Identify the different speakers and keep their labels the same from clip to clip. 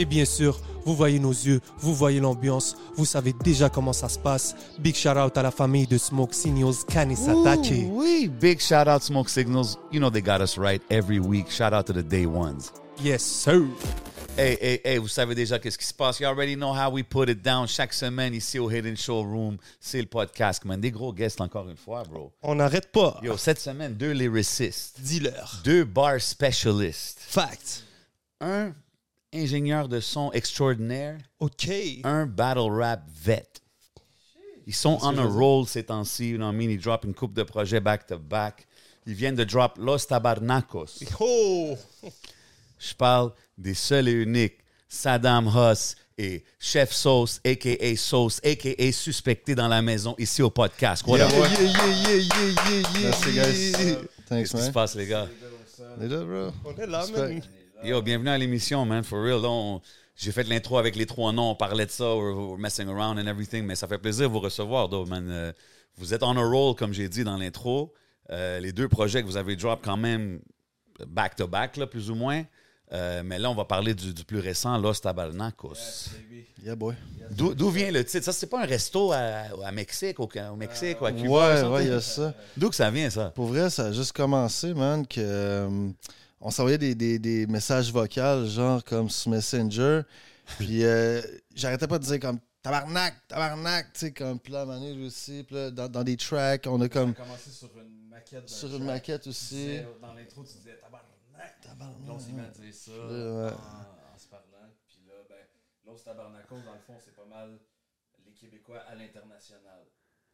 Speaker 1: Et bien sûr, vous voyez nos yeux, vous voyez l'ambiance, vous savez déjà comment ça se passe. Big shout out à la famille de Smoke Signals Kanisatake.
Speaker 2: Ooh, wee. Big shout out Smoke Signals. You know they got us right every week. Shout out to the day ones.
Speaker 1: Yes, sir.
Speaker 2: Hey, hey, hey, vous savez déjà qu'est-ce qui se passe. You already know how we put it down. Chaque semaine ici au Hidden Showroom, c'est le podcast, man. Des gros guests encore une fois, bro.
Speaker 1: On n'arrête pas.
Speaker 2: Yo, cette semaine, deux lyricistes,
Speaker 1: Dealer.
Speaker 2: deux bar specialists,
Speaker 1: Fact.
Speaker 2: un ingénieur de son extraordinaire,
Speaker 1: OK.
Speaker 2: un battle rap vet. Ils sont on a roll ces temps-ci. You know what I mean? Ils drop une coupe de projets back-to-back. Ils viennent de drop Los Tabarnacos.
Speaker 1: Oh!
Speaker 2: Je parle des seuls et uniques Saddam Huss et Chef Sauce, a.k.a. Sauce, a.k.a. suspecté dans la maison ici au podcast. What up?
Speaker 1: Yeah, yeah, yeah, yeah, yeah, yeah,
Speaker 3: Merci, guys.
Speaker 1: yeah.
Speaker 3: Thanks,
Speaker 2: Qu'est-ce qui se
Speaker 3: man.
Speaker 2: passe, les gars?
Speaker 3: On est là, bro.
Speaker 1: On est là,
Speaker 3: Respect.
Speaker 1: man.
Speaker 2: Yo, bienvenue à l'émission, man. For real, là, on- j'ai fait l'intro avec les trois noms. On parlait de ça. We're, we're messing around and everything. Mais ça fait plaisir de vous recevoir, though, man. Euh, vous êtes on a roll, comme j'ai dit dans l'intro. Euh, les deux projets que vous avez drop quand même back-to-back, là, plus ou moins. Euh, mais là, on va parler du, du plus récent, Los Tabarnacos.
Speaker 3: Yeah, boy.
Speaker 2: D'où d'où vient le titre? Ça, c'est pas un resto à, à Mexique, au, au Mexique ou à Cuba? ou
Speaker 3: Ouais,
Speaker 2: something?
Speaker 3: ouais, il y a ça.
Speaker 2: D'où que ça vient, ça?
Speaker 3: Pour vrai, ça a juste commencé, man, que euh, on s'envoyait des, des, des messages vocaux, genre comme sur Messenger. Puis euh, j'arrêtais pas de dire comme tabarnak, tabarnak, tu sais, comme plein de manières aussi. Puis là, dans, dans des tracks, on a comme.
Speaker 4: commencé sur une maquette. d'un
Speaker 3: Sur
Speaker 4: track.
Speaker 3: une maquette
Speaker 4: Tu
Speaker 3: aussi.
Speaker 4: disais, Dans l'intro, tu disais tabarnak. Tabarnak. Là, on s'est mis à dire ça
Speaker 3: Ouais.
Speaker 4: en, en se parlant. Puis là, ben, l'autre tabarnacos, dans le fond, c'est pas mal les Québécois à l'international.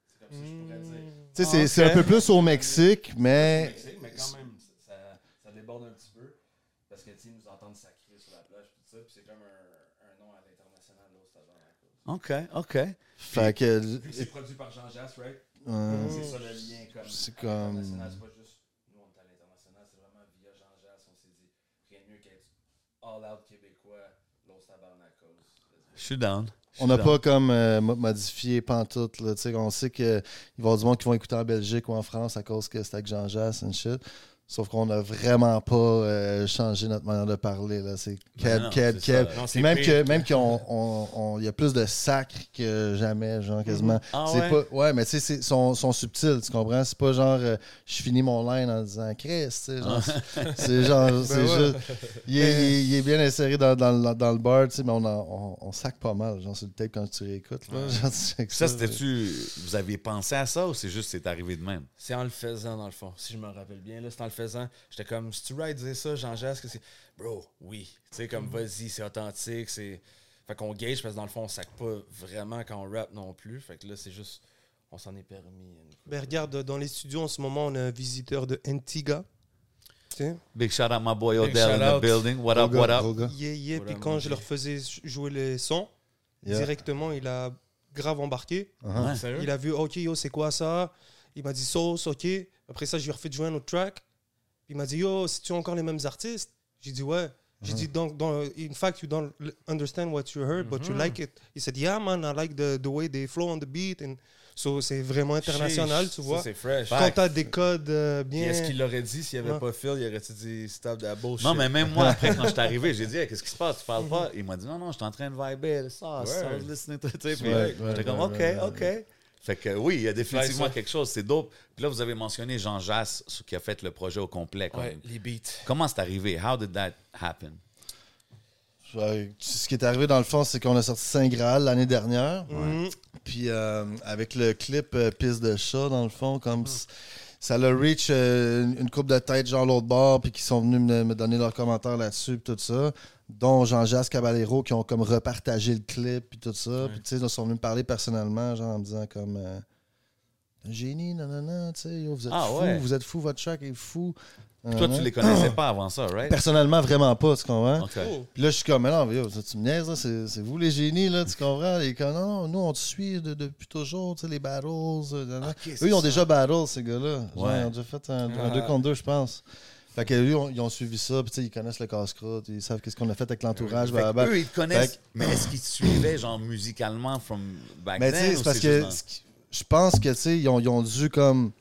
Speaker 4: C'est comme ça que je pourrais dire.
Speaker 3: Tu sais, c'est- c'est un peu plus au Mexique,
Speaker 4: Mais,
Speaker 3: mais.
Speaker 4: c'est- mais quand même, ça- ça, ça déborde un petit peu. Parce que, tu sais, ils nous entendent sacrer sur la plage, puis tout ça. Puis c'est comme un, un nom à l'international, l'autre tabarnacos.
Speaker 2: OK, OK.
Speaker 3: Fait que.
Speaker 4: Vu que c'est produit par Jean Jass, right?
Speaker 3: euh,
Speaker 4: C'est ça le lien. Comme,
Speaker 3: C'est comme-
Speaker 4: international, C'est pas juste nous, on est à l'international, c'est vraiment via Jean Jass. On s'est dit, rien de mieux qu'être all-out québécois, Los Tabarnacos.
Speaker 2: Je suis down. Je suis
Speaker 3: On n'a
Speaker 2: down.
Speaker 3: pas comme euh, mo- modifié pantoute. Là, tu sais, on sait qu'il va y avoir du monde qui vont écouter en Belgique ou en France à cause que c'est avec Jean Jass and shit. Sauf qu'on n'a vraiment pas euh, changé notre manière de parler. là. C'est
Speaker 2: Ben non,
Speaker 3: cab, cab,
Speaker 2: c'est
Speaker 3: cab.
Speaker 2: ça.
Speaker 3: Puis Même que même qu'il y a plus de sacre que jamais, genre quasiment.
Speaker 2: Ah
Speaker 3: c'est
Speaker 2: ouais?
Speaker 3: pas ouais, mais tu sais, c'est- sont sont subtils, tu comprends? C'est pas genre euh, je finis mon line en disant Chris, tu sais, genre,
Speaker 2: Ah.
Speaker 3: c'est- c'est genre c'est juste il est, il est- il est bien inséré dans, dans, le- dans le bar, tu sais, mais on, en- on, on sac pas mal, genre sur le tape quand tu réécoutes. là. Genre, tu check
Speaker 2: Ça, c'était-tu. Vous aviez pensé à ça ou c'est juste c'est arrivé de même?
Speaker 4: C'est en le faisant, dans le fond, si je me rappelle bien. là, C'est en le faisant. J'étais comme, si tu right dire ça, Jean Jass, que c'est. Bro, oui. Tu sais, comme, vas-y, c'est authentique, c'est. Fait qu'on gage parce que dans le fond, on sac pas vraiment quand on rap non plus. Fait que là, c'est juste. On s'en est permis.
Speaker 1: Ben, regarde, dans les studios en ce moment, on a un visiteur de Antigua. Tu sais?
Speaker 2: Big shout out, my boy
Speaker 4: Big
Speaker 2: Odell in the
Speaker 4: shout-out.
Speaker 2: building.
Speaker 3: euh,
Speaker 2: What up, what up?
Speaker 1: Yeah, yeah.
Speaker 4: Ah. Voilà,
Speaker 1: Puis quand
Speaker 4: mon
Speaker 1: je
Speaker 4: Dieu.
Speaker 1: leur faisais jouer les sons, directement, il a grave embarqué.
Speaker 2: Ouais.
Speaker 4: Sérieux?
Speaker 1: Il a vu, OK, yo, c'est quoi ça Il m'a dit sauce, OK. Après ça, je lui ai refait jouer un autre track. Il m'a dit, yo, si tu as encore les mêmes artistes J'ai dit, ouais. J'ai
Speaker 4: Mm-hmm.
Speaker 1: dit, donc, dans, in fact, you don't l- understand what you heard, but you
Speaker 4: Mm-hmm.
Speaker 1: like it. Il said, yeah, man, I like the, the way they flow on the beat. And so, c'est vraiment international,
Speaker 4: Sheesh,
Speaker 1: tu
Speaker 4: ça,
Speaker 1: vois.
Speaker 4: C'est fresh.
Speaker 1: Quand t'as des codes euh,
Speaker 4: Puis
Speaker 1: bien.
Speaker 4: Est-ce qu'il l'aurait dit s'il n'y avait
Speaker 1: Ouais.
Speaker 4: pas Phil, il aurait-tu dit stop de la bullshit?
Speaker 2: Non, mais même moi, après, quand je suis arrivé, j'ai dit, Hey, qu'est-ce qui se passe? Tu parles pas? Il m'a dit, non, non, je suis en train de viber. Ça, ça,
Speaker 4: Ouais.
Speaker 2: je listening to. Tu sais, puis
Speaker 3: Ouais,
Speaker 2: j'étais
Speaker 3: ouais,
Speaker 2: comme,
Speaker 3: ouais,
Speaker 2: OK,
Speaker 3: ouais,
Speaker 2: OK. Fait que oui, il y a définitivement
Speaker 4: Ouais, ça.
Speaker 2: quelque chose, c'est dope. Puis là, vous avez mentionné Jean Jass, ce qui a fait le projet au complet. comme-
Speaker 4: Ouais, les beats.
Speaker 2: Comment c'est arrivé? How did that happen?
Speaker 3: euh, ce qui est arrivé dans le fond, c'est qu'on a sorti Saint Graal l'année dernière.
Speaker 1: Mhm.
Speaker 3: Puis euh, avec le clip euh, Pisse de chat, dans le fond,
Speaker 2: Hmm.
Speaker 3: comme c- ça le reach euh, une coupe de tête, genre l'autre bord, puis qui sont venus me, me donner leurs commentaires là-dessus, puis tout ça. Dont Jean-Jacques Caballero, qui ont comme repartagé le clip, puis tout ça. Puis tu sais, ils sont venus me parler personnellement, genre en me disant comme. euh, un génie, nanana, tu sais, yo, vous êtes
Speaker 2: Ah
Speaker 3: fou,
Speaker 2: ouais.
Speaker 3: vous êtes fou, votre track est fou. Euh,
Speaker 2: Toi, tu les connaissais pas avant ça, right?
Speaker 3: Personnellement, vraiment pas, tu comprends?
Speaker 2: OK.
Speaker 3: Puis là, je suis comme, mais non, mais yo, tu me niaises, là, c'est c'est vous les génies, là, tu comprends? Et comme, non, non, nous, on te suit de- depuis toujours, tu sais, les battles. euh, nan, nan. Eux, ils ont déjà battle, ces gars-là. Genre,
Speaker 2: Ouais.
Speaker 3: Ils ont déjà fait un
Speaker 4: Ah.
Speaker 3: 2 contre 2, je pense. Fait que, eux, on- ils ont suivi ça, puis tu sais, ils connaissent le casse-croûte, ils savent qu'est-ce qu'on a fait avec l'entourage,
Speaker 2: Fait que
Speaker 3: blablabla.
Speaker 2: eux, ils te connaissent,
Speaker 3: Fait
Speaker 2: mais est-ce qu'ils te suivaient, genre, musicalement, from back
Speaker 3: Mais tu
Speaker 2: then?
Speaker 3: sais,
Speaker 2: ou
Speaker 3: c'est parce que
Speaker 2: juste
Speaker 3: ce qui- je pense que, tu sais, ils ont, ils ont dû, comme,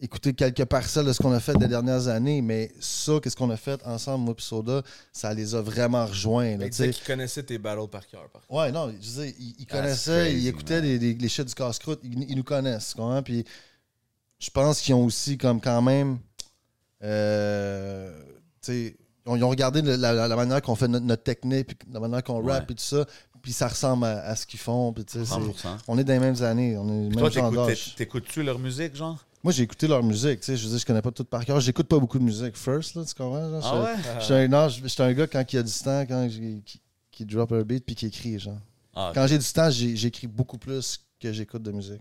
Speaker 3: écouter quelques parcelles de ce qu'on a fait des dernières années, mais ça, qu'est-ce qu'on a fait ensemble, moi puis Soda, ça les a vraiment rejoints, là, tu
Speaker 4: Mais tu
Speaker 3: sais.
Speaker 4: sais qu'ils connaissaient tes battles par cœur, par contre.
Speaker 3: Ouais, non, je veux dire, ils, ils
Speaker 2: That's
Speaker 3: connaissaient,
Speaker 2: Ah, crazy,
Speaker 3: ils écoutaient
Speaker 2: man.
Speaker 3: les, les, les shit du casse-croûte, ils, ils nous connaissent, tu comprends? Puis je pense qu'ils ont aussi, comme quand même, euh, tu sais, ils ont- ils ont regardé le- la, la- la manière qu'on fait notre, notre technique, puis la manière qu'on
Speaker 2: Ouais.
Speaker 3: rappe, puis tout ça, puis ça ressemble à, à ce qu'ils font, puis tu sais, c'est-
Speaker 2: 100%.
Speaker 3: on est dans les mêmes années, on est les
Speaker 2: Puis
Speaker 3: mêmes
Speaker 2: Toi,
Speaker 3: gens
Speaker 2: t'écoutes-
Speaker 3: d'âge.
Speaker 2: t'éc- t'écoutes-tu leur musique, genre?
Speaker 3: Moi, j'ai écouté leur musique, tu sais, je veux dire, je connais pas tout par cœur, j'écoute pas beaucoup de musique first, là, tu comprends? genre,
Speaker 2: Ah
Speaker 3: je-
Speaker 2: ouais?
Speaker 3: J'étais un, non, j'étais un gars quand il y a du temps, quand j'ai- qui, qui drop un beat puis qui écrit, genre.
Speaker 2: Ah,
Speaker 3: Quand j'ai du temps, j'ai- j'écris beaucoup plus que j'écoute de musique.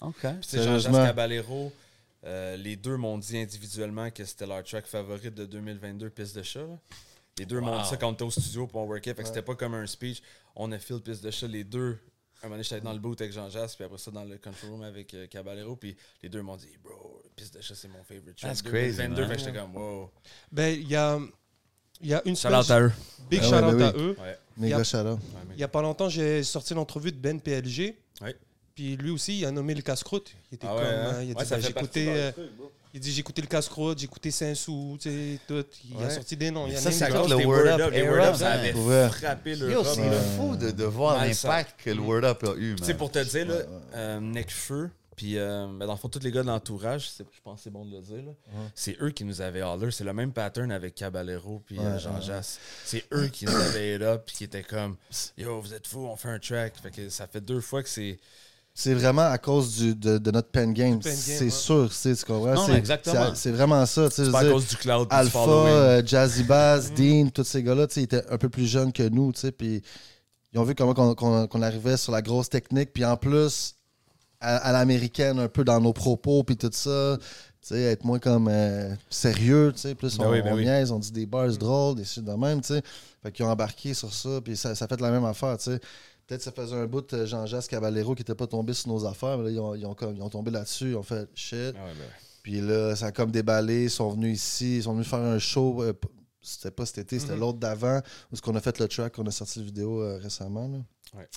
Speaker 2: OK.
Speaker 4: Puis tu sais, Jean-Jacques
Speaker 3: Sérieusement.
Speaker 4: Caballero, euh, les deux m'ont dit individuellement que c'était leur track favori de 2022, Piste de chat. là. Les deux m'ont dit ça quand on était au studio pour on workait. Fait que c'était pas comme un speech. On a fait le Piste de chat, les deux. Un moment donné, j'étais allé dans le boot avec Jean-Jacques, puis après ça, dans le control room avec euh, Caballero. Puis les deux m'ont dit, bro, Piste de chat, c'est mon favorite track.
Speaker 2: That's crazy,
Speaker 4: 2022,
Speaker 2: man.
Speaker 4: fait que j'étais comme, wow.
Speaker 1: Ben, il y a, il y a une semaine.
Speaker 4: Shout-out à eux.
Speaker 1: Big
Speaker 3: Ah ouais,
Speaker 1: shout out
Speaker 3: ben
Speaker 1: à
Speaker 3: oui.
Speaker 1: eux.
Speaker 4: Ouais.
Speaker 3: Mais
Speaker 1: Yep.
Speaker 3: gars, shout-out.
Speaker 1: Il n'y a pas longtemps, j'ai sorti l'entrevue de Ben PLG.
Speaker 4: Ouais.
Speaker 1: Puis lui aussi, il a nommé le casse-croûte. Il était
Speaker 4: Ah
Speaker 1: comme.
Speaker 4: ouais,
Speaker 1: hein, il
Speaker 4: hein?
Speaker 1: a dit,
Speaker 4: Ouais, ça
Speaker 1: ben,
Speaker 4: fait
Speaker 1: j'ai
Speaker 4: partie
Speaker 1: écouté,
Speaker 4: de leur
Speaker 1: euh, il dit, j'ai écouté le casse-croûte, j'ai écouté Saint-Sou, tu sais, tout. Il a
Speaker 2: Ouais.
Speaker 1: sorti des noms. Il y en
Speaker 2: Ça,
Speaker 1: a
Speaker 2: c'est
Speaker 1: une-
Speaker 2: à cause
Speaker 4: Les
Speaker 2: le Word
Speaker 4: Word
Speaker 2: Up.
Speaker 4: Up, les
Speaker 2: Era,
Speaker 4: Word Up, ça
Speaker 2: man.
Speaker 4: avait
Speaker 3: Ouais.
Speaker 4: frappé le
Speaker 2: Yo,
Speaker 4: rap.
Speaker 2: c'est fou de, de voir
Speaker 4: Ouais, ça-
Speaker 2: l'impact que le Word Up a eu, man.
Speaker 4: Tu sais, pour te dire, là, euh, Necfeu, puis euh, ben, dans le fond, tous les gars de l'entourage, c'est- je pense que c'est bon de le dire, là, c'est eux qui nous avaient holler. C'est le même pattern avec Caballero puis euh,
Speaker 3: Ouais,
Speaker 4: Jean Jass. C'est eux qui nous avaient hit up puis qui étaient comme Yo, vous êtes fous, on fait un track. Fait que ça fait deux fois que c'est.
Speaker 3: C'est vraiment à cause du- de, de notre pen game.
Speaker 1: pen game,
Speaker 3: C'est
Speaker 1: ouais.
Speaker 3: sûr, tu sais, tu comprends?
Speaker 2: Non,
Speaker 3: C'est-
Speaker 2: mais exactement.
Speaker 3: C'est c'est vraiment ça. tu sais, je
Speaker 4: C'est
Speaker 3: veux
Speaker 4: pas à
Speaker 3: dire,
Speaker 4: cause du cloud puis du
Speaker 3: Alpha,
Speaker 4: following.
Speaker 3: euh, Jazzy Bass, Dean, tous ces gars-là, tu sais, ils étaient un peu plus jeunes que nous, tu sais, puis ils ont vu comment qu'on qu'on- qu'on arrivait sur la grosse technique, puis en plus, à, à l'américaine, un peu dans nos propos, puis tout ça, tu sais, être moins comme euh, sérieux, tu sais, plus
Speaker 4: Ben
Speaker 3: on,
Speaker 4: oui, ben
Speaker 3: on
Speaker 4: oui.
Speaker 3: niaise, on dit des bars drôles, des choses de même, tu sais, fait qu'ils ont embarqué sur ça, puis ça, ça a fait la même affaire, tu sais. Peut-être que ça faisait un bout euh, Jean-Jacques Caballero qui n'était pas tombé sur nos affaires, mais là, ils ont, ils ont comme- ils ont tombé là-dessus, ils ont fait shit.
Speaker 4: Ah ouais, ben,
Speaker 3: Puis là, ça a comme déballé. Ils sont venus ici. Ils sont venus faire un show. euh, p- c'était pas cet été,
Speaker 4: Mm-hmm.
Speaker 3: c'était l'autre d'avant. Où ce qu'on a fait le track, on a sorti la vidéo euh, récemment. là.
Speaker 4: Ouais.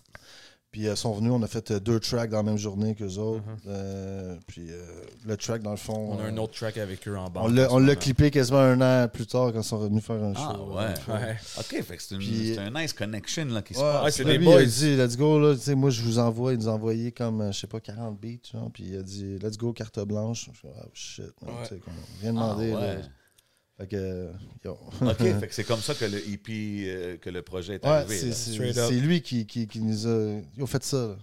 Speaker 3: Puis euh, ils sont venus, on a fait euh, deux tracks dans la même journée qu'eux autres. Euh, puis euh, le track, dans le fond.
Speaker 4: Mm-hmm. on a
Speaker 3: euh,
Speaker 4: un autre track avec eux en bas.
Speaker 3: On l'a, on l'a clippé quasiment un an plus tard quand ils sont revenus faire un show.
Speaker 2: Ah, ouais.
Speaker 4: Ouais.
Speaker 2: OK, fait que c'est une-
Speaker 3: Puis-
Speaker 2: c'est un nice connection là, qui se
Speaker 3: Ouais,
Speaker 2: passe.
Speaker 4: Ouais, Ah, c'est
Speaker 3: puis
Speaker 4: des
Speaker 3: lui,
Speaker 4: boys.
Speaker 3: Il a dit, let's go, là, tu sais, moi je vous envoie, il nous a envoyé comme, euh, je sais pas, 40 beats, genre, puis il a dit, let's go, carte blanche. Je fais, Ah, shit, man,
Speaker 4: Ouais.
Speaker 3: tu sais, comme, rien demandé.
Speaker 2: Ah,
Speaker 3: là.
Speaker 2: ouais.
Speaker 3: Fait que, yo.
Speaker 2: OK, fait que c'est comme ça que le EP, euh, que le projet est
Speaker 3: Ouais,
Speaker 2: arrivé.
Speaker 3: c'est,
Speaker 2: là.
Speaker 3: c'est,
Speaker 4: Straight up.
Speaker 3: c'est lui qui, qui, qui nous a. Ils ont fait ça. là.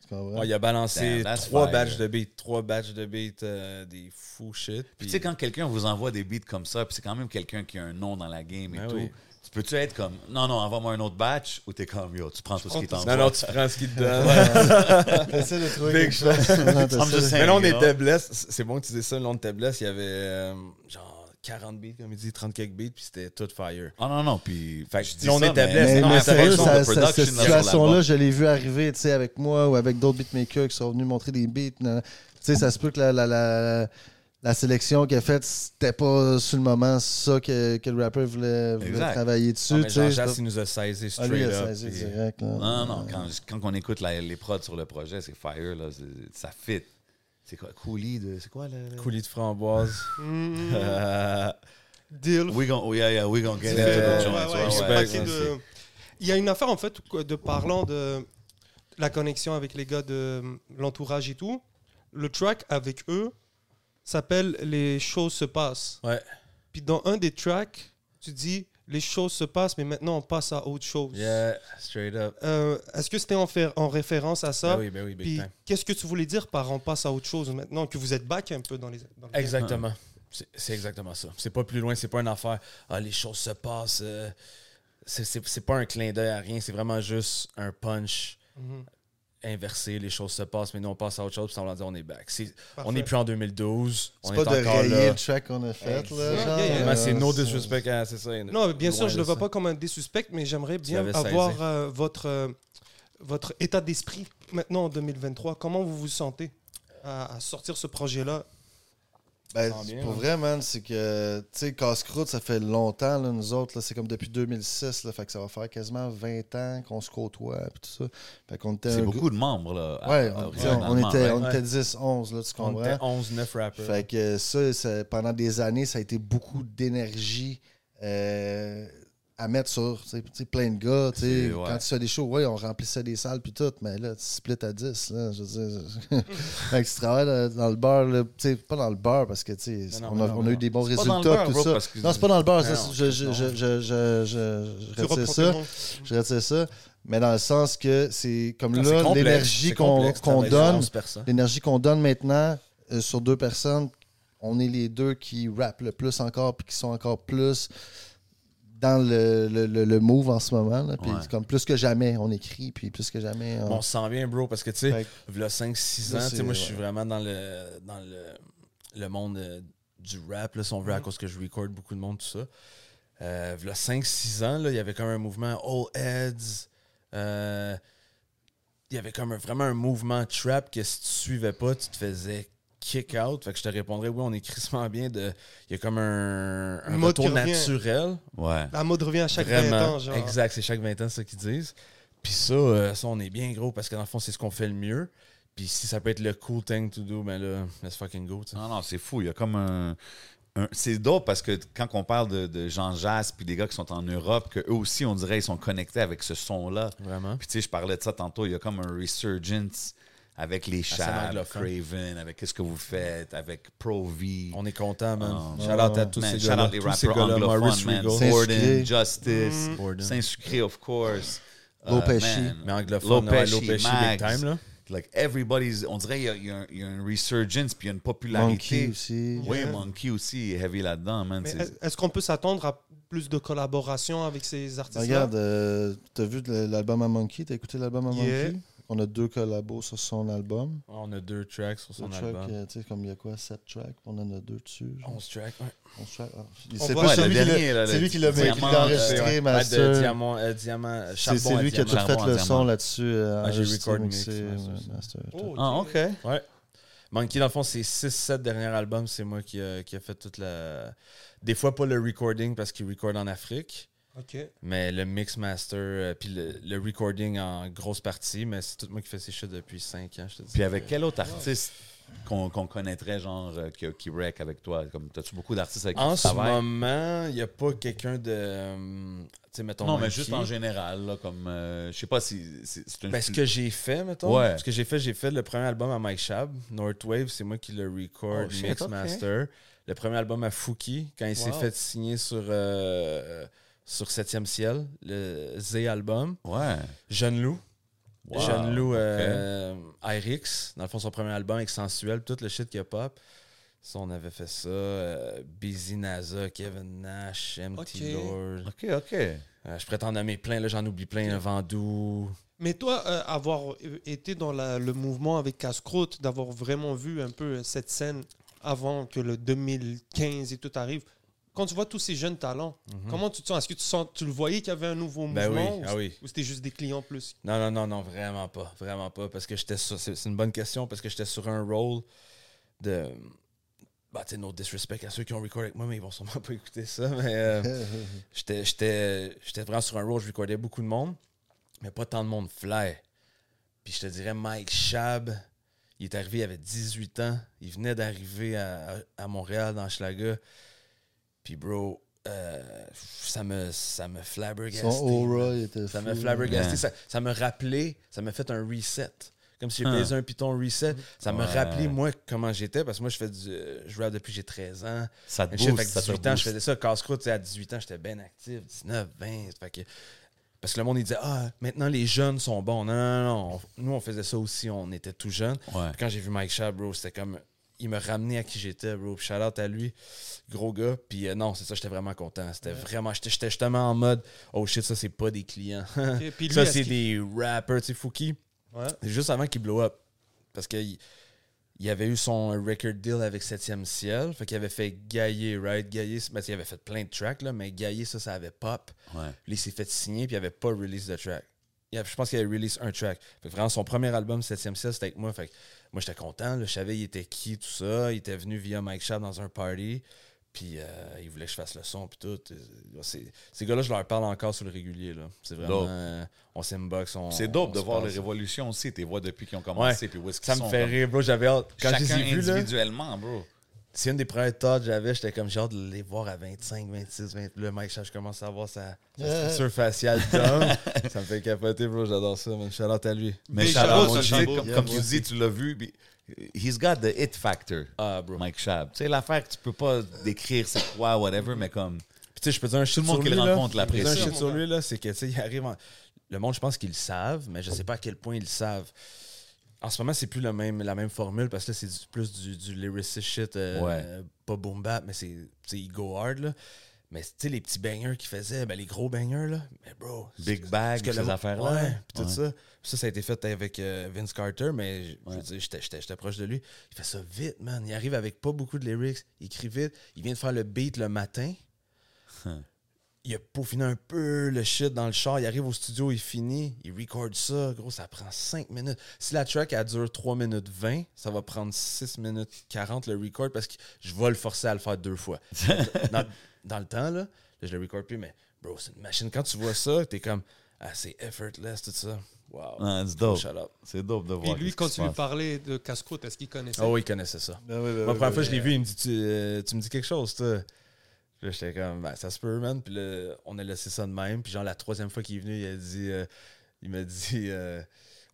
Speaker 3: Tu comprends?
Speaker 4: Ouais, il a balancé
Speaker 2: Damn, that's
Speaker 4: trois
Speaker 2: fire.
Speaker 4: batchs de beats, trois batchs de beats, euh, des fous shit.
Speaker 2: Puis
Speaker 4: Puis
Speaker 2: tu sais, quand quelqu'un vous envoie des beats comme ça, puis c'est quand même quelqu'un qui a un nom dans la game et
Speaker 4: Ben
Speaker 2: tout,
Speaker 4: oui.
Speaker 2: tu peux-tu être comme, non, non, envoie-moi un autre batch, ou t'es comme, yo, tu prends tout ce qui t'envoie.
Speaker 4: Non, non, tu prends ce qu'il te donne.
Speaker 3: T'essaies de trouver
Speaker 4: Big
Speaker 3: quelque chose. Non,
Speaker 2: I'm
Speaker 3: t'essaies-
Speaker 2: just saying,
Speaker 4: Mais là, on
Speaker 2: you know.
Speaker 4: était blessé. C'est bon que tu dis ça, le long de ta blesse, il y avait euh, genre 40 beats, comme il dit, 30 quelques beats, puis c'était tout fire.
Speaker 2: Ah non, non, puis fait que je dis
Speaker 4: Là, on
Speaker 2: ça,
Speaker 4: était
Speaker 2: mais-
Speaker 4: blessé.
Speaker 3: mais,
Speaker 4: Non,
Speaker 3: mais
Speaker 4: mais
Speaker 3: sérieux,
Speaker 4: production,
Speaker 3: ça-
Speaker 2: de
Speaker 3: ça-
Speaker 2: production,
Speaker 3: cette
Speaker 2: là, sur l'album.
Speaker 3: situation-là, je l'ai vu arriver tu sais, avec moi ou avec d'autres beatmakers qui sont venus montrer des beats. nan, nan. Tu sais, ça se peut que la, la, la, la sélection qu'il a faite, c'était pas sur le moment ça que, que le rappeur voulait, voulait
Speaker 2: Exact.
Speaker 3: travailler dessus.
Speaker 4: Non,
Speaker 3: tu
Speaker 4: mais
Speaker 3: sais.
Speaker 4: Jean-Jacques, il nous a saisi
Speaker 3: Ah,
Speaker 4: straight
Speaker 3: lui, il a
Speaker 4: up.
Speaker 3: saisi
Speaker 4: puis- hein,
Speaker 3: direct. là.
Speaker 2: Non, non, non, quand, quand on écoute la- les prods sur le projet, c'est fire, là, c'est- ça fit. C'est quoi, Cooley de, c'est quoi le...
Speaker 4: Coulis de framboise.
Speaker 1: Hmm,
Speaker 4: Euh,
Speaker 1: Deal.
Speaker 2: We gon, oh, yeah, yeah, we gon get into
Speaker 4: Euh,
Speaker 2: the
Speaker 1: Ouais,
Speaker 2: joints.
Speaker 1: ouais,
Speaker 2: ouais,
Speaker 1: je sais
Speaker 2: ouais,
Speaker 1: pas
Speaker 2: ouais,
Speaker 1: qui
Speaker 2: ouais,
Speaker 1: de- Il y a une affaire en fait quoi, de parlant de la connexion avec les gars de hum, l'entourage et tout. Le track avec eux s'appelle Les choses se passent.
Speaker 4: Ouais.
Speaker 1: Puis dans un des tracks, tu dis les choses se passent, mais maintenant on passe à autre chose.
Speaker 4: Yeah, straight up.
Speaker 1: Euh, Est-ce que c'était en, faire- en référence à ça
Speaker 4: Ben oui, ben oui, big
Speaker 1: Puis
Speaker 4: time.
Speaker 1: qu'est-ce que tu voulais dire par on passe à autre chose maintenant que vous êtes back un peu dans les. dans le-
Speaker 4: Exactement.
Speaker 3: Ah.
Speaker 4: C'est- C'est exactement ça. C'est pas plus loin, c'est pas une affaire. Ah, les choses se passent. euh, c'est- c'est c'est pas un clin d'œil à rien, c'est vraiment juste un punch
Speaker 1: Mhm.
Speaker 4: inversé. Les choses se passent, mais nous on passe à autre chose, puis ça, on leur dit on est back. C'est- On
Speaker 1: Parfait.
Speaker 4: n'est plus en 2012. on
Speaker 3: C'est
Speaker 4: est
Speaker 3: pas de
Speaker 4: encore
Speaker 3: rayer
Speaker 4: là.
Speaker 3: le track qu'on a fait, là.
Speaker 1: Exact.
Speaker 3: genre,
Speaker 1: Yeah, yeah.
Speaker 4: Mais
Speaker 3: euh,
Speaker 4: c'est no disrespect à c'est ça.
Speaker 1: Non, bien
Speaker 4: Loin
Speaker 1: sûr, je
Speaker 4: de
Speaker 1: ne le vois
Speaker 4: ça.
Speaker 1: pas comme un désuspect, mais j'aimerais bien
Speaker 4: l'avais
Speaker 1: avoir
Speaker 4: saisi.
Speaker 1: euh, votre, euh, votre état d'esprit maintenant en 2023. Comment vous vous sentez à, à sortir ce projet-là
Speaker 3: Ben,
Speaker 4: sent bien,
Speaker 3: pour
Speaker 4: hein.
Speaker 3: vrai, man, c'est que, tu sais, Casse-Croûte, ça fait longtemps, là, nous autres, là, c'est comme depuis 2006, là, fait que ça va faire quasiment 20 ans qu'on se côtoie, puis tout ça. Fait qu'on était
Speaker 2: C'est
Speaker 3: un
Speaker 2: beaucoup de membres, là. à-
Speaker 3: groupe- Ouais,
Speaker 2: à-
Speaker 3: on, tu sais, on- on
Speaker 2: originalement,
Speaker 3: était,
Speaker 2: ouais.
Speaker 3: on était 10, 11, là, tu
Speaker 4: On
Speaker 3: comprends?
Speaker 4: était 11-9 rappers.
Speaker 3: Fait que ça, ça- pendant des années, ça a été beaucoup d'énergie euh, à mettre sur tu sais, tu sais, plein de gars. tu sais.
Speaker 2: C'est- ouais.
Speaker 3: Quand tu fais des shows, ouais, on remplissait des salles puis tout, mais là, tu split à 10. Là, je veux dire, fait que tu travailles euh, dans le bar, là, tu sais, pas dans le bar parce que tu sais,
Speaker 4: Mais non,
Speaker 3: on
Speaker 4: mais
Speaker 3: a,
Speaker 4: non,
Speaker 3: on a
Speaker 4: mais
Speaker 3: eu
Speaker 4: non.
Speaker 3: des bons
Speaker 2: pas dans
Speaker 3: résultats,
Speaker 2: le bar,
Speaker 3: tout
Speaker 2: bro,
Speaker 3: ça.
Speaker 2: parce que-
Speaker 3: Non, c'est pas dans le bar, ça,
Speaker 4: Non,
Speaker 3: je, je, je, je, je, je- je
Speaker 1: Tu reprends
Speaker 3: retire
Speaker 1: ton
Speaker 3: ça.
Speaker 1: nom.
Speaker 3: Je retire ça. Mais dans le sens que c'est comme
Speaker 4: Ah, c'est
Speaker 3: là,
Speaker 4: complexe,
Speaker 3: l'énergie
Speaker 4: c'est
Speaker 3: qu'on
Speaker 4: complexe,
Speaker 3: qu'on
Speaker 4: t'as
Speaker 3: donne,
Speaker 4: raison, personne.
Speaker 3: L'énergie qu'on donne maintenant euh, sur deux personnes, on est les deux qui rappent le plus encore puis qui sont encore plus dans le, le, le- le move en ce moment. là. Puis
Speaker 2: Ouais.
Speaker 3: c'est comme plus que jamais, on écrit, puis plus que jamais. on-
Speaker 4: Mais On se sent bien, bro, parce que tu sais,
Speaker 3: Fait que-
Speaker 4: V'là 5-6
Speaker 3: Là,
Speaker 4: ans, tu
Speaker 3: c'est-
Speaker 4: sais, moi, je suis
Speaker 3: ouais.
Speaker 4: vraiment dans le, dans le, le monde euh, du rap, là, si on veut, à cause que je record beaucoup de monde, tout ça. Euh, v'là 5-6 ans, là, il y avait comme un mouvement All Heads. euh, il y avait comme un- vraiment un mouvement trap que si tu suivais pas, tu te faisais kick out. Fait que je te répondrais, oui, on est crissement bien de. Il y a comme un, un
Speaker 1: Mode
Speaker 4: retour
Speaker 1: qui revient.
Speaker 4: naturel.
Speaker 2: Ouais.
Speaker 1: La mode revient à chaque 20
Speaker 4: Vraiment.
Speaker 1: ans. Genre.
Speaker 4: exact, c'est chaque 20 ans ce qu'ils disent. Puis ça, euh, ça, on est bien gros parce que dans le fond, c'est ce qu'on fait le mieux. Puis si ça peut être le cool thing to do, ben là, let's fucking go. tu sais.
Speaker 2: Non, non, c'est fou. Il y a comme un. un- c'est dope parce que quand on parle de, de Jean Jass puis des gars qui sont en Europe, qu'eux aussi, on dirait, ils sont connectés avec ce son-là.
Speaker 4: Vraiment.
Speaker 2: Puis tu sais, je parlais de ça tantôt, il y a comme un resurgence avec les
Speaker 4: scène
Speaker 2: chats,
Speaker 4: anglophone.
Speaker 2: Craven, avec qu'est-ce que vous faites, avec Pro V.
Speaker 4: On est content, man.
Speaker 2: Oh,
Speaker 4: shout out à tous
Speaker 2: Man,
Speaker 4: ces
Speaker 2: shout
Speaker 4: gars-là.
Speaker 2: out les
Speaker 4: tous ces
Speaker 2: rappers
Speaker 4: gars-là.
Speaker 2: anglophones,
Speaker 4: Maurice
Speaker 2: man.
Speaker 4: Regal.
Speaker 3: Saint-Sucré.
Speaker 2: Borden, Justice,
Speaker 4: Borden.
Speaker 2: Saint-Sucré, of course. Euh,
Speaker 3: Lopeshi.
Speaker 2: man.
Speaker 4: Mais anglophone, ouais,
Speaker 2: Lopeshi,
Speaker 4: Lopeshi,
Speaker 2: Mags.
Speaker 4: big time, là.
Speaker 2: Like everybody's, on dirait il y a- il y, a un- il y a une resurgence puis il y a une popularité.
Speaker 3: Monkey aussi.
Speaker 2: Oui,
Speaker 1: Yeah.
Speaker 2: Monkey aussi est heavy là-dedans, man.
Speaker 1: Mais
Speaker 2: C'est-
Speaker 1: est- Est-ce qu'on peut s'attendre à plus de collaborations avec ces artistes-là
Speaker 3: Regarde, euh, t'as vu le- l'album à Monkey, t'as écouté l'album à
Speaker 1: Yeah.
Speaker 3: Monkey? On a deux collabos sur son album.
Speaker 4: Ah, On a deux tracks sur son
Speaker 3: Deux tracks,
Speaker 4: album.
Speaker 3: euh, tu sais, comme il y a quoi, sept tracks, on en a deux dessus. genre.
Speaker 4: 11 tracks. ouais.
Speaker 3: Onze tracks, ah.
Speaker 1: On
Speaker 3: C'est
Speaker 1: voit-
Speaker 3: pas
Speaker 1: Ouais,
Speaker 2: le
Speaker 3: celui qui
Speaker 2: dernier, là,
Speaker 3: l'a-
Speaker 2: le
Speaker 3: celui qui l'a
Speaker 2: diamant,
Speaker 3: qui
Speaker 2: euh,
Speaker 3: l'a enregistré,
Speaker 4: Ouais,
Speaker 3: ma
Speaker 4: de diamant, euh, diamant, euh,
Speaker 3: C'est
Speaker 4: charbon
Speaker 3: c'est
Speaker 4: à
Speaker 3: lui qui a tout
Speaker 4: diamant.
Speaker 3: fait
Speaker 2: Charbon à
Speaker 3: le
Speaker 2: diamant.
Speaker 3: son là-dessus. euh,
Speaker 4: Ah, j'ai
Speaker 3: enregistré,
Speaker 4: record
Speaker 3: mixé,
Speaker 4: mix,
Speaker 3: ouais,
Speaker 4: master, ça.
Speaker 3: master, tout.
Speaker 1: Oh,
Speaker 2: Ah, OK.
Speaker 4: Ouais. Monkey, dans le fond, c'est 6-7 derniers albums. C'est moi qui, euh, qui a fait toute la. Des fois, pas le recording parce qu'il record en Afrique,
Speaker 1: Ok.
Speaker 4: mais le mix master, euh, puis le, le recording en grosse partie. Mais c'est tout moi qui fais ces shit depuis 5 ans. Je te dis.
Speaker 2: Puis avec quel autre artiste qu'on qu'on connaîtrait, genre, euh, qui, qui rec avec toi? Comme, T'as-tu beaucoup d'artistes avec qui
Speaker 4: En
Speaker 2: tu
Speaker 4: ce
Speaker 2: travailles?
Speaker 4: moment, il n'y a pas quelqu'un de. euh, tu sais, mettons.
Speaker 2: non, mais
Speaker 4: Monkey.
Speaker 2: juste en général, là, comme, euh, je sais pas si c'est c'est une...
Speaker 4: Ben, ce que j'ai fait, mettons.
Speaker 2: Ouais.
Speaker 4: Ce que j'ai fait, j'ai fait le premier album à Mike Shab, Northwave, c'est moi qui le record,
Speaker 2: Oh, shit,
Speaker 4: mix
Speaker 2: ok.
Speaker 4: master. Le premier album à Fouki, quand il s'est
Speaker 1: Wow.
Speaker 4: fait signer sur, euh, sur 7e Ciel, le Z album.
Speaker 2: Ouais.
Speaker 4: Jeune Lou.
Speaker 2: Wow.
Speaker 4: Jeune Lou euh, Irix, dans le fond, son premier album avec Sensuel, tout le shit qui a pop. Ça, on avait fait ça. euh, Busy NASA, Kevin Nash, MT
Speaker 1: Ok.
Speaker 4: Lord.
Speaker 2: OK, OK.
Speaker 4: Euh, je prétends nommer plein, là, j'en oublie plein. Vendou.
Speaker 1: Mais toi, euh, avoir euh, été dans la- le mouvement avec Casse-Croûte, d'avoir vraiment vu un peu cette scène avant que le 2015 et tout arrive, quand tu vois tous ces jeunes talents, comment tu te sens Est-ce que tu, sens, tu le voyais qu'il y avait un nouveau
Speaker 4: Mhm. Ben oui,
Speaker 1: mouvement ou,
Speaker 4: ah oui.
Speaker 1: ou c'était juste des clients plus
Speaker 4: Non, non, non, non, vraiment pas. Vraiment pas. Parce que j'étais sur. C'est c'est une bonne question parce que j'étais sur un rôle de. Bah, tu sais, no disrespect à ceux qui ont record avec moi, mais ils vont sûrement pas écouter ça. Mais euh, j'étais- j'étais j'étais vraiment sur un rôle, je recordais beaucoup de monde, mais pas tant de monde fly. Puis je te dirais, Mike Shab, il est arrivé, il avait 18 ans. Il venait d'arriver à, à Montréal, dans Schlaga. Puis, bro, euh, ça me, ça me flabbergasté.
Speaker 3: Son aura il était
Speaker 4: Ça
Speaker 3: fou,
Speaker 4: m'a
Speaker 3: là.
Speaker 4: flabbergasté.
Speaker 2: Ouais.
Speaker 4: Ça, ça m'a rappelé, ça m'a fait un reset. Comme si j'ai baisé un piton reset. Ça me
Speaker 2: Ouais.
Speaker 4: rappelait, moi, comment j'étais. Parce que moi, je fais du. euh, Je rappe depuis que j'ai 13 ans.
Speaker 2: Ça te
Speaker 4: Je sais, fait
Speaker 2: booste,
Speaker 4: que
Speaker 2: ça te
Speaker 4: 18 ans, je
Speaker 2: booste.
Speaker 4: faisais ça. Casse-croûte, tu sais, à 18 ans, j'étais bien actif. 19, 20. Fait que- Parce que le monde, il disait, ah, maintenant les jeunes sont bons. Non, non, non. on- Nous, on faisait ça aussi, on était tout jeunes.
Speaker 2: Ouais.
Speaker 4: Puis Quand j'ai vu Mike Shaw, bro, c'était comme. Il me ramenait à qui j'étais, bro. Shout out à lui, gros gars. Puis euh, non, c'est ça, j'étais vraiment content. C'était vraiment. J'étais j'étais justement en mode, oh shit, ça, c'est pas des clients.
Speaker 1: puis lui,
Speaker 4: ça,
Speaker 1: est-ce
Speaker 4: c'est
Speaker 1: qu'il-
Speaker 4: des rappers, tu sais, Fouki.
Speaker 1: Ouais.
Speaker 4: C'est Juste avant qu'il blow up. Parce qu'il il avait eu son record deal avec 7e Ciel. Fait qu'il avait fait Gaillé, right? Gaillé, c'est- ben, il avait fait plein de tracks, là, mais Gaillé, ça, ça avait pop.
Speaker 2: Ouais.
Speaker 4: Puis il s'est fait signer, puis il avait pas release de track. Il avait- je pense qu'il avait release un track. Fait que vraiment, son premier album, 7e Ciel, c'était avec moi. Fait que moi, j'étais content. là. Je savais il était qui, tout ça. Il était venu via Mike Sharp dans un party. Puis euh, il voulait que je fasse le son, puis tout. Euh, c'est- Ces gars-là, je leur parle encore sur le régulier. là. C'est vraiment.
Speaker 2: Dope.
Speaker 4: euh, on s'inbox. on-
Speaker 2: C'est
Speaker 4: on
Speaker 2: dope de
Speaker 4: se
Speaker 2: voir les
Speaker 4: parle.
Speaker 2: révolutions aussi, tes voix depuis qu'ils ont
Speaker 4: Ouais,
Speaker 2: commencé, puis où est-ce qu'ils
Speaker 4: ça me
Speaker 2: sont,
Speaker 4: fait
Speaker 2: comme-
Speaker 4: rire, bro. J'avais hâte. Quand je
Speaker 2: Chacun
Speaker 4: les ai vus, là,
Speaker 2: individuellement, bro.
Speaker 4: c'est une des premières thoughts que j'avais. J'étais comme, j'ai hâte de les voir à 25, 26, 20. Le Mike Shaw, je commence à voir sa, sa structure faciale d'homme. ça me fait capoter, bro. J'adore ça, man. Shout out à lui.
Speaker 2: Mais
Speaker 1: Big
Speaker 2: Chabot,
Speaker 1: shout-out,
Speaker 2: on le
Speaker 1: Chabot.
Speaker 2: sait, comme,
Speaker 3: Yeah,
Speaker 2: comme
Speaker 3: moi
Speaker 2: tu dis, tu l'as vu. puis, He's got the it factor,
Speaker 4: Ah, bro.
Speaker 2: Mike Shab. Tu sais, l'affaire que tu peux pas décrire, c'est quoi, whatever, mais comme.
Speaker 4: Puis tu sais, je peux dire un shit
Speaker 2: le monde
Speaker 4: sur
Speaker 2: qui
Speaker 4: lui.
Speaker 2: le
Speaker 4: là.
Speaker 2: rencontre
Speaker 4: Je peux dire un
Speaker 2: l'apprécie.
Speaker 4: shit sur lui, là, c'est que, tu sais, il arrive en- Le monde, je pense qu'ils le savent, mais je sais pas à quel point ils le savent. En ce moment, c'est plus le même, la même formule parce que là, c'est du- plus du, du lyricist shit. euh,
Speaker 2: Ouais.
Speaker 4: euh, pas boom bap, mais c'est, tu sais, il go hard, là. Mais, tu sais, les petits bangers qu'ils faisaient, ben, les gros bangers, là. Mais, bro.
Speaker 2: Big bag,
Speaker 4: c'est- parce que
Speaker 2: ces
Speaker 4: le-
Speaker 2: affaires-là.
Speaker 4: Ouais, puis tout
Speaker 2: Ouais.
Speaker 4: ça. Puis ça, ça a été fait avec euh, Vince Carter, mais je- je veux dire, j'étais- j'étais j'étais proche de lui. Il fait ça vite, man. Il arrive avec pas beaucoup de lyrics. Il écrit vite. Il vient de faire le beat le matin. il a peaufiné un peu le shit dans le char. Il arrive au studio, il finit. Il record ça. Gros, ça prend 5 minutes. Si la track, elle dure 3 minutes 20, ça va prendre 6 minutes 40 le record parce que je vais le forcer à le faire deux fois. dans, dans le temps, là, là, je le record plus, mais bro, c'est une machine. Quand tu vois ça, t'es comme, ah, c'est effortless, tout ça. Wow.
Speaker 2: Ah, c'est
Speaker 4: Gros
Speaker 2: dope.
Speaker 4: shout out.
Speaker 2: C'est dope de
Speaker 1: Puis
Speaker 2: voir.
Speaker 1: lui,
Speaker 2: qu'est-ce
Speaker 1: quand
Speaker 2: qui se
Speaker 1: tu lui
Speaker 2: passe.
Speaker 1: parlais de casse-croûte, est-ce qu'il connaissait
Speaker 4: Ah oui, il connaissait ça.
Speaker 3: Ben oui, ben
Speaker 4: Moi, la
Speaker 3: oui,
Speaker 4: première
Speaker 3: ben
Speaker 4: fois que je
Speaker 3: oui.
Speaker 4: l'ai vu, il me dit Tu, euh, tu me dis quelque chose, toi. Puis là, j'étais comme Ben, Ça se peut, man. Puis là, on a laissé ça de même. Puis genre, la troisième fois qu'il est venu, il a dit euh, Il m'a dit euh,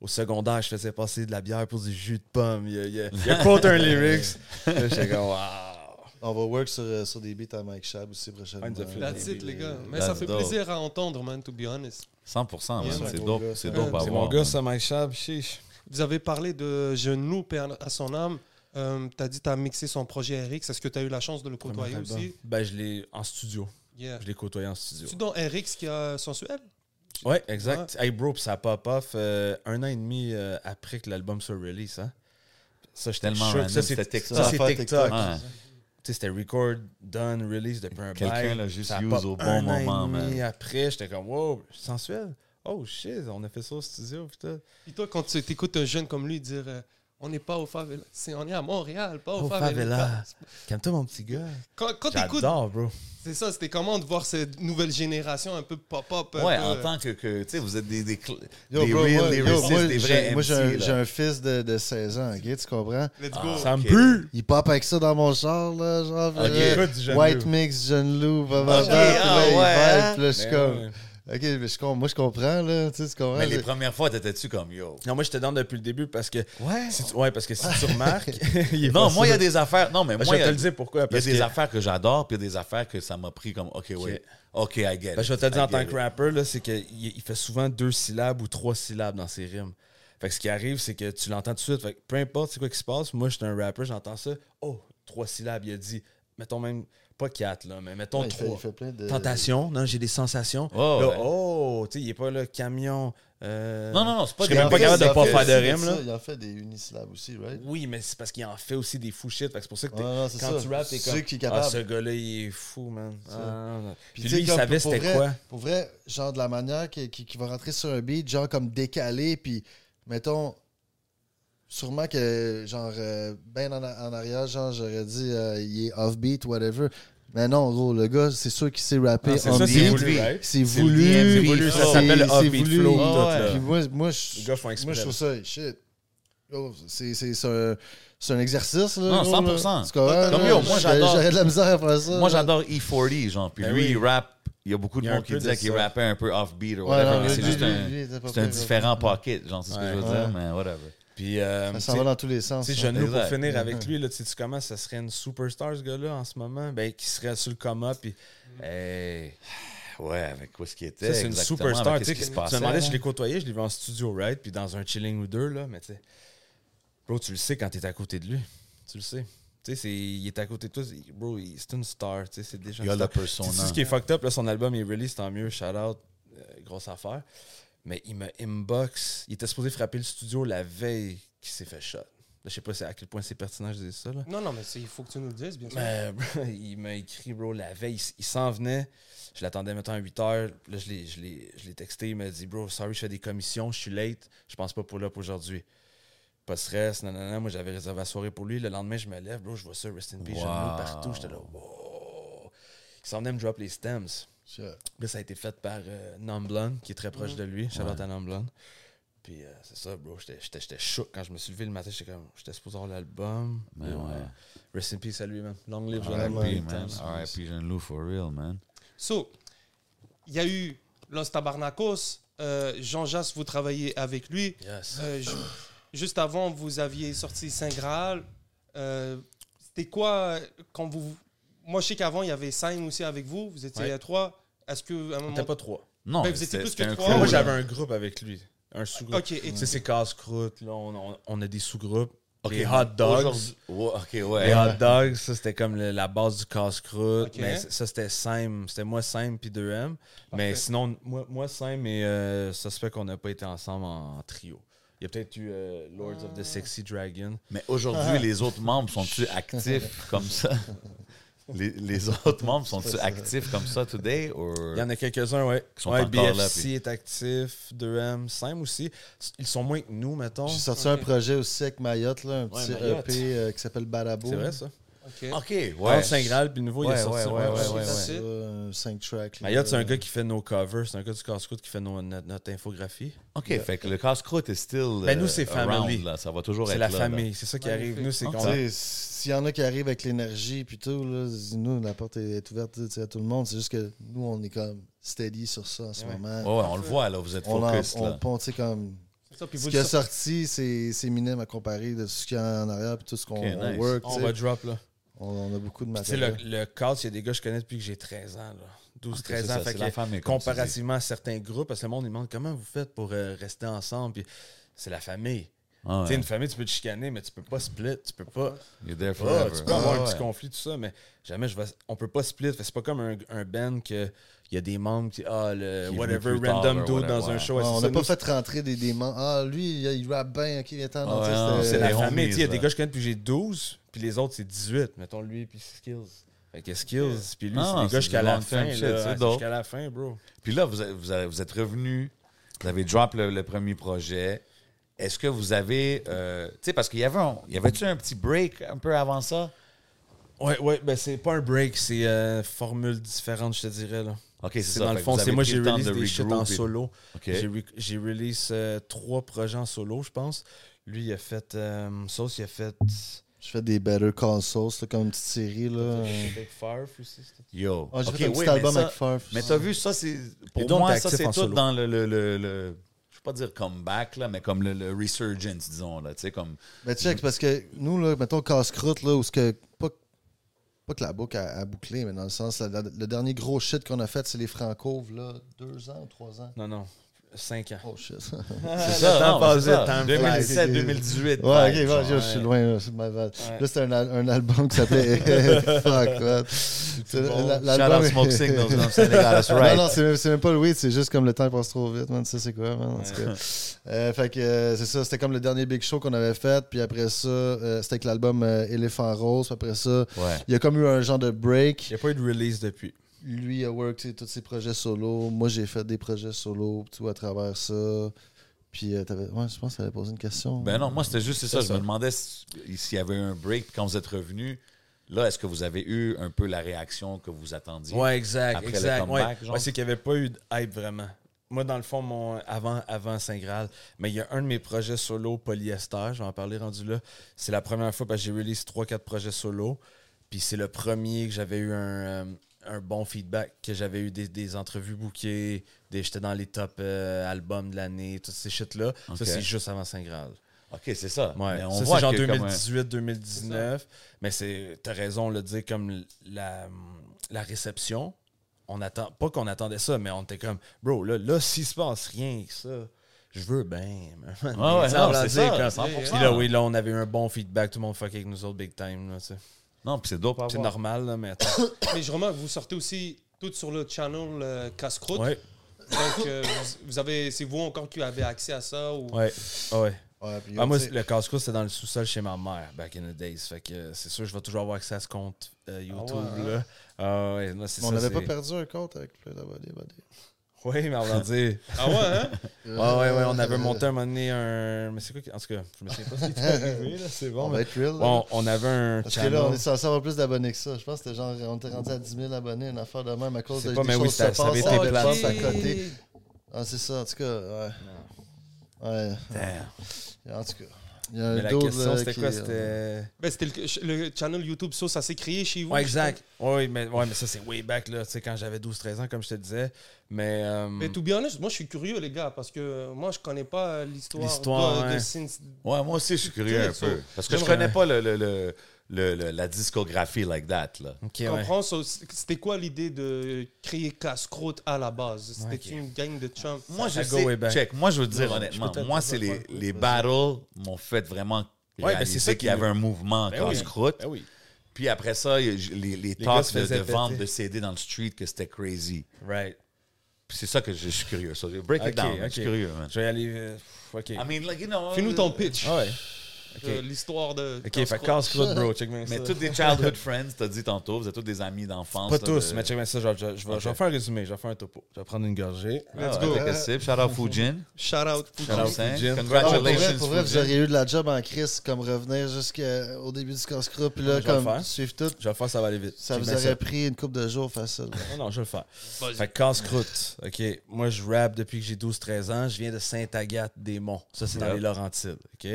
Speaker 4: Au secondaire, je faisais passer de la bière pour du jus de pomme. Il a, il a, il a quote un lyrics. Là, j'étais comme Waouh.
Speaker 3: On va work sur, euh, sur des beats à Mike Shab aussi prochainement.
Speaker 4: Ah, il nous a fait
Speaker 1: That's it, les gars. Mais
Speaker 2: That's
Speaker 1: ça fait
Speaker 2: dope.
Speaker 1: plaisir à entendre, man, to be honest.
Speaker 2: 100%, man.
Speaker 3: Yeah.
Speaker 2: C'est dope. C'est dope à
Speaker 4: C'est
Speaker 2: voir,
Speaker 4: mon gars,
Speaker 2: man.
Speaker 4: ça, Mike Shab. Chiche.
Speaker 1: Vous avez parlé de Genoux, père à son âme. Euh, t'as dit t'as mixé son projet RX. Est-ce que t'as eu la chance de le côtoyer
Speaker 4: Premier album.
Speaker 1: aussi
Speaker 4: Ben, je l'ai en studio.
Speaker 1: Yeah.
Speaker 4: Je l'ai côtoyé en studio.
Speaker 1: Tu dans RX qui a sensuel
Speaker 4: Ouais, exact. Hey bro, puis ça pop off euh, un an et demi euh, après que l'album soit release, hein. Ça, j'étais
Speaker 2: Tellement
Speaker 4: sûr que
Speaker 2: random,
Speaker 4: ça, c'est
Speaker 2: c'était TikTok. Ah.
Speaker 4: ça, c'est
Speaker 3: Affaire
Speaker 4: TikTok.
Speaker 3: TikTok.
Speaker 2: Ouais.
Speaker 4: Tu sais, c'était record, done, release depuis un
Speaker 2: Quelqu'un
Speaker 4: bail.
Speaker 2: l'a juste
Speaker 4: Ça
Speaker 2: use
Speaker 4: pop
Speaker 2: au bon
Speaker 4: un an et
Speaker 2: moment,
Speaker 4: demi
Speaker 2: man.
Speaker 4: après, j'étais comme, wow, sensuel. Oh shit, on a fait ça au studio, putain.
Speaker 1: Et toi, quand tu t'écoutes un jeune comme lui dire euh, On n'est pas au favela, c'est on est à Montréal, pas au
Speaker 4: Au
Speaker 1: favela.
Speaker 4: favela. Calme-toi, mon petit gars.
Speaker 1: Quand, quand t'écoutes,
Speaker 4: J'adore, bro.
Speaker 1: c'est ça, c'était comment de voir cette nouvelle génération un peu pop-up un
Speaker 2: Ouais,
Speaker 1: peu,
Speaker 2: en
Speaker 1: euh,
Speaker 2: tant que. que, Tu sais, vous êtes des. Des, cl-
Speaker 3: Yo,
Speaker 2: des
Speaker 3: bro,
Speaker 2: real
Speaker 3: moi, yo,
Speaker 2: lyricistes,
Speaker 3: moi,
Speaker 2: des
Speaker 3: j'ai-
Speaker 2: vrais
Speaker 3: moi, j'ai un-
Speaker 2: MC.
Speaker 3: j'ai
Speaker 2: là. Ah,
Speaker 3: un fils de, de 16 ans, ok, tu comprends?
Speaker 1: Let's go.
Speaker 4: Ça me
Speaker 2: ok.
Speaker 4: pue.
Speaker 3: Il pop avec ça dans mon char, là, genre,
Speaker 4: Ok.
Speaker 3: euh,
Speaker 4: Écoute du Jeune
Speaker 3: White
Speaker 4: Loup.
Speaker 3: Mix, Jeune Loup, blablabla,
Speaker 2: Ok,
Speaker 3: puis là,
Speaker 2: ah
Speaker 3: il
Speaker 2: ouais,
Speaker 3: vibe, puis là, je suis
Speaker 4: Mais
Speaker 3: comme,
Speaker 4: Ben ouais.
Speaker 3: ok, mais je, com- moi, je comprends, là, tu sais, tu comprends?
Speaker 2: Mais les
Speaker 3: c'est-
Speaker 2: premières fois, t'étais-tu comme yo?
Speaker 4: Non, moi, j'étais dans depuis le début parce que.
Speaker 2: Ouais.
Speaker 4: Si tu- ouais, parce que si tu remarques. il est
Speaker 2: Non,
Speaker 4: pas
Speaker 2: moi, il y a
Speaker 4: sûr.
Speaker 2: des affaires. Non, mais
Speaker 4: Ben,
Speaker 2: moi,
Speaker 4: je
Speaker 2: il y
Speaker 4: vais
Speaker 2: a-
Speaker 4: te le dire pourquoi.
Speaker 2: Il y a
Speaker 4: Parce
Speaker 2: des
Speaker 4: que-
Speaker 2: affaires que j'adore, puis il y a des affaires que ça m'a pris comme, OK, wait, OK, I get
Speaker 4: Ben,
Speaker 2: it.
Speaker 4: je vais te le dire
Speaker 2: I
Speaker 4: en tant
Speaker 2: get
Speaker 4: que
Speaker 2: it.
Speaker 4: rapper, là, c'est qu'il il fait souvent deux syllabes ou trois syllabes dans ses rimes. Fait que ce qui arrive, c'est que tu l'entends tout de suite. Fait que peu importe c'est quoi qui se passe, moi, je suis un rapper, j'entends ça. Oh, trois syllabes, il a dit. Mettons même, pas quatre, là, mais mettons
Speaker 3: Ouais, il fait-
Speaker 4: trois.
Speaker 3: il fait plein de-
Speaker 4: Tentation, non, j'ai des sensations.
Speaker 2: Oh,
Speaker 4: Là,
Speaker 2: ouais.
Speaker 4: oh, tu sais, il est pas là, camion. euh,
Speaker 2: Non, non, non, c'est pas
Speaker 4: je
Speaker 2: des-
Speaker 4: serais
Speaker 3: Il en
Speaker 4: même pas
Speaker 3: fait-
Speaker 4: capable
Speaker 3: il
Speaker 4: de
Speaker 3: en
Speaker 4: pas
Speaker 3: fait
Speaker 4: faire de
Speaker 3: aussi
Speaker 4: rime,
Speaker 3: ça,
Speaker 4: là.
Speaker 3: Il en fait des unisyllabes aussi, right?
Speaker 4: Oui, mais c'est parce qu'il en fait aussi des fous shit. Fait que c'est pour ça que t'es-
Speaker 3: Ouais, non, c'est
Speaker 4: quand
Speaker 3: ça.
Speaker 4: tu rappes, t'es
Speaker 3: Ceux
Speaker 4: comme.
Speaker 3: qui est
Speaker 4: ah,
Speaker 3: capable.
Speaker 4: ce gars-là, il est fou, man. Ah, non, non. Puis,
Speaker 3: tu sais,
Speaker 4: lui, il
Speaker 3: comme
Speaker 4: savait
Speaker 3: pour
Speaker 4: c'était
Speaker 3: vrai-
Speaker 4: quoi.
Speaker 3: Pour vrai, genre de la manière qui, qui- qui va rentrer sur un beat, genre comme décalé, puis mettons, sûrement que genre euh, ben en, a- en arrière, genre j'aurais dit euh, il est off-beat, whatever. Mais non, gros, le gars, c'est sûr qu'il sait rapper
Speaker 4: Non, Ah, c'est ça, c'est
Speaker 3: on-beat.
Speaker 4: voulu, right?
Speaker 3: C'est
Speaker 2: C'est le
Speaker 3: voulu.
Speaker 2: DM,
Speaker 4: voulu, ça
Speaker 3: c'est-
Speaker 4: s'appelle le
Speaker 3: c'est
Speaker 4: offbeat
Speaker 3: voulu.
Speaker 4: flow,
Speaker 3: Ah
Speaker 4: tout,
Speaker 3: ouais.
Speaker 4: là.
Speaker 3: Puis moi, moi,
Speaker 4: Les
Speaker 3: je,
Speaker 4: gars font
Speaker 3: moi,
Speaker 4: exprès,
Speaker 3: je
Speaker 4: là.
Speaker 3: trouve ça, shit. Yo, c'est- c'est c'est un, c'est un exercice, là.
Speaker 2: Non,
Speaker 3: gros, là.
Speaker 2: 100%.
Speaker 3: C'est correct,
Speaker 2: Comme
Speaker 3: là.
Speaker 2: yo, moi,
Speaker 3: J'aurais-
Speaker 2: j'adore-
Speaker 3: J'aurais de la misère à faire ça.
Speaker 2: Moi,
Speaker 3: là.
Speaker 2: j'adore E40, genre, puis
Speaker 4: Ben
Speaker 2: lui,
Speaker 4: oui.
Speaker 2: il rap. Il y a beaucoup de
Speaker 4: Il y a un
Speaker 2: monde qui
Speaker 4: peu
Speaker 2: disait
Speaker 4: de
Speaker 2: qu'il
Speaker 4: ça.
Speaker 2: rappait un peu off-beat ou
Speaker 3: Ouais,
Speaker 2: whatever,
Speaker 3: non,
Speaker 2: mais
Speaker 3: lui,
Speaker 2: c'est
Speaker 3: lui,
Speaker 2: juste
Speaker 3: lui,
Speaker 2: un,
Speaker 3: lui, il était pas
Speaker 2: c'est un
Speaker 3: prêt,
Speaker 2: différent pocket, genre, c'est ce que
Speaker 4: Ouais.
Speaker 2: je veux dire, mais whatever.
Speaker 4: Puis Puis, euh,
Speaker 3: Ça s'en va dans tous les sens.
Speaker 4: Tu sais,
Speaker 3: ça.
Speaker 4: Jeannot, pour
Speaker 2: Exact.
Speaker 4: finir avec lui, là, tu sais, tu comment ça serait une superstar, ce gars-là, en ce moment? Ben, qui serait sur le coma, puis... Hey.
Speaker 2: Ouais, avec quoi ce qui était.
Speaker 4: Ça, c'est une
Speaker 2: exactement,
Speaker 4: superstar.
Speaker 2: avec
Speaker 4: Tu sais,
Speaker 2: qu'est-ce qui
Speaker 4: tu
Speaker 2: se
Speaker 4: me
Speaker 2: passait, hein.
Speaker 4: demandais, je
Speaker 2: là.
Speaker 4: l'ai côtoyé, je l'ai vu en studio, right? Puis dans un chilling ou deux, là, mais tu sais... Bro, tu le sais quand t'es à côté de lui. Tu le sais. Tu sais, c'est- il est à côté de toi. c'est- Bro, il- c'est une star. Tu sais, c'est déjà
Speaker 2: Il
Speaker 4: une
Speaker 2: a la
Speaker 4: star.
Speaker 2: persona. hein.
Speaker 4: C'est ce qui est fucked up. Là, son album est release, tant mieux. Shout out. euh, grosse affaire. Mais il me inbox. Il était supposé frapper le studio la veille qu'il s'est fait shot. Là, je sais pas c'est- à quel point c'est pertinent, je dis ça. Là.
Speaker 1: Non, non, mais c'est- il faut que tu nous le dises, bien sûr.
Speaker 4: Mais bro, il m'a écrit, bro, la veille. il s- Il s'en venait. Je l'attendais, mettons, à 8 heures. Là, je l'ai- je l'ai je l'ai texté. Il m'a dit, bro, sorry, je fais des commissions. Je suis late. Je pense pas pour là pour aujourd'hui. Pas de stress. nanana. Moi, j'avais réservé la soirée pour lui. Le lendemain, je me lève, bro, je vois ça, Rest in Peace, Jean-Louis,
Speaker 2: Wow.
Speaker 4: partout. J'étais là, wow. Il s'en venait me drop les stems.
Speaker 3: Je-
Speaker 4: Là, ça a été fait par euh, Nomblon, qui est très proche de lui. Shout out à Nomblon. Puis euh, c'est ça, bro. J'étais- J'étais j'étais chaud. Quand je me suis levé le matin, j'étais comme, j'étais supposé avoir l'album.
Speaker 2: Mais
Speaker 4: Puis,
Speaker 2: ouais.
Speaker 4: euh, Rest in peace à lui, man. Long live, John
Speaker 3: R.I.P.,
Speaker 4: Lennon.
Speaker 2: R.I.P., man. Ah, R.I.P. Jean-Loup, for real, man.
Speaker 1: So, il y a eu Los Tabarnakos. euh, Jean Jass, vous travaillez avec lui.
Speaker 4: Yes.
Speaker 1: Euh, ju- juste avant, vous aviez sorti Saint Graal. Euh, C'était quoi euh, quand vous. Moi, je sais qu'avant, il y avait Saint aussi avec vous. Vous étiez
Speaker 4: Ouais.
Speaker 1: à trois. Est-ce que à un
Speaker 4: On
Speaker 1: moment.
Speaker 4: était pas trois.
Speaker 2: Non,
Speaker 1: Ben, vous étiez
Speaker 2: c'était-
Speaker 1: plus que
Speaker 2: c'était un
Speaker 1: trois.
Speaker 2: crew,
Speaker 4: Moi,
Speaker 2: là.
Speaker 4: j'avais un groupe avec lui. Un sous-groupe.
Speaker 1: Ok, et-
Speaker 4: Tu sais, c'est casse-croûte. Là, on, on- on a des sous-groupes.
Speaker 2: Ok,
Speaker 4: les hot dogs.
Speaker 2: aujourd'hui- Ouais, ok, ouais.
Speaker 4: Les hot dogs, ça, c'était comme le- la base du casse-croûte.
Speaker 1: Ok.
Speaker 4: Mais c- ça, c'était Sam. C'était moi, Sam, puis 2M. Mais sinon, moi, moi Sam et euh, Suspect, on n'a pas été ensemble en, trio. Il y a peut-être eu euh, Lords of the Sexy Dragon.
Speaker 2: Mais
Speaker 4: Ah.
Speaker 2: aujourd'hui, les autres membres sont-tu actifs comme ça? Les, les autres membres sont-tu actifs comme ça today? Or...
Speaker 4: Il y en a quelques-uns, ouais.
Speaker 2: Qui sont
Speaker 4: ouais,
Speaker 2: encore là,
Speaker 4: BFC
Speaker 2: puis-
Speaker 4: est actif, 2M, Sam aussi. Ils sont moins que nous, mettons.
Speaker 3: J'ai
Speaker 4: C'est
Speaker 3: sorti un projet aussi avec Mayotte, là, un petit
Speaker 4: Mayotte.
Speaker 3: EP euh, qui s'appelle Barabo.
Speaker 4: vrai, ça.
Speaker 1: Ok.
Speaker 2: Ok, ouais.
Speaker 4: Ouais. Saint Graal, puis le nouveau, il
Speaker 2: Ouais,
Speaker 4: est sorti.
Speaker 2: ouais, ouais, ouais,
Speaker 1: ouais, ouais.
Speaker 3: Ça, euh, cinq tracks. là.
Speaker 4: Mayotte, c'est un gars qui fait nos covers. C'est un gars du casse-croûte qui fait nos- notre, notre infographie.
Speaker 2: Ok, fait que le casse-croûte est still.
Speaker 4: Ben, nous,
Speaker 2: euh,
Speaker 4: c'est
Speaker 2: around,
Speaker 4: family.
Speaker 2: là. Ça va toujours
Speaker 4: C'est
Speaker 2: être
Speaker 4: la
Speaker 2: là, là.
Speaker 4: famille. C'est ça qui arrive.
Speaker 1: Magnifique.
Speaker 4: Nous, c'est
Speaker 3: Tu
Speaker 4: qu'on
Speaker 3: sais, S'il y en a qui arrivent avec l'énergie, puis tout, là, nous, la porte est est ouverte tu sais, à tout le monde. C'est juste que nous, on est comme steady sur ça en ce
Speaker 4: Ouais.
Speaker 3: moment.
Speaker 2: Ouais, ouais, on le voit, là. Vous êtes
Speaker 3: on en-
Speaker 2: focus,
Speaker 3: on
Speaker 2: là.
Speaker 3: pond, tu sais, comme.
Speaker 1: Ça, puis
Speaker 3: Ce
Speaker 1: vous
Speaker 3: qui
Speaker 1: le
Speaker 3: a sorti, c'est c'est minime à comparer de ce qu'il y a en arrière, puis tout ce qu'on
Speaker 2: Ok,
Speaker 3: on
Speaker 2: nice.
Speaker 3: work. tu
Speaker 4: on
Speaker 3: sais.
Speaker 4: va drop, là.
Speaker 3: On, on a beaucoup de
Speaker 4: Tu sais, le,
Speaker 3: matériel.
Speaker 4: le casse, il y a des gars que je connais depuis que j'ai 13 ans, là. 12,
Speaker 2: Ok,
Speaker 4: 13
Speaker 2: c'est
Speaker 4: ans.
Speaker 2: ça,
Speaker 4: fait
Speaker 2: c'est
Speaker 4: que
Speaker 2: la famille, comme tu
Speaker 4: comparativement à certains groupes, parce que le monde, il demande comment vous faites pour euh, rester ensemble. Puis c'est la famille.
Speaker 2: Ah,
Speaker 4: Tu sais,
Speaker 2: ouais.
Speaker 4: une famille, tu peux te chicaner, mais tu peux pas split. Tu peux pas.
Speaker 2: You're there
Speaker 4: Ah,
Speaker 2: forever.
Speaker 4: tu peux avoir
Speaker 2: Ah,
Speaker 4: un petit
Speaker 2: ouais.
Speaker 4: conflit, tout ça, mais jamais je vais. On peut pas split. Fait que C'est pas comme un, un band que. Il y a des membres qui. Ah, le
Speaker 2: Qui est
Speaker 4: whatever,
Speaker 2: venu plus tard,
Speaker 4: random
Speaker 2: or
Speaker 4: dude dans
Speaker 2: whatever,
Speaker 4: un
Speaker 2: ouais.
Speaker 4: show.
Speaker 3: Ouais,
Speaker 4: c'est
Speaker 3: on
Speaker 4: ça,
Speaker 3: n'a pas
Speaker 4: nous,
Speaker 3: fait rentrer des des man- Ah, lui, il, il rappe bien, ok, viens t'en
Speaker 2: Ah, ouais,
Speaker 3: tu sais,
Speaker 2: non,
Speaker 3: c'était-
Speaker 4: C'est
Speaker 2: Les
Speaker 4: la famille.
Speaker 2: homies,
Speaker 4: tu sais, Il y a
Speaker 2: là.
Speaker 4: des gars que je connais depuis que j'ai 12, puis les autres, c'est 18. Mettons lui, puis Skills. Fait que Skills, puis lui,
Speaker 2: Ah,
Speaker 4: c'est des
Speaker 2: c'est
Speaker 4: gars
Speaker 2: du
Speaker 4: jusqu'à la
Speaker 2: long-term
Speaker 4: fin.
Speaker 2: shit,
Speaker 4: là.
Speaker 2: c'est
Speaker 4: Ah, c'est
Speaker 2: dope.
Speaker 4: Jusqu'à la fin, bro.
Speaker 2: Puis là, vous, avez- vous avez- vous êtes revenu, vous avez drop le, le premier projet. Est-ce que vous avez. euh, tu sais, parce qu'il y avait un, il y avait-tu un petit break un peu avant ça?
Speaker 4: Ouais, ouais, ben c'est pas un break, c'est euh, formule différente, je te dirais. là.
Speaker 2: Ok, c'est
Speaker 4: C'est
Speaker 2: ça.
Speaker 4: dans
Speaker 2: fait
Speaker 4: le
Speaker 2: que
Speaker 4: fond,
Speaker 2: vous
Speaker 4: c'est
Speaker 2: avez
Speaker 4: moi
Speaker 2: pris
Speaker 4: j'ai
Speaker 2: le temps
Speaker 4: release
Speaker 2: de
Speaker 4: des shit
Speaker 2: regroup
Speaker 4: en
Speaker 2: et-
Speaker 4: solo.
Speaker 2: Ok.
Speaker 4: J'ai re- J'ai release euh, trois projets en solo, je pense. Lui, il a fait euh, Sauce, il a fait euh,
Speaker 3: Je fais des Better Call Saul, là, comme une petite série. Là.
Speaker 4: avec Farf aussi. c'était-
Speaker 2: Yo.
Speaker 3: Ah, j'ai
Speaker 2: Ok,
Speaker 3: fait un
Speaker 2: oui,
Speaker 3: petit
Speaker 2: mais
Speaker 3: album
Speaker 2: ça-
Speaker 3: avec Farf.
Speaker 2: Mais t'as vu, ça, c'est. Pour
Speaker 4: Et donc,
Speaker 2: moi,
Speaker 4: t'es
Speaker 2: ça,
Speaker 4: actif
Speaker 2: c'est
Speaker 4: en
Speaker 2: tout
Speaker 4: solo.
Speaker 2: dans le. le, le, le- je veux pas dire comeback, là, mais comme le, le resurgence, disons, là. Tu sais, comme.
Speaker 3: Mais tu sais, parce que nous, là, mettons, casse-croûte, là, où ce que. Pas, pas que la boucle a, a bouclé, mais dans le sens, la- la- le dernier gros shit qu'on a fait, c'est les Franco, là, deux ans ou trois ans.
Speaker 4: Non, non, cinq ans.
Speaker 3: Oh shit.
Speaker 2: C'est ça, non, c'est ça.
Speaker 3: time
Speaker 2: 2017,
Speaker 3: flies.
Speaker 2: 2018.
Speaker 3: Ouais, ok,
Speaker 2: vibe,
Speaker 3: ouais,
Speaker 2: genre.
Speaker 3: je suis loin, là, c'est ma bad.
Speaker 4: Ouais.
Speaker 3: Là, c'était un, al- un album qui s'appelait Fuck, man. C'est
Speaker 4: bon.
Speaker 3: la-
Speaker 2: Shout out
Speaker 3: l'album-
Speaker 2: Smoke Signals, non, c'est légal, that's right.
Speaker 3: Non, non, c'est même, c'est même pas le weed, c'est juste comme le temps passe trop vite, man. Tu sais, c'est quoi, man? En tout cas. Euh, fait que euh, c'est ça, c'était comme le dernier Big Show qu'on avait fait, puis après ça, euh, c'était avec l'album euh, Elephant Rose, puis après ça,
Speaker 2: Ouais.
Speaker 3: il y a comme eu un genre de break.
Speaker 4: Il n'y a pas eu de release depuis.
Speaker 3: Lui, il a work tu sais, tous ses projets solo. Moi, j'ai fait des projets solo, tout à travers ça. Puis, euh, t'avais- ouais, je pense que t'avais posé une question.
Speaker 2: Ben non, moi, c'était juste c'est ça. Je me demandais si- s'il y avait eu un break. Puis quand vous êtes revenu, là, est-ce que vous avez eu un peu la réaction que vous attendiez?
Speaker 4: Ouais, exact,
Speaker 2: Après le
Speaker 4: exact. Ouais,
Speaker 2: comeback, genre.
Speaker 4: Ouais, c'est qu'il n'y avait pas eu de hype vraiment. Moi, dans le fond, mon avant, avant Saint Graal, mais il y a un de mes projets solo polyester, je vais en parler rendu là. C'est la première fois parce que j'ai release 3-4 projets solo. Puis c'est le premier que j'avais eu un, euh, un bon feedback, que j'avais eu des, des entrevues bouquées, des- j'étais dans les top euh, albums de l'année, toutes ces shit-là.
Speaker 2: Ok.
Speaker 4: Ça, c'est juste avant Saint Graal.
Speaker 2: OK, c'est ça.
Speaker 4: Ouais,
Speaker 2: Mais
Speaker 4: ça, c'est genre
Speaker 2: que comme un-
Speaker 4: 2018-2019. Mais c'est, t'as raison de le dire, comme la, la réception, on attend, pas qu'on attendait ça, mais on était comme, bro, là, là s'il se passe rien que ça, je veux ben. man.
Speaker 2: Ouais, ouais,
Speaker 4: Ça,
Speaker 2: non,
Speaker 4: là,
Speaker 2: c'est
Speaker 4: tu sais,
Speaker 2: ça,
Speaker 4: comme-
Speaker 2: 100%.
Speaker 4: Puis là, oui, là, on avait eu un bon feedback, tout le monde fuck avec nous autres big time. là, tu sais.
Speaker 2: Non, puis c'est dope à
Speaker 4: c'est
Speaker 2: voir.
Speaker 4: normal, là, mais attends.
Speaker 1: Mais je remarque, vous sortez aussi tout sur le channel euh, Casse-Croûte.
Speaker 4: ouais,
Speaker 1: Donc, euh, vous, vous avez, c'est vous encore qui avez accès à ça ou...
Speaker 4: ouais, ouais.
Speaker 3: Ouais, puis,
Speaker 4: Ah, moi,
Speaker 3: tu sais,
Speaker 4: le casse-croûte, c'était dans le sous-sol chez ma mère, back in the days. Fait que euh, c'est sûr, je vais toujours avoir accès à ce compte euh, YouTube,
Speaker 1: ouais,
Speaker 4: là. Ah, ouais, non, c'est
Speaker 3: on
Speaker 4: ça,
Speaker 3: n'avait pas
Speaker 4: c'est-
Speaker 3: perdu un compte avec le Labadé, Badé.
Speaker 4: Oui, mais on dit.
Speaker 1: Ah ouais, hein?
Speaker 4: Ouais, ouais, ouais,
Speaker 3: Euh.
Speaker 4: on avait monté un moment donné un. Mais c'est quoi qui- En tout cas, je me souviens pas ce qui était arrivé, là, c'est
Speaker 3: On
Speaker 4: bon.
Speaker 3: va
Speaker 4: mais-
Speaker 3: être real. là.
Speaker 4: Bon, on avait un
Speaker 3: ben, Parce que
Speaker 4: channel.
Speaker 3: là, on est censé avoir plus d'abonnés que ça. Je pense que c'était genre, on était rendu à 10 000 abonnés, une affaire de même à cause
Speaker 4: C'est
Speaker 3: de
Speaker 4: pas,
Speaker 3: des
Speaker 4: mais oui,
Speaker 3: choses qui
Speaker 4: ça-
Speaker 3: se
Speaker 4: ça avait
Speaker 3: passent,
Speaker 4: été
Speaker 3: on
Speaker 4: plate.
Speaker 3: passe à
Speaker 1: Ok.
Speaker 3: côté. Ah, c'est ça, en tout cas, ouais. Ouais. En tout cas. Il y a
Speaker 4: Mais
Speaker 3: un
Speaker 4: la
Speaker 3: dude,
Speaker 4: question,
Speaker 3: là,
Speaker 4: c'était
Speaker 3: qui- euh,
Speaker 4: quoi C'était.
Speaker 1: Ben, c'était le, le channel YouTube, ça, ça s'est créé chez vous.
Speaker 4: Ouais, exact. Oui, mais, ouais, mais ça, c'est way back, là. Tu sais, quand j'avais 12-13 ans, comme je te disais. Mais. euh,
Speaker 1: Mais tout bien honnête, moi je suis curieux les gars parce que euh, moi je connais pas euh, l'histoire
Speaker 4: L'histoire,
Speaker 1: de, de
Speaker 4: ouais.
Speaker 1: Sin-
Speaker 2: Ouais, moi aussi, je suis curieux un
Speaker 1: ça.
Speaker 2: peu. Parce que je
Speaker 4: J'aimerais-
Speaker 2: connais pas le, le- le- le- le- la discographie like that, là.
Speaker 4: Ok,
Speaker 1: Je
Speaker 4: ouais.
Speaker 1: comprends, so, c'était quoi l'idée de créer casse-croûte à la base C'était
Speaker 4: Ok.
Speaker 1: une gang de chums.
Speaker 2: Moi, je
Speaker 4: ça go way
Speaker 2: sais,
Speaker 4: back.
Speaker 2: check, moi, je veux dire honnêtement,
Speaker 3: peut-être-
Speaker 2: moi, c'est
Speaker 3: je vais
Speaker 2: les,
Speaker 3: faire-
Speaker 2: les battles m'ont fait vraiment
Speaker 4: ben, c'est
Speaker 2: réaliser
Speaker 4: ça qui
Speaker 2: qu'il y avait
Speaker 4: me-
Speaker 2: un mouvement
Speaker 4: Ben oui.
Speaker 2: casse-croûte.
Speaker 1: Ah
Speaker 4: Ben oui.
Speaker 2: Puis après ça, il y a- les, les
Speaker 4: gars
Speaker 2: talks
Speaker 4: se
Speaker 2: de,
Speaker 4: faisaient
Speaker 2: de vente
Speaker 4: péter.
Speaker 2: de CD dans le street, que c'était crazy.
Speaker 4: Right.
Speaker 2: Puis c'est ça que je, je suis curieux. So, break
Speaker 4: Ok,
Speaker 2: it down,
Speaker 4: ok.
Speaker 2: je suis curieux, man.
Speaker 4: Je vais y aller. euh, pff, ok.
Speaker 3: Ah,
Speaker 2: I mean, like, you know... euh,
Speaker 1: Fais-nous ton pitch
Speaker 4: Ah ouais.
Speaker 1: de l'histoire de
Speaker 4: Ok, fait
Speaker 1: casse-croûte.
Speaker 4: casse-croûte, bro. Check bien
Speaker 2: Mais
Speaker 4: ça.
Speaker 2: tous des childhood friends, t'as dit tantôt, vous êtes tous des amis d'enfance.
Speaker 4: Pas
Speaker 2: là,
Speaker 4: tous,
Speaker 2: de-
Speaker 4: mais check bien ça. genre, Je je vais je vais faire un résumé, je vais faire un topo. Je vais prendre une gorgée.
Speaker 2: Ah,
Speaker 1: Let's
Speaker 2: ouais,
Speaker 1: go.
Speaker 2: take a sip. Shout out Fujin.
Speaker 1: Shout out.
Speaker 2: Shout out Fujin.
Speaker 3: Ah, pour vrai,
Speaker 2: Congratulations,
Speaker 3: pour vrai, vous
Speaker 2: Fujin.
Speaker 3: auriez eu de la job en crise, comme revenir jusqu'au début du casse croûte puis là,
Speaker 4: Je vais le
Speaker 3: comme
Speaker 4: faire.
Speaker 3: suivre tout.
Speaker 4: Je vais le faire, ça va aller vite.
Speaker 3: Ça
Speaker 4: Check
Speaker 3: vous
Speaker 4: bien
Speaker 3: aurait pris une couple de jours facile.
Speaker 4: Non, non, je vais le faire. Fait que casse-croûte. OK. Moi, je rappe depuis que j'ai 12-13 ans. Je viens de Sainte-Agathe-des-Monts. Ça, c'est dans
Speaker 2: Ouais.
Speaker 4: les Laurentides. OK?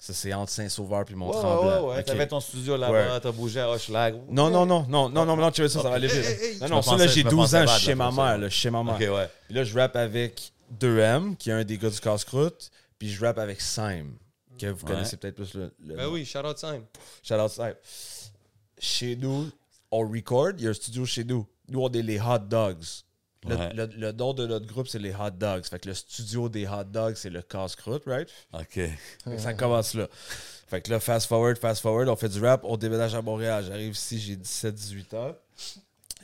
Speaker 4: Ça, c'est entre Saint-Sauveur puis
Speaker 2: Ouais, ouais,
Speaker 4: Mont-Tremblant.
Speaker 2: ouais.
Speaker 4: OK.
Speaker 2: T'avais ton studio là-bas,
Speaker 4: Ouais.
Speaker 2: t'as bougé à Hochelag.
Speaker 4: Non, non, non, non, non, non, non, tu veux ça, ça va aller vite.
Speaker 2: Hey, hey, hey.
Speaker 4: Non,
Speaker 2: Je
Speaker 4: non,
Speaker 2: me
Speaker 4: ça, là,
Speaker 2: pensais-
Speaker 4: j'ai
Speaker 2: je me
Speaker 4: 12 ans,
Speaker 2: pensais
Speaker 4: je suis
Speaker 2: bad,
Speaker 4: chez
Speaker 2: là,
Speaker 4: ma
Speaker 2: pour ça.
Speaker 4: mère, là, je suis chez ma mère.
Speaker 2: Ok, ouais.
Speaker 4: Puis là, je rappe avec 2M, qui est un des gars du casse-croûte, puis je rappe avec Sime, que vous
Speaker 2: Ouais.
Speaker 4: connaissez peut-être plus le, le
Speaker 1: Ben oui, shout out Sam.
Speaker 4: Shout out Snipe. Chez nous, on record. Il y a un studio chez nous. Nous, on est les Hot Dogs. Le,
Speaker 2: Ouais.
Speaker 4: le- le nom de notre groupe, c'est les Hot Dogs. Fait que le studio des Hot Dogs, c'est le casse-croûte, right?
Speaker 2: OK.
Speaker 4: Fait que ça commence là. Fait que là, fast forward, fast forward, on fait du rap, on déménage à Montréal. J'arrive ici, j'ai 17-18 ans.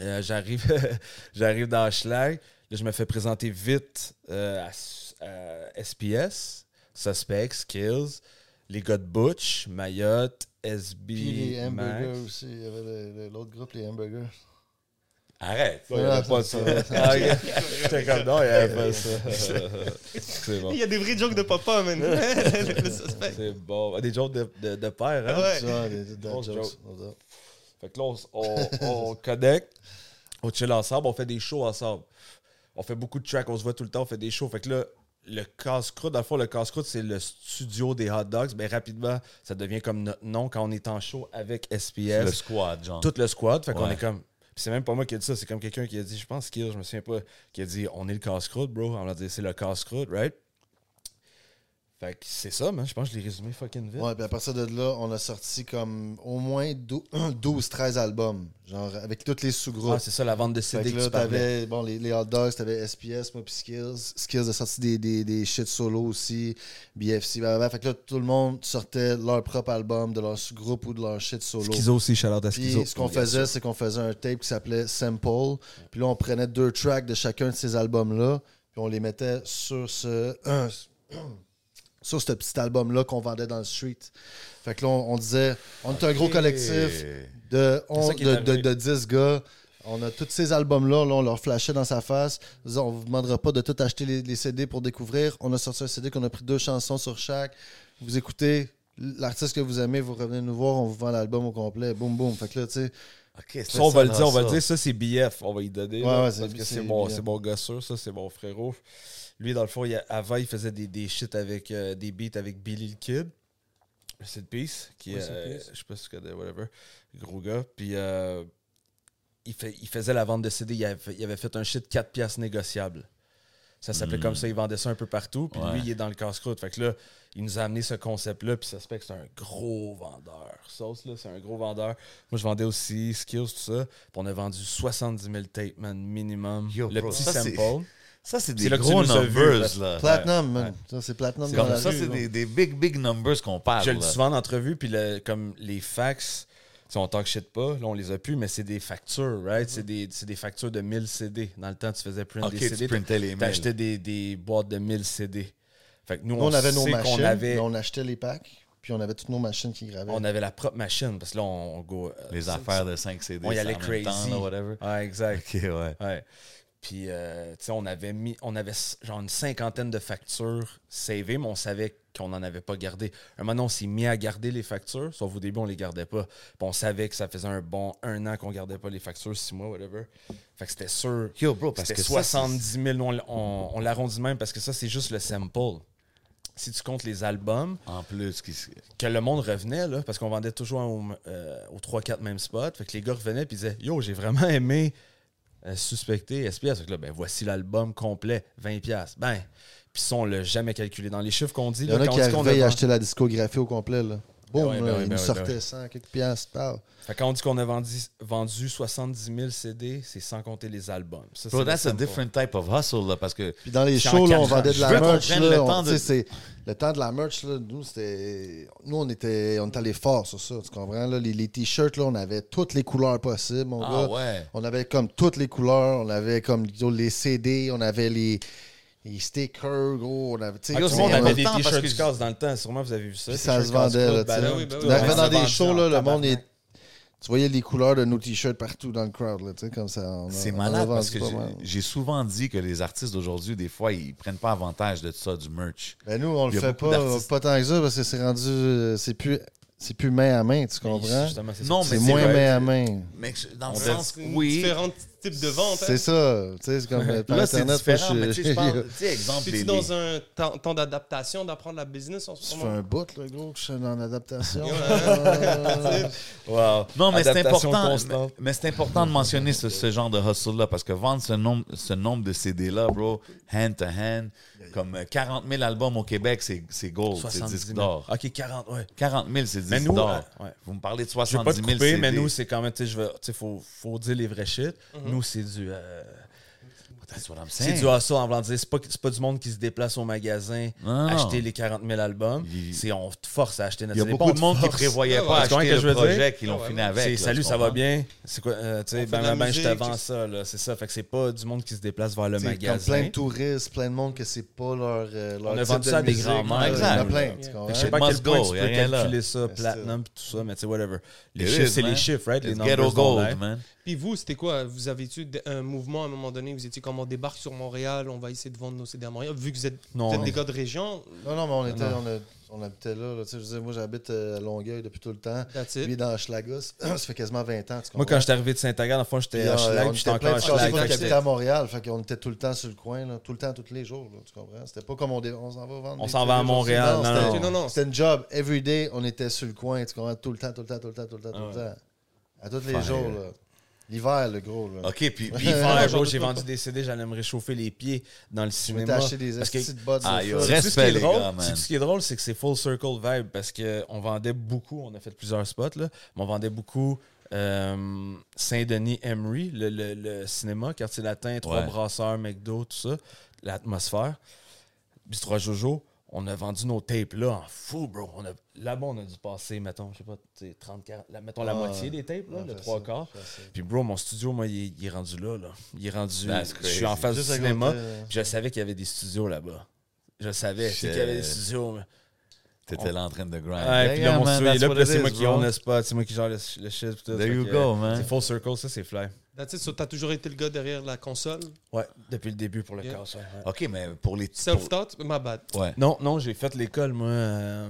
Speaker 4: Euh, j'arrive, j'arrive dans Schlag. Là, je me fais présenter vite euh, à, S- à SPS, Suspects, Kills, les gars de Butch, Mayotte, SB.
Speaker 3: Puis les hamburgers
Speaker 4: Max.
Speaker 3: aussi. Il y avait le- le- l'autre groupe, les hamburgers.
Speaker 2: Arrête.
Speaker 4: Il y avait pas ça. Ah, ok. J'étais comme non, il y avait pas ça. C'est bon.
Speaker 1: Il y a des vrais jokes de papa, man. le suspect.
Speaker 4: C'est bon. Ah, Des jokes de, de, de père, hein?
Speaker 1: Ouais.
Speaker 3: Tu vois, les les dad
Speaker 4: Grosse
Speaker 3: jokes.
Speaker 4: joke. Fait que là, on, s- on- on connecte, on chill ensemble, on fait des shows ensemble. On fait beaucoup de tracks, on se voit tout le temps, on fait des shows. Fait que là, le casse-croûte, dans le fond, le casse-croûte, c'est le studio des hot dogs. Mais rapidement, ça devient comme notre nom quand on est en show avec SPS
Speaker 2: Le squad, genre.
Speaker 4: tout le squad. Fait qu'on
Speaker 2: Ouais.
Speaker 4: est comme. Puis c'est même pas moi qui ai dit ça, c'est comme quelqu'un qui a dit, je pense qu'il, je me souviens pas, qui a dit on est le casse-croûte, bro. On leur dit c'est le casse-croûte, right? Fait que c'est ça, man. Je pense que je l'ai résumé fucking vite.
Speaker 3: Ouais, puis à partir de là, on a sorti comme au moins 12-13 albums, genre avec tous les sous-groupes.
Speaker 4: Ah, c'est ça, la vente de
Speaker 3: Fait que
Speaker 4: CD que,
Speaker 3: là,
Speaker 4: tu parlais.
Speaker 3: t'avais bon, les, les hot dogs, t'avais SPS, moi, puis Skills. Skills a sorti des, des, des shit solo aussi, BFC, blablabla. Fait que là, tout le monde sortait leur propre album de leur groupe ou de leur shit solo.
Speaker 4: Schizo aussi, Charlotte à
Speaker 3: Puis ce qu'on faisait, c'est qu'on faisait un tape qui s'appelait Sample. Puis là, on prenait deux tracks de chacun de ces albums-là, puis on les mettait sur ce. euh, sur ce petit album-là qu'on vendait dans le street. Fait que là, on, on disait, on est un gros collectif de, on-
Speaker 4: ça qui est
Speaker 3: de, de,
Speaker 4: arrivé.
Speaker 3: de 10 gars. On a tous ces albums-là, là, on leur flashait dans sa face. On disait, On vous demandera pas de tout acheter les, les CD pour découvrir. On a sorti un CD qu'on a pris deux chansons sur chaque. Vous écoutez l'artiste que vous aimez, vous revenez nous voir, on vous vend l'album au complet. Boum, boum. Fait que là, tu sais,
Speaker 2: OK,
Speaker 4: Ça, on va le dire, on va le dire. Ça, c'est BF. On va y donner.
Speaker 3: Ouais,
Speaker 4: là,
Speaker 3: ouais,
Speaker 4: parce
Speaker 3: c'est-
Speaker 4: que
Speaker 3: c'est
Speaker 4: c'est mon,
Speaker 3: BF.
Speaker 4: c'est mon gars sûr, ça, c'est mon frérot. Lui, dans le fond, il a- avant, il faisait des, des shit avec euh, des beats avec Billy le Kid. C'est de Peace. Qui,
Speaker 1: Ouais,
Speaker 4: est,
Speaker 1: c'est de
Speaker 4: euh,
Speaker 1: Peace.
Speaker 4: je sais pas si tu connais, whatever. Gros gars. Puis euh, il, fait, il faisait la vente de CD. Il avait, il avait fait un shit 4 piastres négociable. Ça s'appelait comme
Speaker 3: Hmm.
Speaker 4: ça, il vendait ça un peu partout. Puis
Speaker 2: Ouais.
Speaker 4: lui, il est dans le casse-croûte. Fait que là, il nous a amené ce concept-là. Puis ça se fait que c'est un gros vendeur. Sauce, là, c'est un gros vendeur. Moi, je vendais aussi Skills, tout ça. Puis on a vendu 70 000 tapes, man, minimum.
Speaker 2: Yo,
Speaker 4: le
Speaker 2: bro,
Speaker 4: petit
Speaker 2: ça, c'est-
Speaker 4: sample.
Speaker 2: Ça, c'est
Speaker 4: C'est
Speaker 2: des
Speaker 4: là que tu
Speaker 2: gros
Speaker 4: nous as vus,
Speaker 2: numbers, là.
Speaker 3: Platinum, man. Ça, c'est platinum
Speaker 2: C'est
Speaker 3: dans
Speaker 2: comme
Speaker 3: la
Speaker 2: ça,
Speaker 3: rue,
Speaker 2: c'est
Speaker 3: là.
Speaker 2: des, des big, big numbers qu'on parle.
Speaker 4: Je le dis
Speaker 2: là.
Speaker 4: souvent en entrevue, puis le- comme les fax, tu sais, on talk shit pas, là on les a plus, mais c'est des factures, right? C'est des, c'est des factures de 1000 CD. Dans le temps, tu faisais print
Speaker 2: Ok,
Speaker 4: des
Speaker 2: tu
Speaker 4: CD.
Speaker 2: printais les 1000.
Speaker 4: T'achetais des, des boîtes de 1000 CD. Fait que nous,
Speaker 3: Nous,
Speaker 4: on,
Speaker 3: on avait nos
Speaker 4: sait
Speaker 3: machines,
Speaker 4: qu'on avait,
Speaker 3: mais on achetait les packs, puis on avait toutes nos machines qui gravaient.
Speaker 4: on avait la propre machine, parce que là, on, on go. euh,
Speaker 2: Les affaires de 5 CD.
Speaker 4: on y
Speaker 2: c'est
Speaker 4: allait
Speaker 2: en même temps,
Speaker 4: crazy.
Speaker 2: là, whatever.
Speaker 4: Ouais, exact.
Speaker 2: Ok, ouais.
Speaker 4: Ouais. Puis, euh, tu sais, on avait mis, on avait s- genre une cinquantaine de factures savées, mais on savait qu'on n'en avait pas gardé. Un moment, donné, on s'est mis à garder les factures, sauf au début, on les gardait pas. Puis on savait que ça faisait un bon un an qu'on gardait pas les factures, six mois, whatever. Fait que c'était sûr.
Speaker 2: Yo, bro, parce
Speaker 4: C'était
Speaker 2: que ça,
Speaker 4: 70 000, on, on, on l'arrondit même parce que ça, c'est juste le sample. Si tu comptes les albums,
Speaker 2: En plus, qui se-
Speaker 4: que le monde revenait, là, parce qu'on vendait toujours au, euh, aux 3-4 mêmes spots. Fait que les gars revenaient et disaient Yo, j'ai vraiment aimé euh, Suspecté SPS. Fait que là, ben, voici l'album complet, 20$. Ben, puis ça, on l'a jamais calculé dans les chiffres qu'on dit.
Speaker 3: Il y en
Speaker 4: là,
Speaker 3: a
Speaker 4: quand
Speaker 3: qui
Speaker 4: on dit qu'on
Speaker 3: arrivaient
Speaker 4: a
Speaker 3: à
Speaker 4: vend-
Speaker 3: acheter la discographie au complet, là. Boum,
Speaker 4: ouais, ben
Speaker 3: là,
Speaker 4: ouais,
Speaker 3: ils
Speaker 4: ben
Speaker 3: nous
Speaker 4: ouais,
Speaker 3: sortaient
Speaker 4: ben ouais.
Speaker 3: 100 quelques piastres. pow.
Speaker 4: Fait que quand on dit qu'on a vendu, vendu 70 000 CD, c'est sans compter les albums. Ça,
Speaker 2: Bro,
Speaker 4: c'est
Speaker 2: that's
Speaker 4: le
Speaker 2: a
Speaker 4: sample.
Speaker 2: different type of hustle, là, parce que.
Speaker 3: Puis dans les
Speaker 4: C'est en
Speaker 3: shows, là, on
Speaker 4: quatre ans.
Speaker 3: vendait de
Speaker 4: Je
Speaker 3: la
Speaker 2: veux qu'on
Speaker 3: merch.
Speaker 2: prenne
Speaker 3: là,
Speaker 2: le
Speaker 3: on-
Speaker 2: temps de-
Speaker 3: tu sais, c'est- le temps de la merch, là, nous, c'était. Nous, on était. On était allés forts sur ça. Tu comprends? Là, les les t-shirts, là, on avait toutes les couleurs possibles, mon
Speaker 2: Ah
Speaker 3: gars.
Speaker 2: ouais.
Speaker 3: On avait comme toutes les couleurs. On avait comme disons, les CD, on avait les, les stickers, gros. On avait, tu sais,
Speaker 4: Ah, tout
Speaker 3: on-
Speaker 4: le monde avait des
Speaker 2: Important, parce
Speaker 4: t-shirts
Speaker 2: que-
Speaker 4: du casse dans le temps. Sûrement, vous avez vu ça.
Speaker 3: Puis ça se
Speaker 4: T-shirts casse
Speaker 3: vendait,
Speaker 4: croûte,
Speaker 3: là, tu sais.
Speaker 4: ballon,
Speaker 1: oui, ben
Speaker 4: tout
Speaker 3: on
Speaker 1: oui.
Speaker 4: ça
Speaker 3: arrivait dans
Speaker 4: se
Speaker 3: des
Speaker 4: vendait en
Speaker 3: shows, là, le monde est.
Speaker 4: tabarnak.
Speaker 3: Tu voyais les couleurs de nos t-shirts partout dans le crowd, là, tu sais, comme ça. on a-
Speaker 2: C'est
Speaker 3: on a
Speaker 2: malade
Speaker 3: vendu
Speaker 2: parce que
Speaker 3: pas
Speaker 2: j'ai-
Speaker 3: mal.
Speaker 2: j'ai souvent dit que les artistes d'aujourd'hui, des fois, ils prennent pas avantage de ça, du merch.
Speaker 3: Ben nous, on
Speaker 2: Il y
Speaker 3: le
Speaker 2: a
Speaker 3: fait
Speaker 2: beaucoup
Speaker 3: pas,
Speaker 2: d'artistes.
Speaker 3: pas tant que ça parce que c'est rendu. euh, C'est plus, c'est plus main à main, tu comprends?
Speaker 4: Justement, c'est
Speaker 2: Non,
Speaker 4: ça.
Speaker 2: mais
Speaker 3: C'est moins
Speaker 2: vrai.
Speaker 3: main à main.
Speaker 2: Mais que- dans le
Speaker 1: On
Speaker 2: sens
Speaker 1: fait
Speaker 2: que oui.
Speaker 1: Différents types de ventes. hein.
Speaker 3: C'est ça. Tu sais, c'est comme. euh, par
Speaker 2: Là, c'est
Speaker 3: Internet, moi,
Speaker 2: différent, mais tu sais, je parle. Tu sais, exemple, les-
Speaker 1: C'est-tu dans un temps, temps d'adaptation d'apprendre la business en ce
Speaker 3: Tu fais un
Speaker 1: moment?
Speaker 3: bout, là, gros, que je suis en adaptation.
Speaker 1: Ouais.
Speaker 3: Euh,
Speaker 4: Wow.
Speaker 2: Non, mais c'est
Speaker 4: Adaptation
Speaker 2: important.
Speaker 4: constante.
Speaker 2: Mais, mais c'est important de mentionner ce, ce genre de hustle-là parce que vendre ce nombre, ce nombre de CD-là, bro, hand to hand, comme euh, 40 000 albums au Québec, c'est c'est gold, c'est
Speaker 4: 70
Speaker 2: disque
Speaker 4: 000.
Speaker 2: d'or.
Speaker 4: Ok, 40, ouais.
Speaker 2: 40 000, c'est
Speaker 4: Mais
Speaker 2: disque
Speaker 4: nous,
Speaker 2: d'or.
Speaker 4: euh, ouais.
Speaker 2: Vous me parlez de
Speaker 4: Je vais pas
Speaker 2: 70
Speaker 4: te
Speaker 2: 000
Speaker 4: couper,
Speaker 2: CD.
Speaker 4: mais nous, c'est quand même, tu sais, je veux- tu sais, faut, faut dire les vrais shit. Nous, c'est du. euh,
Speaker 2: That's what I'm
Speaker 4: c'est
Speaker 2: saying.
Speaker 4: du hustle, en voulant dire. C'est pas, c'est pas du monde qui se déplace au magasin,
Speaker 2: Non, non.
Speaker 4: acheter les 40 000 albums.
Speaker 2: Il-
Speaker 4: C'est on te force à acheter
Speaker 2: Il
Speaker 4: notre
Speaker 2: y a
Speaker 4: CD.
Speaker 2: beaucoup
Speaker 4: Pas
Speaker 2: de
Speaker 4: on
Speaker 2: monde
Speaker 4: te
Speaker 2: qui
Speaker 4: force.
Speaker 2: prévoyait
Speaker 4: Ouais,
Speaker 2: pas
Speaker 4: tu comprends
Speaker 2: acheter
Speaker 4: que je
Speaker 2: le
Speaker 4: veux dire?
Speaker 2: projet, qui l'ont
Speaker 1: Ouais,
Speaker 2: fini
Speaker 1: ouais.
Speaker 2: avec.
Speaker 4: C'est
Speaker 2: là,
Speaker 4: salut,
Speaker 2: tu
Speaker 4: ça va
Speaker 2: comprends?
Speaker 4: bien. C'est quoi, euh, tu sais,
Speaker 1: fait de
Speaker 4: ben,
Speaker 1: la
Speaker 4: ben, ben, je te
Speaker 1: musique,
Speaker 4: vends
Speaker 1: tu-
Speaker 4: ça, là. C'est ça. Fait que c'est pas du monde qui se déplace vers le
Speaker 3: c'est comme
Speaker 4: magasin.
Speaker 3: plein de touristes, plein de monde que c'est pas leur. euh, leur
Speaker 4: On a
Speaker 3: type
Speaker 4: vendu
Speaker 3: de
Speaker 4: ça à des
Speaker 3: musique.
Speaker 4: grands-mères,
Speaker 3: Ouais, Il y en a
Speaker 2: exemple.
Speaker 3: plein, tu
Speaker 1: Yeah.
Speaker 4: Fait que je
Speaker 3: comprends?
Speaker 4: sais pas à
Speaker 2: Must
Speaker 4: quel point
Speaker 2: go,
Speaker 4: tu
Speaker 2: y a
Speaker 4: peux
Speaker 2: rien là.
Speaker 4: calculer ça,
Speaker 3: c'est-
Speaker 4: platinum, pis tout ça, mais tu sais, whatever. Les
Speaker 2: It
Speaker 4: chiffres,
Speaker 2: is,
Speaker 4: c'est
Speaker 2: man.
Speaker 4: les chiffres, right? Les
Speaker 2: It's ghetto
Speaker 4: numbers don't lie.
Speaker 2: gold, man.
Speaker 1: Puis vous, c'était quoi Vous avez eu un mouvement à un moment donné Vous étiez comme on débarque sur Montréal, on va essayer de vendre nos CD à Montréal. Vu que vous êtes,
Speaker 4: Non,
Speaker 1: vous êtes
Speaker 4: non.
Speaker 1: des gars de région,
Speaker 3: Non, non, mais on, était,
Speaker 4: Non.
Speaker 3: on, a- on habitait là. là, tu sais, je veux dire, moi, j'habite euh, à Longueuil depuis tout le temps.
Speaker 1: that's
Speaker 3: Lui,
Speaker 1: it.
Speaker 3: dans Schlagos, ça fait quasiment 20 ans.
Speaker 4: Moi, quand j'étais arrivé de Saint-Agathe, la fois, j'étais
Speaker 3: Puis,
Speaker 4: à
Speaker 3: euh,
Speaker 4: Schlag,
Speaker 3: on
Speaker 4: puis j'étais
Speaker 3: était plein
Speaker 4: encore
Speaker 3: de
Speaker 4: à
Speaker 3: fois,
Speaker 4: Schlag.
Speaker 3: on
Speaker 4: Fait que
Speaker 3: habitait
Speaker 4: c'était-
Speaker 3: à Montréal, fait qu'on était tout le temps sur le coin, là, tout le temps, tous les jours, là, tu comprends? C'était pas comme on, dé- on s'en va vendre.
Speaker 4: On
Speaker 3: des
Speaker 4: s'en va à
Speaker 3: trucs aujourd'hui.
Speaker 4: Montréal, non,
Speaker 3: c'était-
Speaker 4: non.
Speaker 1: Non, non,
Speaker 3: C'était une job, every day, on était sur le coin, tu comprends? Tout le temps, tout le temps, tout le temps, tout le temps,
Speaker 4: Ah
Speaker 3: tout le temps. À tous les
Speaker 2: Fire.
Speaker 3: jours, là. L'hiver, le gros,
Speaker 4: Ah,
Speaker 3: là.
Speaker 2: OK, puis... puis-
Speaker 4: Puis
Speaker 3: Ouais,
Speaker 4: frère,
Speaker 1: j'en
Speaker 4: bro,
Speaker 1: doute
Speaker 4: j'ai
Speaker 1: pas.
Speaker 4: vendu des CD, j'allais me réchauffer les pieds dans le
Speaker 3: Je
Speaker 4: cinéma.
Speaker 3: m'étais acheté des
Speaker 4: parce que
Speaker 3: petites bottes.
Speaker 2: Ah,
Speaker 3: de
Speaker 2: yo,
Speaker 3: foot.
Speaker 4: Sais-tu ce qui est
Speaker 2: Respect, les
Speaker 4: drôle?
Speaker 2: gars, man.
Speaker 4: Sais-tu ce qui est drôle, c'est que c'est full circle vibe parce qu'on vendait beaucoup, on a fait plusieurs spots, là, mais on vendait beaucoup euh, Saint-Denis, Emery, le, le- le cinéma, quartier latin, trois
Speaker 2: Ouais.
Speaker 4: brasseurs, McDo, tout ça, l'atmosphère, Bistro Jojo. On a vendu nos tapes là en fou, bro. On a- Là-bas, on a dû passer, mettons, je sais pas, tu sais, 30, 40, la- mettons
Speaker 2: Ah,
Speaker 4: la
Speaker 3: Ouais.
Speaker 4: moitié des tapes, là,
Speaker 3: Ouais,
Speaker 4: le
Speaker 3: c'est
Speaker 4: trois
Speaker 3: ça,
Speaker 4: quarts.
Speaker 3: c'est ça.
Speaker 4: Puis, bro, mon studio, moi, il est, il est rendu là, là. Il est rendu.
Speaker 2: That's
Speaker 4: Je suis en
Speaker 2: crazy.
Speaker 4: face du
Speaker 3: Juste à côté,
Speaker 4: cinéma.
Speaker 3: euh,
Speaker 4: puis je savais qu'il y avait des studios là-bas. Je savais. Je sais
Speaker 2: Shit.
Speaker 4: qu'il y avait des studios. mais-
Speaker 2: T'étais là en train de grind.
Speaker 4: Ouais, puis là,
Speaker 2: Yeah,
Speaker 4: mon
Speaker 2: man,
Speaker 4: studio est
Speaker 2: that's
Speaker 4: là.
Speaker 2: what
Speaker 4: Puis là,
Speaker 2: it
Speaker 4: c'est
Speaker 2: is,
Speaker 4: moi qui
Speaker 2: bro.
Speaker 4: own le spot. C'est moi qui gère le, le shit. puis tout.
Speaker 2: There
Speaker 4: Fait
Speaker 2: you
Speaker 4: que,
Speaker 2: go,
Speaker 4: euh,
Speaker 2: man.
Speaker 4: C'est full circle, ça, c'est fly.
Speaker 1: That's it. So, t'as toujours été le gars derrière la console
Speaker 4: Ouais, depuis le début pour le
Speaker 1: Yeah.
Speaker 4: casse. ouais, ouais.
Speaker 2: OK, mais pour les... pour-
Speaker 1: Self-taught My bad.
Speaker 2: Ouais.
Speaker 4: Ah. Non, non, j'ai fait l'école, moi. euh,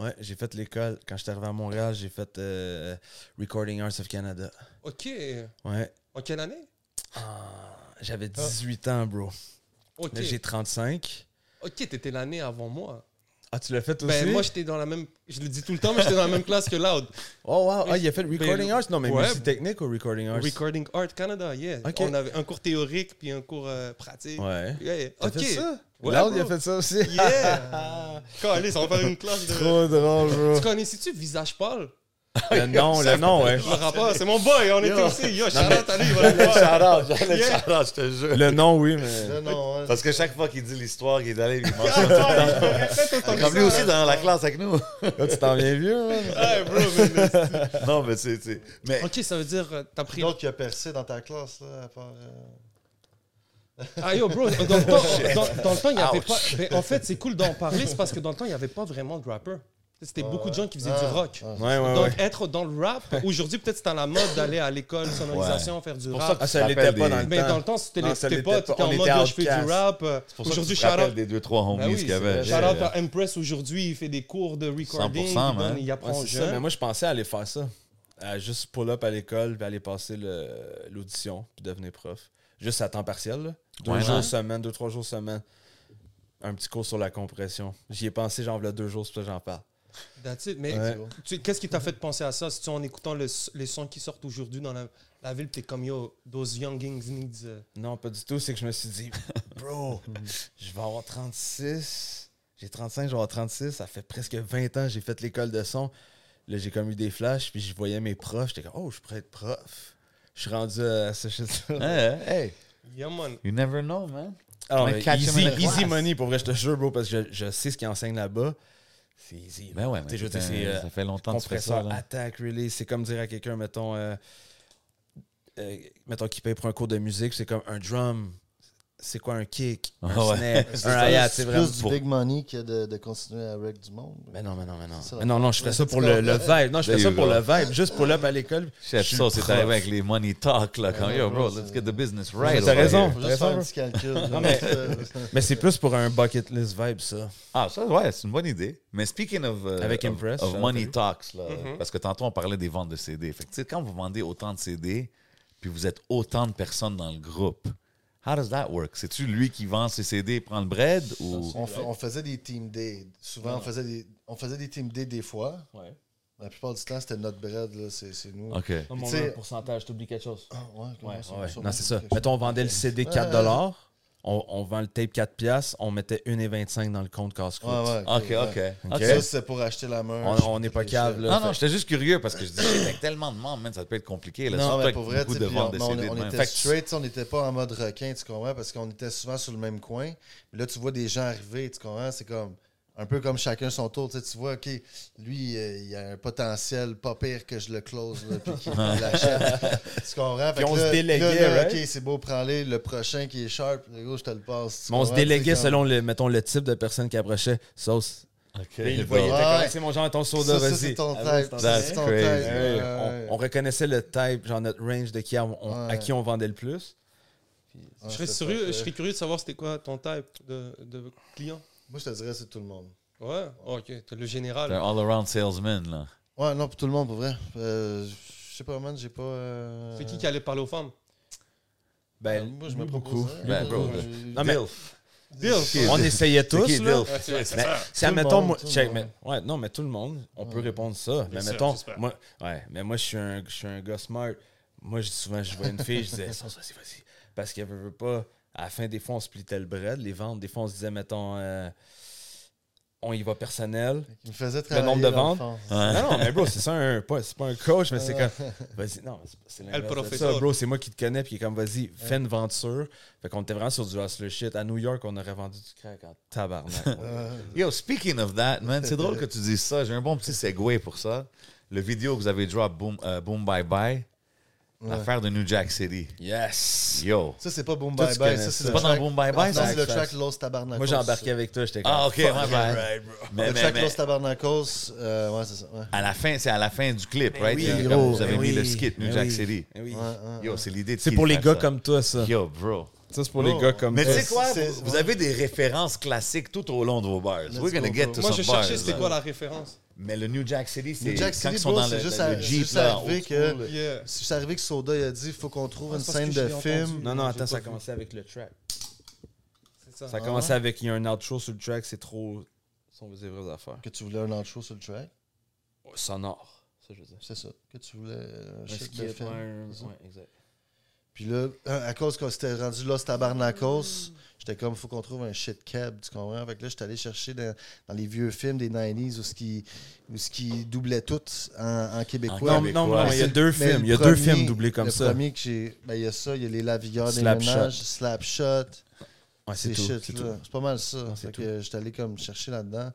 Speaker 4: ouais, j'ai fait l'école. Quand j'étais arrivé à Montréal, j'ai fait euh, Recording Arts of Canada.
Speaker 1: Ok.
Speaker 4: Ouais.
Speaker 1: En quelle année
Speaker 4: Ah, J'avais 18 ans, bro.
Speaker 1: Ok.
Speaker 4: Là, j'ai 35.
Speaker 1: Ok, t'étais l'année avant moi.
Speaker 4: Ah, tu l'as fait aussi?
Speaker 1: Ben, moi, j'étais dans la même. Je le dis tout le temps, mais j'étais dans la même classe que Loud.
Speaker 4: oh, wow. Ah, il a fait le Recording
Speaker 1: Ben,
Speaker 4: Arts? Non, mais
Speaker 1: ouais.
Speaker 4: musique technique ou Recording Arts?
Speaker 1: Recording Art Canada, yeah.
Speaker 4: Ok.
Speaker 1: On avait un cours théorique puis un cours euh, pratique.
Speaker 4: Ouais.
Speaker 1: Yeah, yeah.
Speaker 4: T'as
Speaker 1: Ok.
Speaker 4: fait ça?
Speaker 1: Ouais,
Speaker 4: Loud,
Speaker 1: bro.
Speaker 4: il a fait ça aussi?
Speaker 1: Yeah! Quand allez, ça va faire une classe de.
Speaker 4: Trop drôle, bro.
Speaker 1: Tu connais-tu Visage Paul?
Speaker 4: Le nom, le nom, ouais.
Speaker 1: Le rappeur, c'est mon boy, on était
Speaker 4: Yo.
Speaker 1: aussi. Yo, Charlotte, allez, il va le voir. Yeah.
Speaker 2: Charles, je te jure.
Speaker 4: Le nom, oui, mais...
Speaker 3: Non, non, hein.
Speaker 2: Parce que chaque fois qu'il dit l'histoire qu'il est allé, il
Speaker 1: Ah,
Speaker 2: mentionne tout le temps.
Speaker 1: ouais, répète autant que
Speaker 2: Comme lui
Speaker 1: ça,
Speaker 2: aussi
Speaker 1: hein.
Speaker 2: dans la classe avec nous.
Speaker 4: Là, tu t'en viens vieux, hein?
Speaker 1: Ouais,
Speaker 4: man.
Speaker 1: bro, mais-
Speaker 2: Non, mais tu sais, tu sais. Mais
Speaker 1: Ok, ça veut dire euh, t'as pris.
Speaker 3: L'autre qui a percé dans ta classe, là, à part. euh,
Speaker 1: Ah yo, bro, dans le temps, dans, dans le temps, il n'y avait pas. ben, en fait, c'est cool d'en parler, c'est parce que dans le temps, il n'y avait pas vraiment de rappeur. C'était beaucoup de gens qui faisaient
Speaker 3: Ah,
Speaker 1: du rock.
Speaker 3: ah.
Speaker 4: Ouais, ouais,
Speaker 1: Donc,
Speaker 4: ouais.
Speaker 1: être dans le rap, aujourd'hui, peut-être c'est à la mode d'aller à l'école, sonorisation, faire du
Speaker 2: pour ça
Speaker 1: rap.
Speaker 2: que
Speaker 4: Ah,
Speaker 2: tu
Speaker 4: ça
Speaker 2: te
Speaker 4: l'était
Speaker 2: rappelles
Speaker 4: pas
Speaker 2: des-
Speaker 4: dans le
Speaker 1: Mais
Speaker 4: temps.
Speaker 1: dans le temps, c'était
Speaker 4: Non,
Speaker 1: les
Speaker 2: ça
Speaker 1: tes
Speaker 2: l'était
Speaker 1: potes,
Speaker 2: pas.
Speaker 1: t'étais en
Speaker 2: On
Speaker 1: mode,
Speaker 2: était
Speaker 1: yo, je fais du
Speaker 2: outcast.
Speaker 1: rap.
Speaker 2: C'est pour ça que
Speaker 1: Aujourd'hui,
Speaker 2: tu te
Speaker 1: shout
Speaker 2: rappelles
Speaker 1: out.
Speaker 2: des deux, trois homies
Speaker 1: Ben oui,
Speaker 2: qu'il y
Speaker 1: c'est
Speaker 2: avait.
Speaker 1: vrai. Shout out à Impress aujourd'hui, il fait des cours de recording.
Speaker 2: 100%,
Speaker 1: il, donne-
Speaker 2: man.
Speaker 1: il
Speaker 4: Ouais,
Speaker 1: apprend aux
Speaker 4: c'est ça, mais
Speaker 1: jeunes.
Speaker 4: moi, je pensais aller faire ça. À juste pull-up à l'école, puis aller passer le- l'audition, puis devenir prof. Juste à temps partiel, là. Deux
Speaker 2: Ouais,
Speaker 4: jours
Speaker 2: non?
Speaker 4: semaine, deux, trois jours semaine. Un petit cours sur la compression. J'y ai pensé, j'en voulais deux jours, c'est pour ça que j'en parle.
Speaker 1: That's it. Mais
Speaker 4: Ouais.
Speaker 1: tu- qu'est-ce qui t'a fait penser à ça? Si tu en écoutant le- les sons qui sortent aujourd'hui dans la, la ville, t'es comme yo, those youngings needs. euh,
Speaker 4: Non, pas du tout. C'est que je me suis dit, bro, je vais avoir 36. J'ai 35, je vais avoir 36. Ça fait presque 20 ans que j'ai fait l'école de son. Là, j'ai comme eu des flashs, puis je voyais mes profs. J'étais comme, oh, je pourrais être prof. Je suis rendu à ce shit
Speaker 2: Hey, hey,
Speaker 1: Yeah, man.
Speaker 2: you never know, man.
Speaker 4: Alors,
Speaker 2: Ouais, catch him
Speaker 4: Ah, easy,
Speaker 2: in the
Speaker 4: easy
Speaker 2: class.
Speaker 4: money, pour vrai, je te jure, bro, parce que je, je sais ce qu'ils enseignent là-bas. C'est easy.
Speaker 2: Ben ouais, mais
Speaker 4: T'sais, je veux dire,
Speaker 2: putain,
Speaker 4: c'est euh,
Speaker 2: ça fait longtemps que tu fais ça.
Speaker 4: compresseur,
Speaker 2: là.
Speaker 4: attaque, release. C'est comme dire à quelqu'un, mettons, euh, euh, mettons qu'il paye pour un cours de musique, c'est comme un drum, c'est quoi un kick, un
Speaker 2: Ah ouais.
Speaker 4: snare,
Speaker 3: C'est
Speaker 4: un
Speaker 3: ça,
Speaker 4: hi-hat,
Speaker 3: c'est
Speaker 4: c'est
Speaker 3: plus
Speaker 4: vraiment
Speaker 3: du
Speaker 4: pour-
Speaker 3: big money que de, de continuer à wreck du monde.
Speaker 4: Mais non, mais non, mais non.
Speaker 3: C'est ça.
Speaker 4: Mais non, non, je ferais ça pour le, le vibe. Non, je
Speaker 2: There
Speaker 4: ferais ça
Speaker 2: you
Speaker 4: pour
Speaker 2: go.
Speaker 4: le vibe, juste pour l'up à l'école.
Speaker 2: Chef,
Speaker 4: Je suis
Speaker 2: ça,
Speaker 4: le
Speaker 2: c'est
Speaker 4: prof.
Speaker 2: arrivé avec les money talk, là. Quand,
Speaker 3: Ouais,
Speaker 2: yo, bro,
Speaker 3: ouais,
Speaker 2: let's
Speaker 3: c'est-
Speaker 2: get the business right.
Speaker 4: t'as
Speaker 2: over
Speaker 4: raison.
Speaker 2: here.
Speaker 3: Faut juste faire un
Speaker 4: Raison.
Speaker 3: petit calcul. euh,
Speaker 4: Non, mais- Mais c'est plus pour un bucket list vibe, ça.
Speaker 2: Ah, ça, ouais, c'est une bonne idée. Mais speaking of, euh,
Speaker 4: Avec
Speaker 2: of-
Speaker 4: Impress,
Speaker 2: of
Speaker 4: ça,
Speaker 2: money
Speaker 4: t'as vu?
Speaker 2: talks, là, parce que tantôt, on parlait des ventes de CD. Fait que, tu sais, quand vous vendez autant de CD, puis vous êtes autant de personnes dans le groupe, how does that work? C'est-tu lui qui vend ses CD et prend le bread? Ou...
Speaker 3: on, fa- on faisait des team day. Souvent, on faisait des, on faisait des team day des fois.
Speaker 4: Ouais.
Speaker 3: La plupart du temps, c'était notre bread, là, c'est c'est nous.
Speaker 2: OK.
Speaker 3: on a un
Speaker 4: pourcentage, t'oublies quelque chose.
Speaker 3: Ah, ouais, comment ça,
Speaker 4: Ouais,
Speaker 3: sûrement
Speaker 4: non, c'est ça.
Speaker 3: quelque
Speaker 4: Mettons, on vendait le CD
Speaker 3: Ouais,
Speaker 4: 4
Speaker 3: ouais.
Speaker 4: dollars, on, on vend le tape 4 piastres, on mettait 1,25 dans le compte
Speaker 3: chose.
Speaker 4: casse-croûte.
Speaker 3: Ouais, ouais,
Speaker 2: OK,
Speaker 3: ouais.
Speaker 2: OK. OK.
Speaker 4: Ok.
Speaker 3: Ça, c'est pour acheter la main.
Speaker 4: On- on n'est pas cave, là.
Speaker 2: Non, non, j'étais juste curieux parce que je dis, avec tellement de monde, man, ça peut être compliqué. Là,
Speaker 3: Non,
Speaker 2: surtout
Speaker 3: mais
Speaker 2: avec
Speaker 3: pour vrai, tu
Speaker 2: beaucoup
Speaker 3: sais,
Speaker 2: de
Speaker 3: puis
Speaker 2: ventes de
Speaker 3: on, on-
Speaker 2: CD.
Speaker 3: on
Speaker 2: de même.
Speaker 3: était
Speaker 2: Fait que-
Speaker 3: straight, tu sais, on n'était pas en mode requin, tu comprends, parce qu'on était souvent sur le même coin. Puis là, tu vois des gens arriver, tu comprends, c'est comme un peu comme chacun son tour, tu sais, tu vois, OK, lui, euh, il a un potentiel pas pire que je le close, là, puis qu'il l'achète. tu comprends? Fait
Speaker 4: Puis
Speaker 3: que
Speaker 4: on
Speaker 3: là-
Speaker 4: se déléguait,
Speaker 3: là, là,
Speaker 4: right?
Speaker 3: OK, c'est beau, prends-le, le prochain qui est sharp, le gars, je te le passe. tu
Speaker 4: Mais on se
Speaker 3: comprends?
Speaker 4: déléguait
Speaker 3: C'est comme-
Speaker 4: selon, le, mettons, le type de personne qui approchait. Sauce.
Speaker 2: OK.
Speaker 4: Là, il le
Speaker 2: bon.
Speaker 4: voyait, il était
Speaker 3: Ouais.
Speaker 4: comme, c'est mon genre, ton soda,
Speaker 3: Ça, ça,
Speaker 4: vas-y.
Speaker 3: c'est ton
Speaker 4: Ah, bon,
Speaker 3: type.
Speaker 4: c'est ton
Speaker 3: ça, c'est
Speaker 2: type.
Speaker 3: ton
Speaker 2: That's
Speaker 3: type.
Speaker 2: crazy.
Speaker 4: Ouais,
Speaker 3: Ouais, ouais.
Speaker 4: On, on reconnaissait le type, genre notre range de qui on- on-
Speaker 3: Ouais.
Speaker 4: à qui on vendait le plus.
Speaker 3: Ah,
Speaker 1: Je serais,
Speaker 3: c'est
Speaker 1: curieux, je
Speaker 3: parfait.
Speaker 1: serais curieux de savoir c'était quoi ton type de, de client.
Speaker 3: Moi, je te dirais, c'est tout le monde.
Speaker 1: Ouais, ok, t'es le
Speaker 2: T'es un
Speaker 1: général.
Speaker 2: all-around salesman, là.
Speaker 3: Ouais, non, pour tout le monde, pour vrai. Euh, je sais pas, man, j'ai pas. euh,
Speaker 1: C'est qui qui allait parler aux femmes
Speaker 3: Euh,
Speaker 4: Ben,
Speaker 3: moi, je me
Speaker 4: lui,
Speaker 3: propose. hein. euh,
Speaker 2: Ben, bro,
Speaker 4: Non, mais on essayait tous.
Speaker 2: qui,
Speaker 4: là.
Speaker 2: Dilf?
Speaker 1: Ouais,
Speaker 4: Mais c'est
Speaker 3: Tout le
Speaker 4: admettons,
Speaker 3: monde,
Speaker 4: moi,
Speaker 3: tout le
Speaker 4: check,
Speaker 3: monde.
Speaker 4: mais- ouais, non, mais tout le monde, on peut répondre ça. Mais
Speaker 1: sûr,
Speaker 4: mettons,
Speaker 1: j'espère.
Speaker 4: moi, ouais, mais moi, je suis un, je suis un gars smart. Moi, je dis souvent, je vois une fille, je disais, ça, vas-y, vas-y. Parce qu'elle veut, veut pas. À la fin, des fois, on splitait le bread, les ventes. Des fois, on se disait, mettons, euh, on y va personnel.
Speaker 3: Qui me faisait
Speaker 4: Le
Speaker 3: travailler.
Speaker 4: nombre de
Speaker 3: dans le
Speaker 4: ventes.
Speaker 3: fond.
Speaker 4: Non, non, mais bro, c'est ça un. pas- C'est pas un coach, mais c'est comme. Vas-y, non, mais c'est- c'est
Speaker 1: El
Speaker 4: l'inverse de
Speaker 1: professeur.
Speaker 4: ça, bro. C'est moi qui te connais, puis qui est comme, vas-y, fais une vente sûre. Fait qu'on était vraiment sur du hustler shit. À New York, on aurait vendu du crack en tabarnak. moi.
Speaker 2: Yo, speaking of that, man, c'est drôle que tu dises ça. J'ai un bon petit segue pour ça. Le vidéo que vous avez drop, Boom, euh, Boom Bye Bye, l'affaire de New Jack City.
Speaker 4: yes!
Speaker 2: Yo.
Speaker 3: Ça, c'est pas Boom
Speaker 4: Toi,
Speaker 3: Bye
Speaker 4: tu
Speaker 3: Bye.
Speaker 4: connais
Speaker 3: Ça,
Speaker 4: ça.
Speaker 3: c'est le
Speaker 2: Pas dans
Speaker 3: track-
Speaker 2: Boom Bye
Speaker 3: Non,
Speaker 2: Bye,
Speaker 3: ça,
Speaker 4: ça?
Speaker 3: c'est le
Speaker 4: Ça,
Speaker 3: track
Speaker 4: ça.
Speaker 3: Los Tabernacos.
Speaker 4: Moi, j'ai embarqué avec toi, j'étais comme.
Speaker 2: Ah, OK,
Speaker 4: fuck.
Speaker 2: my bad. Mais,
Speaker 3: Le
Speaker 2: mais,
Speaker 3: track
Speaker 2: mais,
Speaker 3: Los Tabernacos. euh, Ouais, c'est ça. ouais.
Speaker 2: à la fin, c'est à la fin du clip,
Speaker 4: Ben
Speaker 2: right?
Speaker 4: oui,
Speaker 2: C'est
Speaker 4: gros,
Speaker 2: comme vous
Speaker 4: ben
Speaker 2: avez mis
Speaker 4: oui,
Speaker 2: Eh le skit New
Speaker 4: ben
Speaker 2: Jack
Speaker 4: oui,
Speaker 2: City.
Speaker 4: ben oui.
Speaker 3: Ah.
Speaker 2: Yo, c'est l'idée de
Speaker 4: C'est
Speaker 2: qui
Speaker 4: pour
Speaker 2: de
Speaker 4: les
Speaker 2: faire
Speaker 4: gars
Speaker 2: ça?
Speaker 4: comme toi, ça.
Speaker 2: Yo, bro.
Speaker 4: Ça, c'est pour les gars comme
Speaker 2: Mais tu
Speaker 4: toi.
Speaker 2: sais quoi?
Speaker 3: c'est-
Speaker 2: Vous, vous avez des références classiques tout au long de vos bars. We're gonna
Speaker 3: go,
Speaker 2: get
Speaker 3: bro.
Speaker 2: to
Speaker 1: Moi,
Speaker 2: some
Speaker 1: je
Speaker 2: bars,
Speaker 1: cherchais c'était
Speaker 2: là.
Speaker 1: quoi la référence.
Speaker 2: Mais le New Jack City, c'est
Speaker 3: New Jack
Speaker 2: quand
Speaker 3: City,
Speaker 2: ils sont
Speaker 3: bro,
Speaker 2: dans le,
Speaker 3: c'est juste
Speaker 2: le
Speaker 3: à- c'est
Speaker 2: Jeep,
Speaker 3: juste
Speaker 2: là. en
Speaker 3: arrivé
Speaker 2: haut.
Speaker 3: que.
Speaker 1: Yeah.
Speaker 3: C'est juste arrivé que Soda il a dit faut qu'on trouve une
Speaker 1: parce
Speaker 3: scène
Speaker 1: que je
Speaker 3: de
Speaker 1: l'ai
Speaker 3: film.
Speaker 1: entendu.
Speaker 4: Non, non,
Speaker 1: J'ai pas
Speaker 4: attends, ça a
Speaker 1: vu.
Speaker 4: commencé avec le track.
Speaker 1: C'est ça.
Speaker 3: Ah
Speaker 4: Ça a commencé avec. Il y a un outro sur le track, c'est trop. Si on veut dire vraies affaires.
Speaker 3: Que tu voulais un outro sur le track,
Speaker 4: Ouais, Oh, Sonore, ça je veux dire.
Speaker 3: c'est ça. Que tu voulais euh, un
Speaker 4: Un
Speaker 3: shit
Speaker 4: skip,
Speaker 3: de film.
Speaker 4: un-
Speaker 3: c'est ça.
Speaker 4: ouais, exact.
Speaker 3: Puis là, à à cause qu'on s'était rendu là, tabarnakos, j'étais comme, faut qu'on trouve un shit cab, tu comprends? Fait que là, j'étais allé chercher dans, dans les vieux films des 90s où ce qui, où ce qui doublait tout en, en québécois.
Speaker 4: Non,
Speaker 2: mais
Speaker 4: non,
Speaker 2: quoi?
Speaker 4: non,
Speaker 3: Mais
Speaker 4: il y a
Speaker 3: c'est-
Speaker 4: deux
Speaker 3: mais
Speaker 4: films.
Speaker 3: le
Speaker 4: Il y a deux
Speaker 3: premier-
Speaker 4: films doublés comme
Speaker 3: Le
Speaker 4: ça.
Speaker 3: premier que j'ai, ben, il y a ça, il y a les lavilleurs des
Speaker 4: Slap
Speaker 3: ménages, Slapshot,
Speaker 4: Ouais,
Speaker 3: ces
Speaker 4: Ah, c'est tout.
Speaker 3: shit
Speaker 4: C'est
Speaker 3: là.
Speaker 4: tout.
Speaker 3: C'est pas mal ça.
Speaker 4: c'est
Speaker 3: Fait
Speaker 4: tout.
Speaker 3: que j'étais allé comme chercher là-dedans.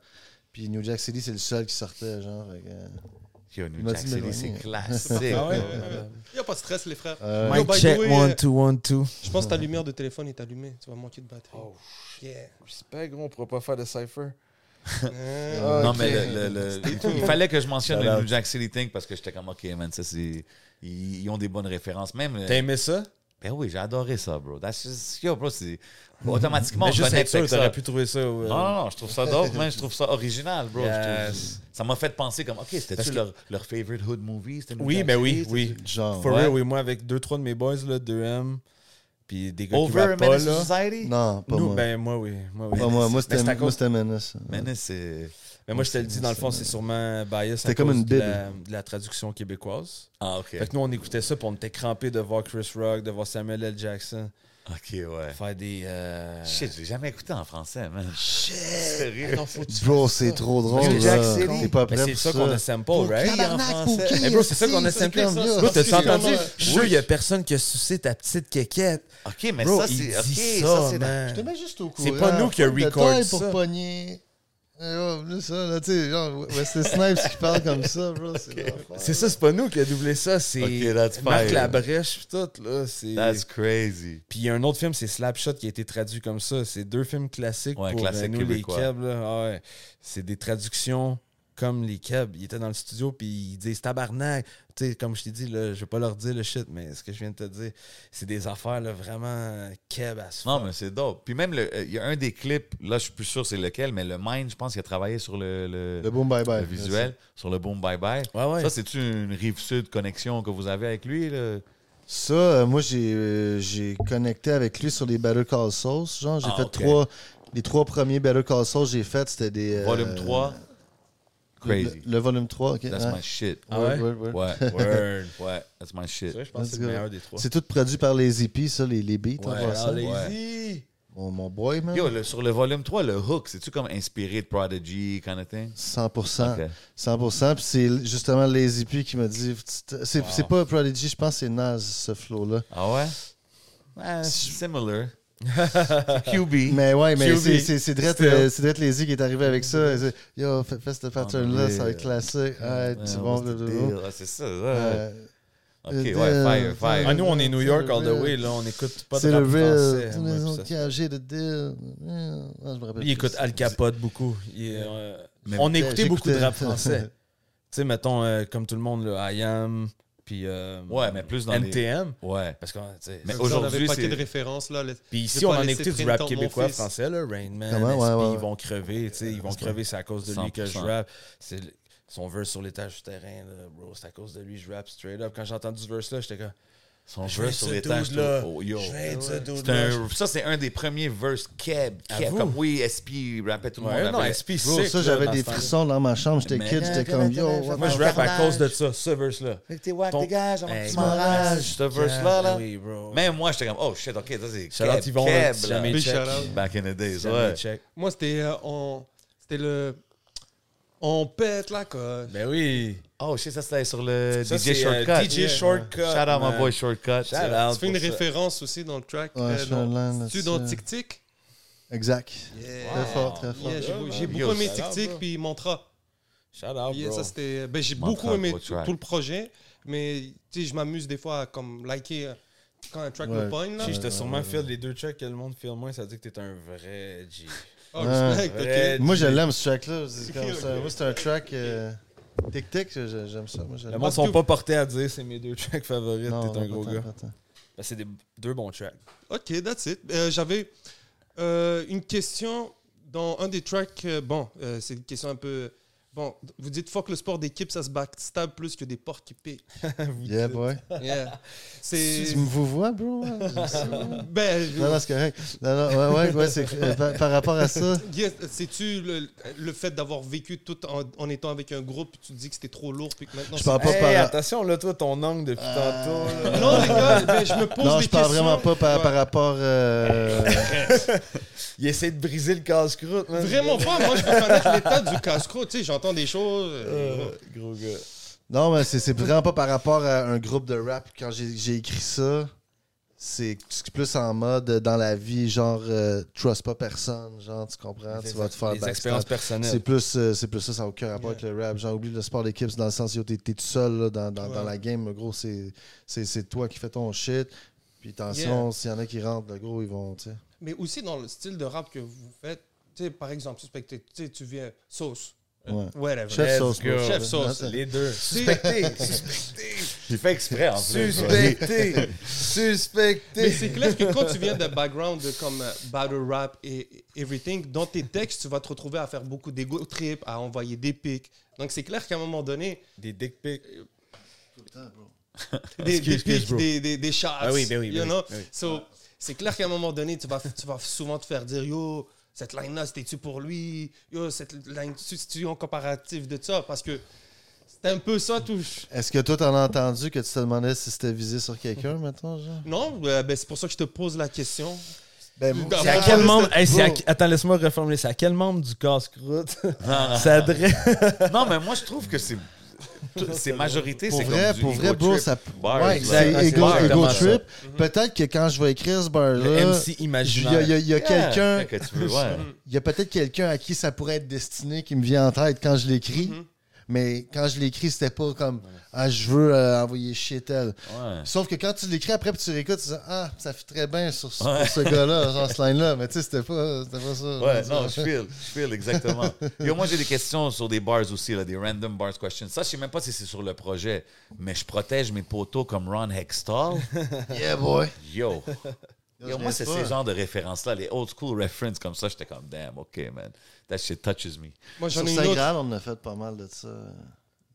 Speaker 3: Puis New Jack City, c'est le seul qui sortait, genre. fait que, euh,
Speaker 2: Yo, oh, New
Speaker 3: Il m'a
Speaker 2: Jack
Speaker 3: dit
Speaker 2: City,
Speaker 3: de
Speaker 2: c'est
Speaker 3: m'éloigner.
Speaker 2: classique.
Speaker 1: Ah ouais,
Speaker 2: bro.
Speaker 1: ouais, ouais. Y a pas de stress, les frères.
Speaker 3: euh,
Speaker 1: Mike Yo, by the check, way, one, euh,
Speaker 4: two, one, two.
Speaker 1: Je pense que ta lumière de téléphone est allumée. Tu vas manquer de batterie.
Speaker 4: Oh,
Speaker 1: yeah.
Speaker 4: Respect, gros, on pourra pas faire de cipher.
Speaker 1: Euh,
Speaker 3: Ah,
Speaker 2: Non,
Speaker 3: ok.
Speaker 2: mais le- le- le- il fallait que je mentionne le New Jack City Thing parce que j'étais comme, OK, man, ça, c'est. Ils, ils ont des bonnes références. Même. euh,
Speaker 4: T'as aimé ça?
Speaker 2: Ben oui, j'ai adoré ça, bro. That's just- yo, bro, c'est. Automatiquement,
Speaker 4: Mais
Speaker 2: je
Speaker 4: juste être
Speaker 2: connecte
Speaker 4: sûr,
Speaker 2: avec ça.
Speaker 4: t'aurais pu trouver ça. euh, au-
Speaker 2: Non, non, non, je trouve ça dope, man. Je trouve ça original, bro. Je
Speaker 4: Yes.
Speaker 2: trouve- Ça m'a fait penser comme, OK,
Speaker 4: Parce
Speaker 2: c'était-tu
Speaker 4: que-
Speaker 2: leur, leur favorite hood movie? C'était New
Speaker 4: Oui,
Speaker 2: Jack
Speaker 4: ben
Speaker 2: City?
Speaker 4: oui,
Speaker 2: C'était-
Speaker 4: oui.
Speaker 3: Genre.
Speaker 4: For
Speaker 2: Ouais.
Speaker 4: real, oui, moi, avec deux, trois de mes boys, là, 2M, puis des gars qui
Speaker 2: Over
Speaker 4: rappent pas,
Speaker 2: Menace
Speaker 4: là.
Speaker 2: to Society?
Speaker 3: Non, pas
Speaker 4: Nous,
Speaker 3: moi.
Speaker 4: ben moi, oui. Moi, oui.
Speaker 3: Pas Ah, moi, moi
Speaker 4: Mais c'est
Speaker 3: c'était moi,
Speaker 4: à cause-
Speaker 3: c'était Menace.
Speaker 2: Menace, c'est.
Speaker 4: Mais moi, je te le dis, dans le fond, c'est sûrement bias.
Speaker 3: C'était
Speaker 4: à
Speaker 3: comme
Speaker 4: cause
Speaker 3: une
Speaker 4: de
Speaker 3: bible.
Speaker 4: la- De la traduction québécoise.
Speaker 2: Ah, OK.
Speaker 4: Fait que nous, on écoutait ça, puis on était crampés de voir Chris Rock, de voir Samuel L. Jackson
Speaker 2: OK, ouais.
Speaker 4: faire des. euh,
Speaker 2: Shit, je l'ai jamais écouté en français, man. Shit! Sérieux?
Speaker 4: Non, faut que tu
Speaker 3: Bro, c'est trop drôle.
Speaker 2: New Jack
Speaker 3: là.
Speaker 2: City.
Speaker 3: T'es pas
Speaker 4: Mais
Speaker 3: prêt
Speaker 4: Ben, c'est
Speaker 3: pour
Speaker 4: ça qu'on a sample, right? Eh,
Speaker 3: Mais
Speaker 4: bro, c'est ça qu'on a samplé. Bro, t'as-tu entendu? Je il y a personne qui a sucé ta petite quéquette.
Speaker 2: OK, mais
Speaker 4: Bro,
Speaker 2: ça,
Speaker 4: il
Speaker 2: c'est. OK,
Speaker 4: dit
Speaker 2: ça,
Speaker 4: ça,
Speaker 2: c'est.
Speaker 4: man.
Speaker 3: Je te mets juste au courant.
Speaker 4: C'est pas nous qui a
Speaker 3: Fuck de
Speaker 4: record
Speaker 3: taille pour
Speaker 4: ça.
Speaker 3: pogner. Eh, oh, là, ça, là, tu sais, genre, Wesley Snipes qui parle comme ça, bro, c'est l'enfer.
Speaker 4: C'est ça, c'est pas nous qui a doublé ça. C'est
Speaker 2: Ok, that's
Speaker 4: Marc
Speaker 2: fire.
Speaker 4: Labrèche pis tout, là. c'est-
Speaker 2: That's crazy.
Speaker 4: Puis il y a un autre film, c'est Slapshot qui a été traduit comme ça. C'est deux films classiques
Speaker 2: Ouais,
Speaker 4: pour euh,
Speaker 2: classique
Speaker 4: nous,
Speaker 2: québécois.
Speaker 4: les Keb. là. Ah ouais. C'est des traductions comme les Keb. Ils étaient dans le studio, puis ils disent tabarnak. Tu sais, comme je t'ai dit, là, je vais pas leur dire le shit, mais ce que je viens de te dire, c'est des affaires là, vraiment Keb à ce
Speaker 2: Non, mais c'est dope. Puis même, le- euh, il y a un des clips, là, je suis plus sûr c'est lequel, mais le Mind, je pense qu'il a travaillé sur le, le,
Speaker 3: Le boom bye
Speaker 2: le
Speaker 3: bye.
Speaker 2: visuel, sur le Boom Bye Bye.
Speaker 4: Ouais, ouais.
Speaker 2: Ça, c'est-tu une rive sud connexion que vous avez avec lui? là?
Speaker 3: Ça, euh, moi, j'ai euh, j'ai connecté avec lui sur les Better Call Saul. Genre, j'ai
Speaker 2: Ah,
Speaker 3: fait
Speaker 2: ok.
Speaker 3: trois. Les trois premiers Better Call Saul que j'ai fait, c'était des. euh,
Speaker 2: Volume 3.
Speaker 3: Le,
Speaker 2: Crazy.
Speaker 3: le volume 3, ok.
Speaker 2: That's
Speaker 3: ouais.
Speaker 2: my shit.
Speaker 4: Ah ouais?
Speaker 3: Ouais, ouais, ouais.
Speaker 2: Ouais.
Speaker 4: Word.
Speaker 2: Ouais, that's my shit.
Speaker 4: C'est vrai, je pense que c'est
Speaker 3: Let's
Speaker 4: le
Speaker 3: go.
Speaker 4: meilleur des trois.
Speaker 3: C'est tout produit par les hippies, ça, les, les beats. en
Speaker 2: Ouais,
Speaker 3: passant.
Speaker 2: allez.
Speaker 3: Mon, mon boy, man.
Speaker 2: Yo, le- sur le volume 3, le hook, c'est-tu comme inspiré de Prodigy, kind of thing?
Speaker 3: 100%.
Speaker 2: Ok.
Speaker 3: 100%. Puis c'est justement Lazy P qui m'a dit. C'est c'est pas Prodigy, je pense que c'est Naz, ce flow-là.
Speaker 2: Ah ouais? Ouais, c'est similar. QB.
Speaker 3: Mais ouais, mais
Speaker 2: QB.
Speaker 3: c'est- c'est c'est Drette
Speaker 2: Still.
Speaker 3: euh, c'est Drette Lazy qui est arrivé avec ça.
Speaker 4: Mm.
Speaker 3: Il dit, Yo, fais, fais
Speaker 4: Ah,
Speaker 3: ce
Speaker 4: ben
Speaker 3: pattern-là, ça va être classique. Ah,
Speaker 2: Ouais,
Speaker 3: tu bon,
Speaker 2: what's the
Speaker 3: blablabla.
Speaker 2: deal? Ah, c'est ça. ouais.
Speaker 3: Euh,
Speaker 2: ok,
Speaker 3: euh,
Speaker 2: ouais,
Speaker 3: euh,
Speaker 2: fire, fire.
Speaker 4: Ah, nous, on est New York
Speaker 3: C'est
Speaker 4: all the
Speaker 3: le real.
Speaker 4: way, là. On écoute pas de
Speaker 3: C'est le
Speaker 4: rap
Speaker 3: real.
Speaker 4: français.
Speaker 3: Tous
Speaker 4: moi,
Speaker 3: les
Speaker 4: puis
Speaker 3: autres
Speaker 4: ça.
Speaker 3: qui agit de deal. Euh, ah, je me rappelle
Speaker 4: Il écoute
Speaker 3: plus.
Speaker 4: Al Capote beaucoup. Il est, euh,
Speaker 2: Mais-
Speaker 4: on écoutait beaucoup de
Speaker 3: j'écoutais.
Speaker 4: rap français. tu sais, mettons, euh, comme tout le monde, le I Am, puis euh,
Speaker 2: Ouais, mais plus dans les-
Speaker 4: NTM.
Speaker 2: Ouais.
Speaker 4: Parce que, tu sais,
Speaker 2: Mais
Speaker 4: c'est-
Speaker 1: Aujourd'hui,
Speaker 2: aujourd'hui,
Speaker 1: un paquet de
Speaker 2: c'est.
Speaker 1: références là. les-
Speaker 4: puis
Speaker 1: j'ai
Speaker 4: ici,
Speaker 1: pas
Speaker 4: on en
Speaker 1: laissé
Speaker 4: écoute du
Speaker 1: traîner
Speaker 4: rap
Speaker 1: tant de mon
Speaker 4: québécois
Speaker 1: fils.
Speaker 4: français, là, Rain Man,
Speaker 3: Comment?
Speaker 4: SP,
Speaker 3: Ouais, ouais, ouais.
Speaker 4: ils vont crever, tu sais, ils vont crever, c'est à cause de lui que je
Speaker 2: 100%.
Speaker 4: rappe. C'est le- son verse sur l'étage du terrain, là, bro, c'est à cause de lui, je rappe straight up. Quand j'ai entendu ce verse-là, j'étais comme,
Speaker 2: Son
Speaker 4: je
Speaker 2: jeu
Speaker 4: vais
Speaker 2: sur
Speaker 4: être ce
Speaker 2: l'étage.
Speaker 4: dude-là.
Speaker 2: tout- oh, yo.
Speaker 4: je vais être ce
Speaker 2: C'est
Speaker 4: dude-là.
Speaker 2: un- ça, c'est un des premiers verse Keb. Keb
Speaker 4: Avoue.
Speaker 2: comme oui, SP rappait tout le
Speaker 4: Ouais,
Speaker 2: monde.
Speaker 4: non,
Speaker 2: rappelait.
Speaker 4: SP,
Speaker 3: Bro,
Speaker 4: sick,
Speaker 3: ça,
Speaker 4: là,
Speaker 3: j'avais
Speaker 4: dans
Speaker 3: des
Speaker 4: ce temps-là.
Speaker 3: frissons dans ma chambre. J'étais
Speaker 2: Mais-
Speaker 3: kid, j'étais comme yo. what
Speaker 4: Moi,
Speaker 3: the
Speaker 4: je rappe à cause de ça, ce verse-là.
Speaker 2: T'es wack,
Speaker 4: Ton-
Speaker 2: dégage, on
Speaker 4: Hey,
Speaker 2: petit morage. Ce verse-là, là.
Speaker 4: Oui, bro.
Speaker 2: Même moi, j'étais comme, oh shit, ok, ça c'est.
Speaker 4: Shout out
Speaker 2: Keb,
Speaker 4: Yvon,
Speaker 2: Keb,
Speaker 4: là, si jamais
Speaker 2: là.
Speaker 4: il
Speaker 1: Big
Speaker 4: check.
Speaker 1: shout-out.
Speaker 2: Back in the days,
Speaker 4: Si jamais
Speaker 2: ouais.
Speaker 4: il check.
Speaker 1: Moi, c'était euh, en- c'était le. On pète là, quoi.
Speaker 4: Ben oui.
Speaker 2: Oh shit, ça c'était sur le
Speaker 4: Ça,
Speaker 2: DJ
Speaker 4: c'est, euh,
Speaker 2: Shortcut.
Speaker 4: DJ
Speaker 1: Yeah.
Speaker 4: Shortcut.
Speaker 2: Shout out my
Speaker 4: man.
Speaker 2: boy Shortcut.
Speaker 4: Shout out.
Speaker 1: Tu fais une
Speaker 4: pour ça.
Speaker 1: référence aussi dans le track.
Speaker 3: Ouais,
Speaker 1: euh,
Speaker 3: je suis
Speaker 1: dans-
Speaker 3: un land,
Speaker 1: C'est-tu dans
Speaker 3: là,
Speaker 1: Tic Tic
Speaker 3: Exact. Très
Speaker 1: Yeah.
Speaker 3: fort,
Speaker 4: Ah,
Speaker 3: très fort.
Speaker 1: Yeah, j'ai
Speaker 4: Ouais,
Speaker 1: j'ai
Speaker 4: man.
Speaker 1: beaucoup
Speaker 2: Yo,
Speaker 1: aimé
Speaker 4: ça
Speaker 1: Tic
Speaker 4: va,
Speaker 1: Tic
Speaker 4: bro.
Speaker 1: puis Mantra.
Speaker 4: Shout out,
Speaker 1: Yeah,
Speaker 4: bro.
Speaker 1: ça c'était. Ben, j'ai
Speaker 2: Mantra,
Speaker 1: beaucoup aimé
Speaker 2: gros
Speaker 1: tout,
Speaker 2: track.
Speaker 1: tout le projet, mais tu sais, je m'amuse des fois à comme liker euh, quand un track
Speaker 3: Ouais.
Speaker 1: me pogne là.
Speaker 4: Si je
Speaker 3: Ouais,
Speaker 4: t'ai sûrement
Speaker 3: ouais,
Speaker 4: fait les deux tracks que le monde file moins, ça dit que t'es un vrai G.
Speaker 1: Oh,
Speaker 3: Ouais.
Speaker 1: respect, ok.
Speaker 4: Vrai
Speaker 3: Moi, je l'aime, ce track-là. C'est
Speaker 1: Ok,
Speaker 3: comme
Speaker 1: ok.
Speaker 3: ça. Moi, c'est un track euh, tic-tic. je- je- J'aime ça. Moi, je
Speaker 4: Le
Speaker 3: l'aime.
Speaker 4: monde
Speaker 1: Parce
Speaker 4: sont
Speaker 1: que-
Speaker 4: pas portés à dire c'est mes deux tracks favoris,
Speaker 3: Non,
Speaker 4: t'es un
Speaker 3: non,
Speaker 4: gros
Speaker 3: pas
Speaker 4: gars.
Speaker 3: tant, pas tant.
Speaker 4: Ben, c'est des deux bons tracks.
Speaker 1: Ok, that's it. Euh, J'avais euh, une question dans un des tracks. euh, bon, euh, c'est une question un peu Bon, vous dites fuck le sport d'équipe, ça se backstab plus que des porcs qui piquent.
Speaker 3: Yeah, boy.
Speaker 1: Yeah.
Speaker 3: Tu
Speaker 1: C'est.
Speaker 3: me vous vois, bro? Je sais.
Speaker 1: Ben,
Speaker 3: Non, non, c'est correct. Non, non, ouais, ouais, ouais, c'est, euh, par, par rapport à ça,
Speaker 1: Yes, c'est-tu le, le fait d'avoir vécu tout en, en étant avec un groupe, puis tu te dis que c'était trop lourd, puis que maintenant.
Speaker 3: je
Speaker 1: c'est-
Speaker 3: parle pas
Speaker 4: Hey,
Speaker 3: par...
Speaker 4: attention, là, toi, ton angle depuis tantôt. là.
Speaker 1: Non, les gars, ben, je me pose
Speaker 3: Non,
Speaker 1: des
Speaker 3: je parle
Speaker 1: questions.
Speaker 3: vraiment pas par,
Speaker 1: Ouais.
Speaker 3: par rapport... euh,
Speaker 4: Il essaie de briser le casse-croûte, man.
Speaker 1: Vraiment pas. Moi, je peux connaître l'état du casse-croûte. Tu sais, j'entends des choses. euh,
Speaker 4: Euh, Gros gars.
Speaker 3: Non, mais c'est, c'est vraiment pas par rapport à un groupe de rap. Quand j'ai, j'ai écrit ça, c'est plus en mode euh, dans la vie, genre euh, trust pas personne, genre tu comprends, tu vas te faire
Speaker 4: Des
Speaker 3: backstab.
Speaker 4: expériences personnelles.
Speaker 3: C'est plus, euh, c'est plus ça, ça n'a aucun rapport avec le rap. Genre, oublie le sport d'équipe, c'est dans le sens, yo, t'es, t'es tout seul là, dans, dans, dans la game. Gros, c'est, c'est, c'est toi qui fais ton shit. Puis attention, s'il y en a qui rentrent, le gros, ils vont, tu sais.
Speaker 1: Mais aussi dans le style de rap que vous faites. Tu sais, par exemple, suspecté, tu sais, tu viens sauce,
Speaker 3: Ouais.
Speaker 1: whatever.
Speaker 3: Chef
Speaker 4: Let's
Speaker 3: sauce,
Speaker 4: go.
Speaker 3: bro.
Speaker 1: Chef sauce.
Speaker 4: Les deux.
Speaker 1: Suspecté,
Speaker 2: J'ai fait exprès, en plus.
Speaker 4: Suspecté.
Speaker 1: Mais
Speaker 4: Suspecté.
Speaker 1: c'est clair que quand tu viens d'un background de comme euh, battle rap et et everything, dans tes textes, tu vas te retrouver à faire beaucoup d'ego trip, à envoyer des pics. Donc c'est clair qu'à un moment donné,
Speaker 4: Des dick pics.
Speaker 1: des, des
Speaker 4: Excuse, excuse,
Speaker 1: pics,
Speaker 4: bro.
Speaker 1: des, des, des shots.
Speaker 4: Ah oui, ben oui, ben
Speaker 1: you
Speaker 4: oui,
Speaker 1: know?
Speaker 4: ben oui.
Speaker 1: So, c'est clair qu'à un moment donné, tu vas, tu vas souvent te faire dire Yo, cette line-là, c'était-tu pour lui Yo, cette line, tu en comparatif de ça Parce que c'est un peu ça, tout.
Speaker 3: Est-ce que toi, t'en as entendu que tu te demandais si c'était visé sur quelqu'un, maintenant, genre?
Speaker 1: Non, euh, ben, c'est pour ça que je te pose la question.
Speaker 3: Ben,
Speaker 1: Dans-
Speaker 4: C'est à quel membre. Hey, c'est à- Attends, laisse-moi reformuler. C'est à quel membre du casse-croûte ah. s'adresse.
Speaker 2: Euh, Non, mais moi, je trouve que c'est. tout- C'est majorité,
Speaker 3: Pour
Speaker 2: c'est
Speaker 3: vrai,
Speaker 2: comme du
Speaker 3: pour
Speaker 2: ego
Speaker 3: vrai, bro,
Speaker 2: trip.
Speaker 3: ça.
Speaker 2: Bars,
Speaker 3: ouais,
Speaker 2: là.
Speaker 3: c'est
Speaker 4: exactement,
Speaker 3: ego,
Speaker 4: c'est
Speaker 3: ego
Speaker 4: exactement
Speaker 3: trip. Peut-être que quand je vais écrire ce
Speaker 4: Le
Speaker 3: bar-là, il y a, il
Speaker 4: MC
Speaker 3: y
Speaker 4: imaginaire.
Speaker 3: a- il y a
Speaker 2: Yeah,
Speaker 3: quelqu'un,
Speaker 2: que tu veux, ouais.
Speaker 3: il y a peut-être quelqu'un à qui ça pourrait être destiné qui me vient en tête quand je l'écris. Mais quand je l'écris, c'était pas comme Ah, je veux euh, envoyer chier tel.
Speaker 2: Ouais.
Speaker 3: Sauf que quand tu l'écris après puis tu réécoutes, tu dis Ah, ça fit très bien sur, ce- pour ce gars-là, genre ce line-là. Mais tu sais, c'était pas, c'était pas ça.
Speaker 2: Ouais,
Speaker 3: Genre,
Speaker 2: non, je feel, je feel, exactement. Yo, moi, j'ai des questions sur des bars aussi, là, des random bars questions. Ça, je sais même pas si c'est sur le projet, mais je protège mes poteaux comme Ron Hextall.
Speaker 3: Yeah, boy.
Speaker 2: Yo.
Speaker 3: Yo,
Speaker 2: Yo,
Speaker 3: je
Speaker 2: moi,
Speaker 3: niaise
Speaker 2: c'est
Speaker 3: pas.
Speaker 2: ces genres de références-là, les old school references comme ça, j'étais comme, damn, OK, man. That shit touches me.
Speaker 1: Moi, j'en
Speaker 3: Sur
Speaker 1: ai une autre.
Speaker 3: Saint-Graal, on en a fait pas mal de ça.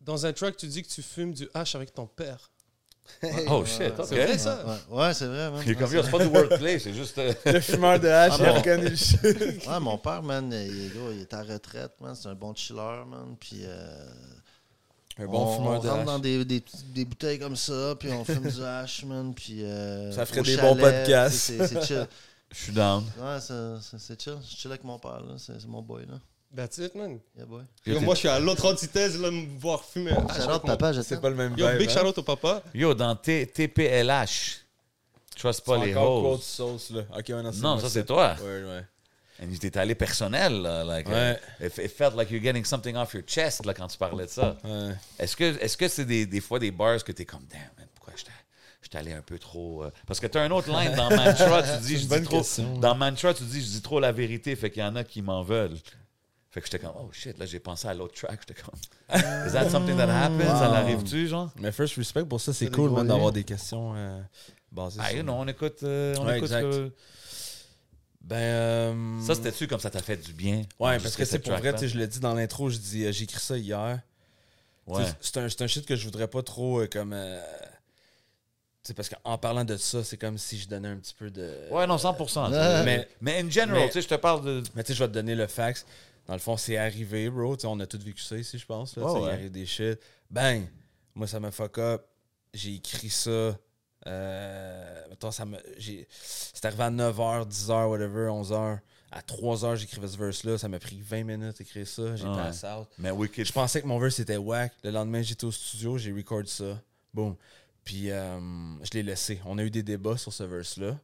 Speaker 1: Dans un track, tu dis que tu fumes du hash avec ton père.
Speaker 2: Oh, shit, OK.
Speaker 1: C'est vrai, ça
Speaker 3: Ouais, ouais, c'est vrai, man.
Speaker 2: Il est comme, yo, c'est pas du wordplay, c'est juste... euh,
Speaker 4: Le fumeur de hache,
Speaker 2: Ah,
Speaker 4: il a
Speaker 2: bon.
Speaker 4: reconnu le shit.
Speaker 3: Ouais, mon père, man, il est, gros, il est à retraite, man. C'est un bon chiller, man. Puis. euh,
Speaker 4: Un
Speaker 3: on,
Speaker 4: bon
Speaker 3: on
Speaker 4: fumeur de
Speaker 3: rentre dans
Speaker 4: hache.
Speaker 3: des, des, petites- des bouteilles comme ça, puis on fume du hash, man. Puis. euh,
Speaker 4: Ça ferait
Speaker 3: au
Speaker 4: des
Speaker 3: chalet,
Speaker 4: bons podcasts.
Speaker 3: tu sais, C'est c'est chill.
Speaker 2: Je suis down.
Speaker 3: Ouais, c'est- c'est c'est chill. Je chill avec mon père, là. C'est c'est mon boy, là.
Speaker 1: That's it, man.
Speaker 3: Yeah, boy.
Speaker 1: Yo, moi, je suis à l'autre antithèse, là, me voir fumer un hash.
Speaker 3: Shout
Speaker 1: avec
Speaker 3: out,
Speaker 1: mon-
Speaker 3: papa, je sais
Speaker 4: C'est
Speaker 3: pas.
Speaker 4: pas le même
Speaker 1: Yo, big
Speaker 4: vibe. hein.
Speaker 1: shout out au papa.
Speaker 2: Yo, dans T- TPLH, trust pas les
Speaker 4: Encore cold
Speaker 2: hoes.
Speaker 4: sauce, là. Ok, ouais,
Speaker 2: Non,
Speaker 4: moi,
Speaker 2: ça, c'est toi.
Speaker 4: Ouais, ouais.
Speaker 2: And t'es allé personnel, là, like,
Speaker 4: Ouais.
Speaker 2: uh, it, it felt like you're getting something off your chest, là, quand tu parlais de ça.
Speaker 4: Ouais.
Speaker 2: Est-ce que est-ce que c'est des, des fois des bars que t'es comme, damn, man, pourquoi j'étais j'étais allé un peu trop. euh, Parce que t'as un autre line dans Mantra, tu dis, je dis trop. Dans Mantra, tu dis, je dis trop la vérité, fait qu'il y en a qui m'en veulent. Fait que j'étais comme, oh shit, là, j'ai pensé à l'autre track, j'étais comme, is that something that happens? Ça l'arrive-tu, genre?
Speaker 4: Mais first respect pour ça, c'est
Speaker 3: des
Speaker 4: cool
Speaker 3: gros
Speaker 4: man,
Speaker 3: liens.
Speaker 4: d'avoir des questions euh, basées
Speaker 2: Ah,
Speaker 4: sur.
Speaker 2: you know, on écoute. euh, on
Speaker 4: Ouais,
Speaker 2: écoute
Speaker 4: exact.
Speaker 2: euh,
Speaker 4: Ben, euh,
Speaker 2: ça, c'était-tu comme ça t'a fait du bien?
Speaker 4: Ouais, parce que c'est
Speaker 2: cette
Speaker 4: pour vrai,
Speaker 2: track-là?
Speaker 4: tu sais, je l'ai dit dans l'intro, je dis, euh, j'ai écrit ça hier. Tu sais,
Speaker 2: Ouais.
Speaker 4: C'est un, c'est un shit que je voudrais pas trop euh, comme. euh, tu sais, parce qu'en parlant de ça, c'est comme si je donnais un petit peu de.
Speaker 2: Ouais, non, 100%.
Speaker 3: Ouais.
Speaker 2: Mais,
Speaker 4: Mais-
Speaker 2: mais in general,
Speaker 4: mais-
Speaker 2: tu sais, je te parle de.
Speaker 4: Mais tu sais, je vais te donner le fax. Dans le fond, c'est arrivé, bro. Tu sais, on a tous vécu ça ici, je pense. là. Tu sais,
Speaker 2: Ouais, ouais.
Speaker 4: Il arrive des shit. Bang! Moi, ça me fuck up. J'ai écrit ça. Euh, mettons, ça me. j'ai- C'est arrivé à 9h, 10h, whatever, 11h. À 3h, j'écrivais ce verse-là. Ça m'a pris 20 minutes d'écrire ça. J'ai
Speaker 2: Ah ouais.
Speaker 4: passé out.
Speaker 2: Mais Wicked.
Speaker 4: Je pensais que mon verse était whack. Le lendemain, j'étais au studio, j'ai record ça. Boom. Puis euh, je l'ai laissé. On a eu des débats sur ce verse-là.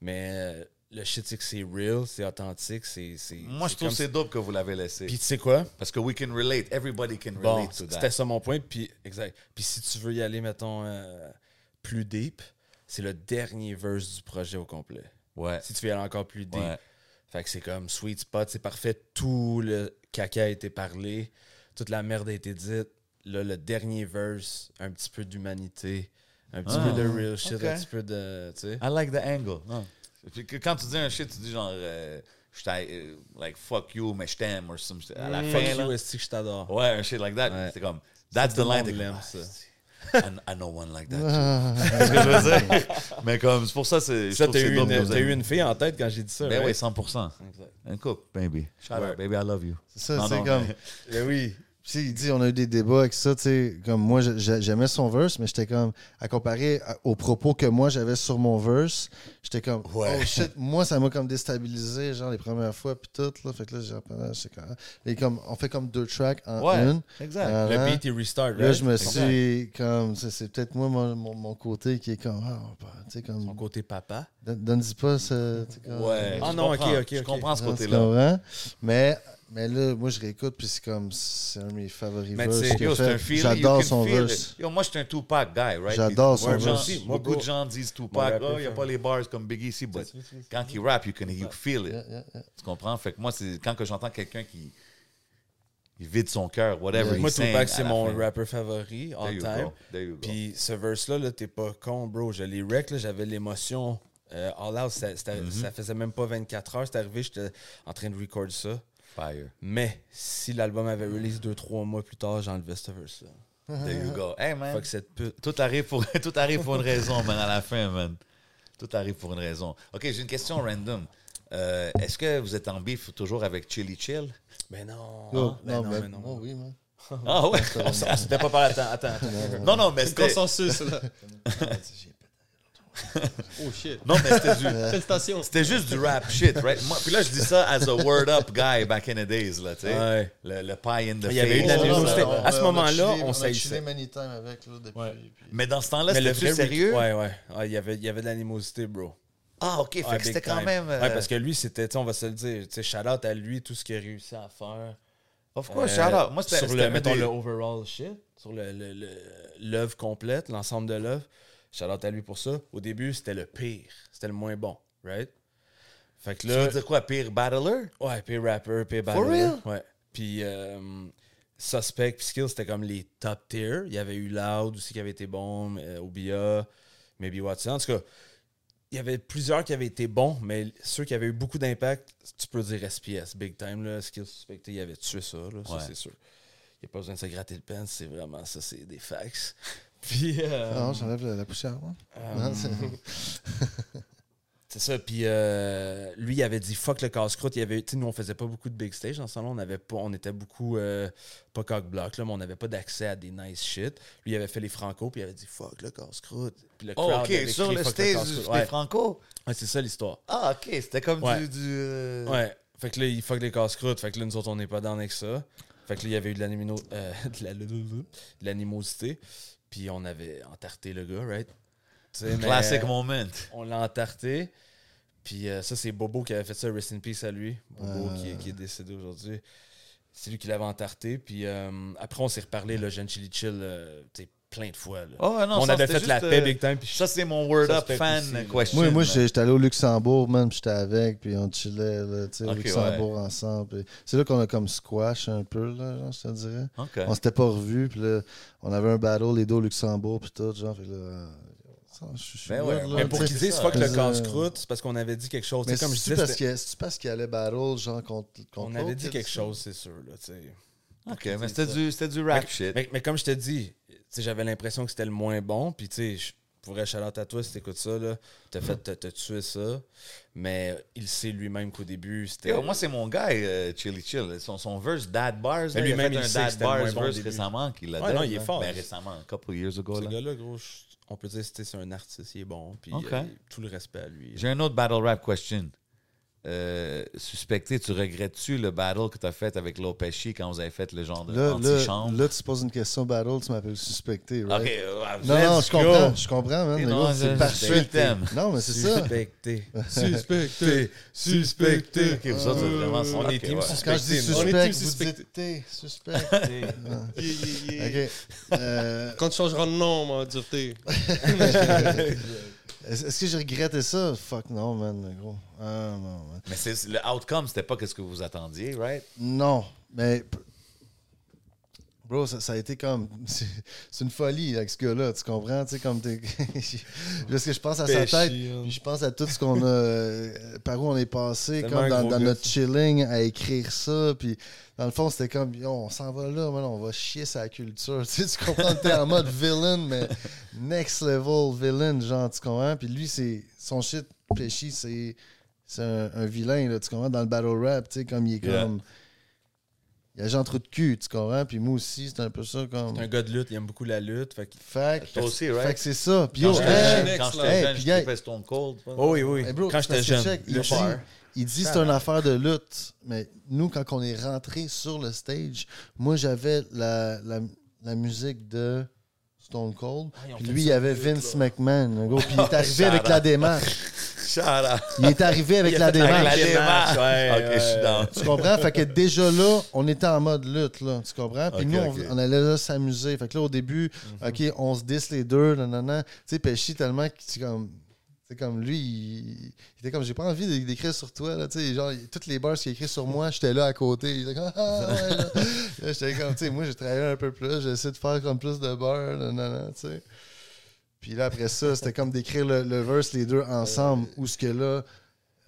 Speaker 4: Mais euh, le shit, c'est que c'est real, c'est authentique, c'est. c'est-
Speaker 2: Moi, je trouve que
Speaker 4: comme-
Speaker 2: c'est double que vous l'avez laissé.
Speaker 4: Puis tu sais quoi?
Speaker 2: Parce que we can relate. Everybody can
Speaker 4: Bon,
Speaker 2: relate to
Speaker 4: c'était
Speaker 2: that.
Speaker 4: ça mon point. Puis, exact. Puis si tu veux y aller, mettons, euh, plus deep, c'est le dernier verse du projet au complet.
Speaker 2: Ouais.
Speaker 4: Si tu veux y aller encore plus deep.
Speaker 2: Ouais.
Speaker 4: Fait que c'est comme sweet spot, c'est parfait. Tout le caca a été parlé, toute la merde a été dite. Là, le dernier verse, un petit peu d'humanité, un petit
Speaker 2: Ah,
Speaker 4: peu de real shit,
Speaker 2: ok.
Speaker 4: un petit peu de. Tu sais.
Speaker 2: I like the angle. Puis que- quand tu dis un shit, tu dis genre. euh, j'étais euh, like fuck you, mais je t'aime, ou some shit. À la
Speaker 4: Mm. Fuck
Speaker 2: fin,
Speaker 4: you,
Speaker 2: là.
Speaker 4: esti que je t'adore.
Speaker 2: Ouais, un shit like that.
Speaker 4: Ouais.
Speaker 2: C'est comme, that's the
Speaker 4: Tout le
Speaker 2: line.
Speaker 4: monde
Speaker 2: T'es comme,
Speaker 4: l'aime,
Speaker 2: ah,
Speaker 4: ça. Ah.
Speaker 2: c'est- I, I know one like that. C'est ce que je veux dire. Mais comme, c'est pour ça, c'est. je
Speaker 4: Ça,
Speaker 2: trouve que
Speaker 4: t'as
Speaker 2: c'est
Speaker 4: eu,
Speaker 2: dope de
Speaker 4: une-
Speaker 2: vous
Speaker 4: t'as eu
Speaker 2: aimer.
Speaker 4: une fille en tête quand j'ai dit ça.
Speaker 2: Ben oui,
Speaker 4: right?
Speaker 2: 100%.
Speaker 4: Exact.
Speaker 2: Un couple, baby. Shout
Speaker 4: Ouais.
Speaker 2: out, baby, I love you.
Speaker 3: C'est
Speaker 2: Non,
Speaker 3: ça, c'est
Speaker 2: non,
Speaker 3: comme.
Speaker 4: Ben oui.
Speaker 3: Tu sais, il dit, on a eu des débats avec ça, tu sais, comme moi, je- je- j'aimais son verse, mais j'étais comme, à comparer à- aux propos que moi j'avais sur mon verse, j'étais comme,
Speaker 2: Ouais.
Speaker 3: oh shit, moi, ça m'a comme déstabilisé, genre, les premières fois, puis tout, là, fait que là, j'ai repris, j'étais comme, et comme, on fait comme deux tracks en une.
Speaker 2: exact.
Speaker 3: Voilà.
Speaker 4: Le beat, il restart.
Speaker 3: Là,
Speaker 4: right?
Speaker 3: je me
Speaker 4: Exact.
Speaker 3: suis comme, c'est- c'est peut-être moi, mon, mon- mon côté qui est comme, ah, on peut- tu sais,
Speaker 4: Mon
Speaker 3: comme,
Speaker 4: côté papa.
Speaker 3: don- donne-y pas ce. tu sais, comme-
Speaker 2: Ouais.
Speaker 4: Ah
Speaker 2: je
Speaker 4: non, ok,
Speaker 2: comprends.
Speaker 4: ok, Ah,
Speaker 2: Je
Speaker 4: ok.
Speaker 2: comprends ce
Speaker 3: Tu
Speaker 2: côté-là.
Speaker 3: comprends? Mais, mais là, moi, je réécoute, puis c'est comme, c'est un de mes favoris.
Speaker 4: Mais
Speaker 3: verses
Speaker 4: tu sais,
Speaker 3: qu'il a
Speaker 2: Yo, c'est
Speaker 3: fait.
Speaker 2: un feeling. you
Speaker 3: J'adore
Speaker 2: can
Speaker 3: son
Speaker 2: feel it.
Speaker 3: verse.
Speaker 2: Yo, moi, je suis un Tupac guy, right?
Speaker 3: J'adore son
Speaker 2: Beaucoup de gens-
Speaker 3: verse.
Speaker 4: Moi,
Speaker 2: Beaucoup
Speaker 4: bro.
Speaker 2: de gens disent
Speaker 4: Mon
Speaker 2: Tupac,
Speaker 4: rapper
Speaker 2: oh, il n'y a
Speaker 4: fan.
Speaker 2: pas les bars comme Biggie ici, but quand il rap, you can you feel it. Tu comprends? Fait que moi, c'est quand que j'entends quelqu'un qui il vide son cœur, whatever.
Speaker 4: Moi,
Speaker 2: he's saying
Speaker 4: Tupac,
Speaker 2: à
Speaker 4: c'est
Speaker 2: la
Speaker 4: mon
Speaker 2: fin.
Speaker 4: rapper favori all
Speaker 2: There you
Speaker 4: time.
Speaker 2: go. There you go.
Speaker 4: Puis ce verse-là, là, t'es pas con, bro. Je l'ai rec, là, j'avais l'émotion. Euh, all Out, ça, c'était-
Speaker 2: Mm-hmm.
Speaker 4: ça faisait même pas 24 heures. C'est arrivé, j'étais en train de record ça.
Speaker 2: Fire.
Speaker 4: Mais si l'album avait release 2-3 mois plus tard, j'enlevais ce verse-là.
Speaker 2: There you go. Hey, man.
Speaker 4: Fuck cette pute.
Speaker 2: Tout arrive, pour, tout arrive pour une raison, man, à la fin, man. Tout arrive pour une raison. OK, j'ai une question random. Euh, Est-ce que vous êtes en beef toujours avec Chili Chill?
Speaker 4: Mais non.
Speaker 3: Oh,
Speaker 4: mais non, mais non.
Speaker 3: oh, oui, man.
Speaker 2: Ah ouais?
Speaker 4: On s- on s'était pas parlé. Attends, attends. attends.
Speaker 2: Non, non, mais c'était...
Speaker 1: Consensus, là. oh shit.
Speaker 2: Non, mais c'était du...
Speaker 1: Félicitations.
Speaker 2: C'était juste du rap shit, right? Moi, puis là, je dis ça as a word up guy back in the days, là, tu sais.
Speaker 4: Ouais.
Speaker 2: Le, le pie in the
Speaker 4: Il y avait
Speaker 2: face.
Speaker 4: eu de la
Speaker 2: Oh,
Speaker 4: jalousie.
Speaker 2: non,
Speaker 4: C'était-
Speaker 2: non,
Speaker 4: à ce
Speaker 3: a-
Speaker 4: moment-là,
Speaker 3: chillé-
Speaker 4: on
Speaker 3: On a
Speaker 4: s'est-
Speaker 3: chillé many times avec, là, depuis.
Speaker 5: Ouais.
Speaker 2: non. Mais dans ce temps-là,
Speaker 4: Mais le
Speaker 2: c'était
Speaker 4: vrai
Speaker 2: plus sérieux?
Speaker 4: Ouais, ouais. Ah, Il y avait il y avait de l'animosité, bro.
Speaker 2: Ah, OK, fait
Speaker 4: Ouais,
Speaker 2: que
Speaker 4: big
Speaker 2: c'était quand
Speaker 4: time.
Speaker 2: même... euh,
Speaker 4: Ouais, parce que lui, c'était, tu sais, on va se le dire, tu sais, shout out à lui, tout ce qu'il a réussi à faire.
Speaker 2: Of course,
Speaker 4: Euh,
Speaker 2: shout out. Moi, c'était...
Speaker 4: Sur
Speaker 2: c'était
Speaker 4: le,
Speaker 2: un
Speaker 4: mettons,
Speaker 2: des-
Speaker 4: le overall shit, sur le- le- le- l'œuvre complète, l'ensemble de l'œuvre. Shout out à lui pour ça. Au début, c'était le pire. C'était le moins bon, right? Fait que
Speaker 2: Tu
Speaker 4: là.
Speaker 2: veux dire quoi, pire battler?
Speaker 4: Ouais, puis rapper, puis battle.
Speaker 2: For real?
Speaker 4: Ouais. Puis euh, Suspect, puis Skill, c'était comme les top tier. Il y avait eu Loud aussi qui avait été bon, euh, Obia, Maybe Watson. En tout cas, il y avait plusieurs qui avaient été bons, mais ceux qui avaient eu beaucoup d'impact, tu peux dire SPS, big time. Là, Skill suspecté, il avait tué ça, là, ça
Speaker 2: Ouais.
Speaker 4: c'est sûr. Il n'y a pas besoin de se gratter le pen, c'est vraiment ça, c'est des facts. Puis. euh,
Speaker 3: Ah Non, j'enlève la, la poussière, moi. Non, c'est-
Speaker 4: C'est ça. Puis euh, lui, il avait dit fuck le casse-croûte. Il avait, tu sais, nous, on faisait pas beaucoup de big stage dans ce temps-là. On, avait pas- on était beaucoup euh, pas cock-block, là, mais on n'avait pas d'accès à des nice shit. Lui, il avait fait les franco, puis il avait dit fuck le casse-croûte. Puis le
Speaker 2: Oh,
Speaker 4: crowd
Speaker 2: OK,
Speaker 4: avait
Speaker 2: sur
Speaker 4: crié,
Speaker 2: le
Speaker 4: Fuck
Speaker 2: stage
Speaker 4: casse-croûte.
Speaker 2: du
Speaker 4: Ouais.
Speaker 2: des Franco?
Speaker 4: Ouais, c'est ça l'histoire.
Speaker 2: Ah, OK, c'était comme
Speaker 4: Ouais.
Speaker 2: du... du euh,
Speaker 4: Ouais. Fait que là, il fuck les casse-croûtes. Fait que là, nous autres, on n'est pas dans avec ça. Fait que là, il y avait eu de l'animino- euh, de la- de l'animosité. Puis on avait entarté le gars, right? Tu sais, mais- euh,
Speaker 2: Classic moment.
Speaker 4: On l'a entarté. Puis euh, ça, c'est Bobo qui avait fait ça. Rest in peace à lui. Bobo
Speaker 3: Euh.
Speaker 4: qui, qui est décédé aujourd'hui. C'est lui qui l'avait entarté. Puis euh, après, on s'est reparlé, le jeune Chili Chill, euh, tu sais, plein de fois. là.
Speaker 2: Oh, non,
Speaker 4: on
Speaker 2: ça,
Speaker 4: avait
Speaker 2: c'était
Speaker 4: fait la
Speaker 2: juste,
Speaker 4: paix
Speaker 2: euh,
Speaker 4: big time. Puis
Speaker 2: Ça, c'est mon word
Speaker 4: Ça,
Speaker 2: up
Speaker 4: c'était
Speaker 2: fan
Speaker 4: aussi, euh, là.
Speaker 2: question.
Speaker 3: moi, moi j'étais j'étais allé au Luxembourg, man, puis j'étais avec, puis on chillait, là, tu sais, au
Speaker 2: Ok,
Speaker 3: Luxembourg ensemble. puis C'est là qu'on a comme squash un peu, là, genre, je te dirais.
Speaker 2: OK.
Speaker 3: On s'était pas revus, puis là, on avait un battle, les deux au Luxembourg, puis tout, genre, fait là, euh, ça, je je suis
Speaker 2: Ben
Speaker 3: weird,
Speaker 2: ouais,
Speaker 3: là,
Speaker 4: mais
Speaker 2: on-
Speaker 4: pour
Speaker 3: tu sais.
Speaker 4: qu'ils disent
Speaker 2: ça,
Speaker 4: fuck le
Speaker 3: euh,
Speaker 4: casse-croûte, c'est parce qu'on avait dit quelque chose. Tu
Speaker 3: Mais
Speaker 4: sais, comme je
Speaker 3: c'est-tu
Speaker 4: disais,
Speaker 3: parce
Speaker 4: c'était-
Speaker 3: que- c'est-tu parce qu'il allait battle, genre, contre contre
Speaker 4: on avait
Speaker 3: l'autre,
Speaker 4: dit
Speaker 3: qu'est-ce
Speaker 4: quelque
Speaker 3: que-
Speaker 4: chose, c'est sûr. Là, tu sais.
Speaker 2: OK, mais c'était du, c'était du rap shit.
Speaker 4: Mais, mais comme je te dis, tu sais, j'avais l'impression que c'était le moins bon. Puis, tu sais, je pourrais chaleur à toi si t'écoutes ça, là. T'as fait, t'as, t'as tué ça. Mais il sait lui-même qu'au début, c'était.
Speaker 2: Yo, moi, c'est mon gars, euh, Chili Chill. Son, son verse Dad Bars, là,
Speaker 4: lui-même,
Speaker 2: il a
Speaker 4: il
Speaker 2: fait
Speaker 4: sait
Speaker 2: un
Speaker 4: que
Speaker 2: Dad
Speaker 4: c'était le
Speaker 2: Bars
Speaker 4: moins bon au
Speaker 2: verse
Speaker 4: début.
Speaker 2: récemment qu'il a
Speaker 4: Ouais, non, il est fort.
Speaker 2: Ben, récemment, a couple years ago.
Speaker 4: ce
Speaker 2: Là.
Speaker 4: gars-là, gros, je- on peut dire que c'est c'est un artiste, il est bon. Puis,
Speaker 2: Ok.
Speaker 4: euh, tout le respect à lui.
Speaker 2: J'ai un autre battle rap question. Euh, suspecté, tu regrettes-tu le battle que tu as fait avec Lopechi quand vous avez fait le genre de
Speaker 3: Là, là,
Speaker 2: anti-chambre?
Speaker 3: là, tu poses une question battle, tu m'appelles suspecté, right?
Speaker 2: OK, euh,
Speaker 3: Non,
Speaker 2: let's
Speaker 3: non, je
Speaker 2: go.
Speaker 3: comprends, je comprends, man.
Speaker 2: Et
Speaker 3: Le
Speaker 2: non,
Speaker 3: gars,
Speaker 2: je-
Speaker 3: c'est
Speaker 2: je
Speaker 3: parfait.
Speaker 2: suis le thème.
Speaker 3: Non, mais c'est ça.
Speaker 4: Suspecté.
Speaker 1: Suspecté.
Speaker 2: Suspecté. OK, vous autres, vous êtes vraiment...
Speaker 4: On est
Speaker 2: OK,
Speaker 4: team
Speaker 2: ouais.
Speaker 3: Quand je dis suspect,
Speaker 1: team
Speaker 3: vous
Speaker 1: suspecté.
Speaker 3: dites t'es suspect. OK. Euh,
Speaker 1: Quand tu changeras de nom, on va dire t'es.
Speaker 3: Est-ce est-ce que j'ai regretté ça? Fuck non, man, gros. Ah, non, man.
Speaker 2: Mais c'est- le outcome, c'était pas quest ce que vous attendiez, right?
Speaker 3: Non, mais... Bro, ça, ça a été comme. C'est c'est une folie avec ce gars-là, tu comprends? Tu sais, comme t'es. Parce que je pense à
Speaker 4: Péchi,
Speaker 3: sa tête,
Speaker 4: hein.
Speaker 3: puis je pense à tout ce qu'on a. euh, par où on est passé,
Speaker 4: Tellement
Speaker 3: comme
Speaker 4: un
Speaker 3: dans,
Speaker 4: gros
Speaker 3: dans
Speaker 4: gars,
Speaker 3: notre
Speaker 4: ça.
Speaker 3: chilling, à écrire ça. Puis dans le fond, c'était comme, Yo, on s'en va là, man, on va chier sa culture. Tu, sais, tu comprends? T'es en mode villain, mais next level villain, genre, tu comprends? Puis lui, c'est son shit péchi, c'est c'est un, un vilain, là, tu comprends? Dans le battle rap, tu sais, comme il est
Speaker 2: Yeah.
Speaker 3: comme. Il y a genre trop de cul, tu comprends? Puis moi aussi, c'est un peu ça comme.
Speaker 4: C'est un gars de lutte, il aime beaucoup la lutte. Fait que-
Speaker 3: Fac.
Speaker 2: Toi aussi, right?
Speaker 3: Fait que c'est ça. Puis
Speaker 2: Quand
Speaker 3: yo,
Speaker 2: j'étais
Speaker 3: hey,
Speaker 2: jeune, quand j'étais
Speaker 3: hey,
Speaker 2: jeune,
Speaker 3: puis
Speaker 2: je
Speaker 3: gars,
Speaker 2: kiffais Stone Cold.
Speaker 4: Oh oui, oui.
Speaker 3: hey, bro,
Speaker 4: Quand
Speaker 3: parce
Speaker 4: j'étais
Speaker 3: que
Speaker 4: jeune,
Speaker 3: check, il
Speaker 4: le
Speaker 3: dit-
Speaker 4: père.
Speaker 3: il dit c'est une affaire de lutte, mais nous, quand on est rentré sur le stage, moi, j'avais la, la, la musique de Stone Cold.
Speaker 4: ils ont
Speaker 3: Puis
Speaker 4: fait
Speaker 3: lui,
Speaker 4: ça
Speaker 3: il y avait
Speaker 4: vite,
Speaker 3: Vince McMahon. le gars, puis il est arrivé avec la démarche.
Speaker 2: Shout-out.
Speaker 3: Il est arrivé avec
Speaker 2: Il a
Speaker 3: la
Speaker 2: fait avec
Speaker 3: démarche.
Speaker 2: la démarche.
Speaker 4: Ouais,
Speaker 2: Ok, je suis
Speaker 4: ouais.
Speaker 2: down.
Speaker 3: Tu comprends? Fait que déjà là, on était en mode lutte, là. Tu comprends? Puis
Speaker 2: Ok,
Speaker 3: nous, on,
Speaker 2: ok. Mhm.
Speaker 3: on allait là s'amuser. Fait que là, au début, OK, on se disse les deux, nanana. Tu sais, Pesci, tellement que tu comme. C'est comme lui, il, il était comme, j'ai pas envie d'é- d'écrire sur toi, là, tu sais, genre, il- toutes les bars qu'il a écrit sur moi, j'étais là à côté, j'étais comme, ah, ouais, là. Là, j'étais comme, tu sais, moi, j'ai travaillé un peu plus, j'ai essayé de faire comme plus de bars, nanana, tu sais. Puis là, après ça, c'était comme d'écrire le, le verse, les deux ensemble, où ce que là,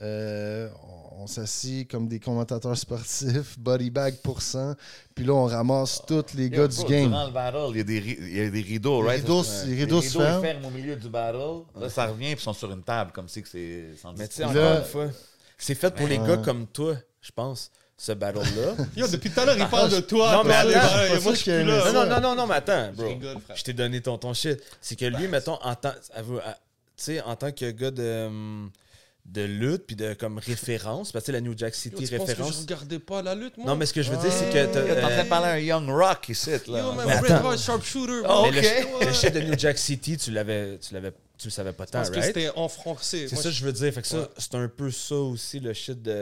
Speaker 3: euh, on, on s'assit comme des commentateurs sportifs, body bag pour cent, puis là, on ramasse
Speaker 1: Ah.
Speaker 3: tous les gars
Speaker 2: Yo,
Speaker 3: du
Speaker 2: bro,
Speaker 3: game.
Speaker 2: Durant le battle, il y a des, ri- il y a des rideaux,
Speaker 3: Les
Speaker 2: right?
Speaker 3: rideaux,
Speaker 2: Parce que
Speaker 3: les rideaux se ferment.
Speaker 2: ils ferment au milieu du battle. Là, ça revient, puis ils sont sur une table, comme si que c'est... sans
Speaker 4: Mais tu sais,
Speaker 2: discussion.
Speaker 4: encore
Speaker 3: Là-
Speaker 4: une fois, c'est fait pour les gars comme toi, je pense, ce battle-là.
Speaker 1: Yo, depuis tout à l'heure, il parle de toi.
Speaker 4: Non, mais
Speaker 1: toi,
Speaker 4: attends,
Speaker 1: toi,
Speaker 4: c'est
Speaker 1: toi,
Speaker 3: pas
Speaker 1: moi,
Speaker 3: ça
Speaker 1: je suis
Speaker 3: que-
Speaker 1: plus là.
Speaker 4: Non, non, non, non, non, mais attends,
Speaker 1: Je
Speaker 4: bro.
Speaker 1: rigole, frère.
Speaker 4: Je t'ai donné ton, ton shit. C'est que lui, mettons, en tant, à vous- à- tu sais, en tant que gars de, hum, de lutte, puis de comme référence, parce que tu sais, la New Jack
Speaker 1: Yo,
Speaker 4: City
Speaker 1: tu penses que je
Speaker 4: référence.
Speaker 1: regardais pas la lutte, moi
Speaker 4: Non, mais ce que je veux dire, c'est que. t'as,
Speaker 2: Yo, T'es en train
Speaker 4: euh,
Speaker 2: de parler à un Young Rock ici, là.
Speaker 1: Yo, man,
Speaker 4: Mais
Speaker 1: Bret
Speaker 4: attends.
Speaker 1: Hart, sharpshooter.
Speaker 2: Oh,
Speaker 1: moi.
Speaker 4: mais le,
Speaker 2: ok.
Speaker 4: ch- le shit de New Jack City, tu l'avais, tu l'avais, tu le savais pas tant,
Speaker 1: Parce que
Speaker 4: right?
Speaker 1: c'était en français.
Speaker 4: C'est
Speaker 1: Moi,
Speaker 4: ça que je veux dire. Fait que ça,
Speaker 1: Ouais.
Speaker 4: c'est un peu ça aussi, le shit de.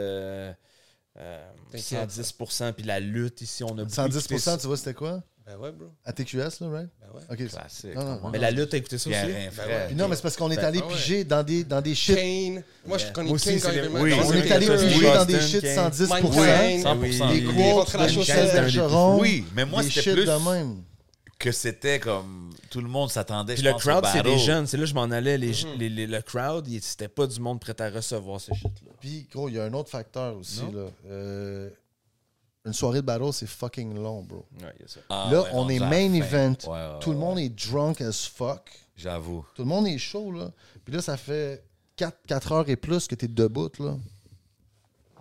Speaker 4: euh,
Speaker 1: T'inquiète.
Speaker 4: 110%, puis la lutte ici, on a beaucoup
Speaker 3: 110%,
Speaker 4: écouté
Speaker 3: tu vois, c'était quoi?
Speaker 1: Ben ouais, bro.
Speaker 3: À TQS, là, right?
Speaker 1: Ben ouais.
Speaker 3: OK.
Speaker 2: Classique.
Speaker 3: Non, non,
Speaker 2: comment?
Speaker 4: ça. Mais la lutte, t'as écouté ça
Speaker 2: Il y a
Speaker 4: aussi?
Speaker 2: rien, frère.
Speaker 3: Puis non, mais c'est parce qu'on est
Speaker 4: Ben,
Speaker 3: allé
Speaker 1: ah ouais.
Speaker 3: piger dans des, dans des shit.
Speaker 1: Kane. Moi, je connais
Speaker 4: Moi aussi,
Speaker 1: Kane quand
Speaker 4: c'est
Speaker 1: il
Speaker 4: les-
Speaker 1: est
Speaker 4: oui,
Speaker 3: On
Speaker 4: c'est
Speaker 3: est allé
Speaker 4: les-
Speaker 3: piger dans des
Speaker 4: Boston,
Speaker 3: shit
Speaker 4: Kane.
Speaker 3: 110%.
Speaker 1: Mike Kane.
Speaker 4: Ah
Speaker 2: 100%. Oui.
Speaker 3: Les quotes,
Speaker 1: Contre la
Speaker 3: les
Speaker 1: chaussette.
Speaker 3: chaises Bergeron.
Speaker 2: Oui, mais moi,
Speaker 3: des
Speaker 2: c'était
Speaker 3: shit
Speaker 2: plus
Speaker 3: de même.
Speaker 2: que c'était comme... Tout le monde s'attendait,
Speaker 4: Puis
Speaker 2: je
Speaker 4: le
Speaker 2: pense, au
Speaker 4: crowd, c'est des
Speaker 2: battle.
Speaker 4: jeunes. C'est là que je m'en allais. Les, les- les- le crowd, il- c'était pas du monde prêt à recevoir ce shit-là.
Speaker 3: Puis, gros, il y a un autre facteur aussi, là. Euh, une soirée de battle, c'est fucking long, bro.
Speaker 2: Ah,
Speaker 3: là,
Speaker 2: ouais,
Speaker 3: on
Speaker 2: rendu
Speaker 3: est
Speaker 2: à la
Speaker 3: main
Speaker 2: fin.
Speaker 3: event.
Speaker 2: Ouais, ouais,
Speaker 3: Tout le
Speaker 2: Ah, ouais,
Speaker 3: monde
Speaker 2: ouais.
Speaker 3: est drunk as fuck.
Speaker 2: J'avoue.
Speaker 3: Tout le monde est chaud, là. Puis là, ça fait 4, 4 heures et plus que t'es debout, là.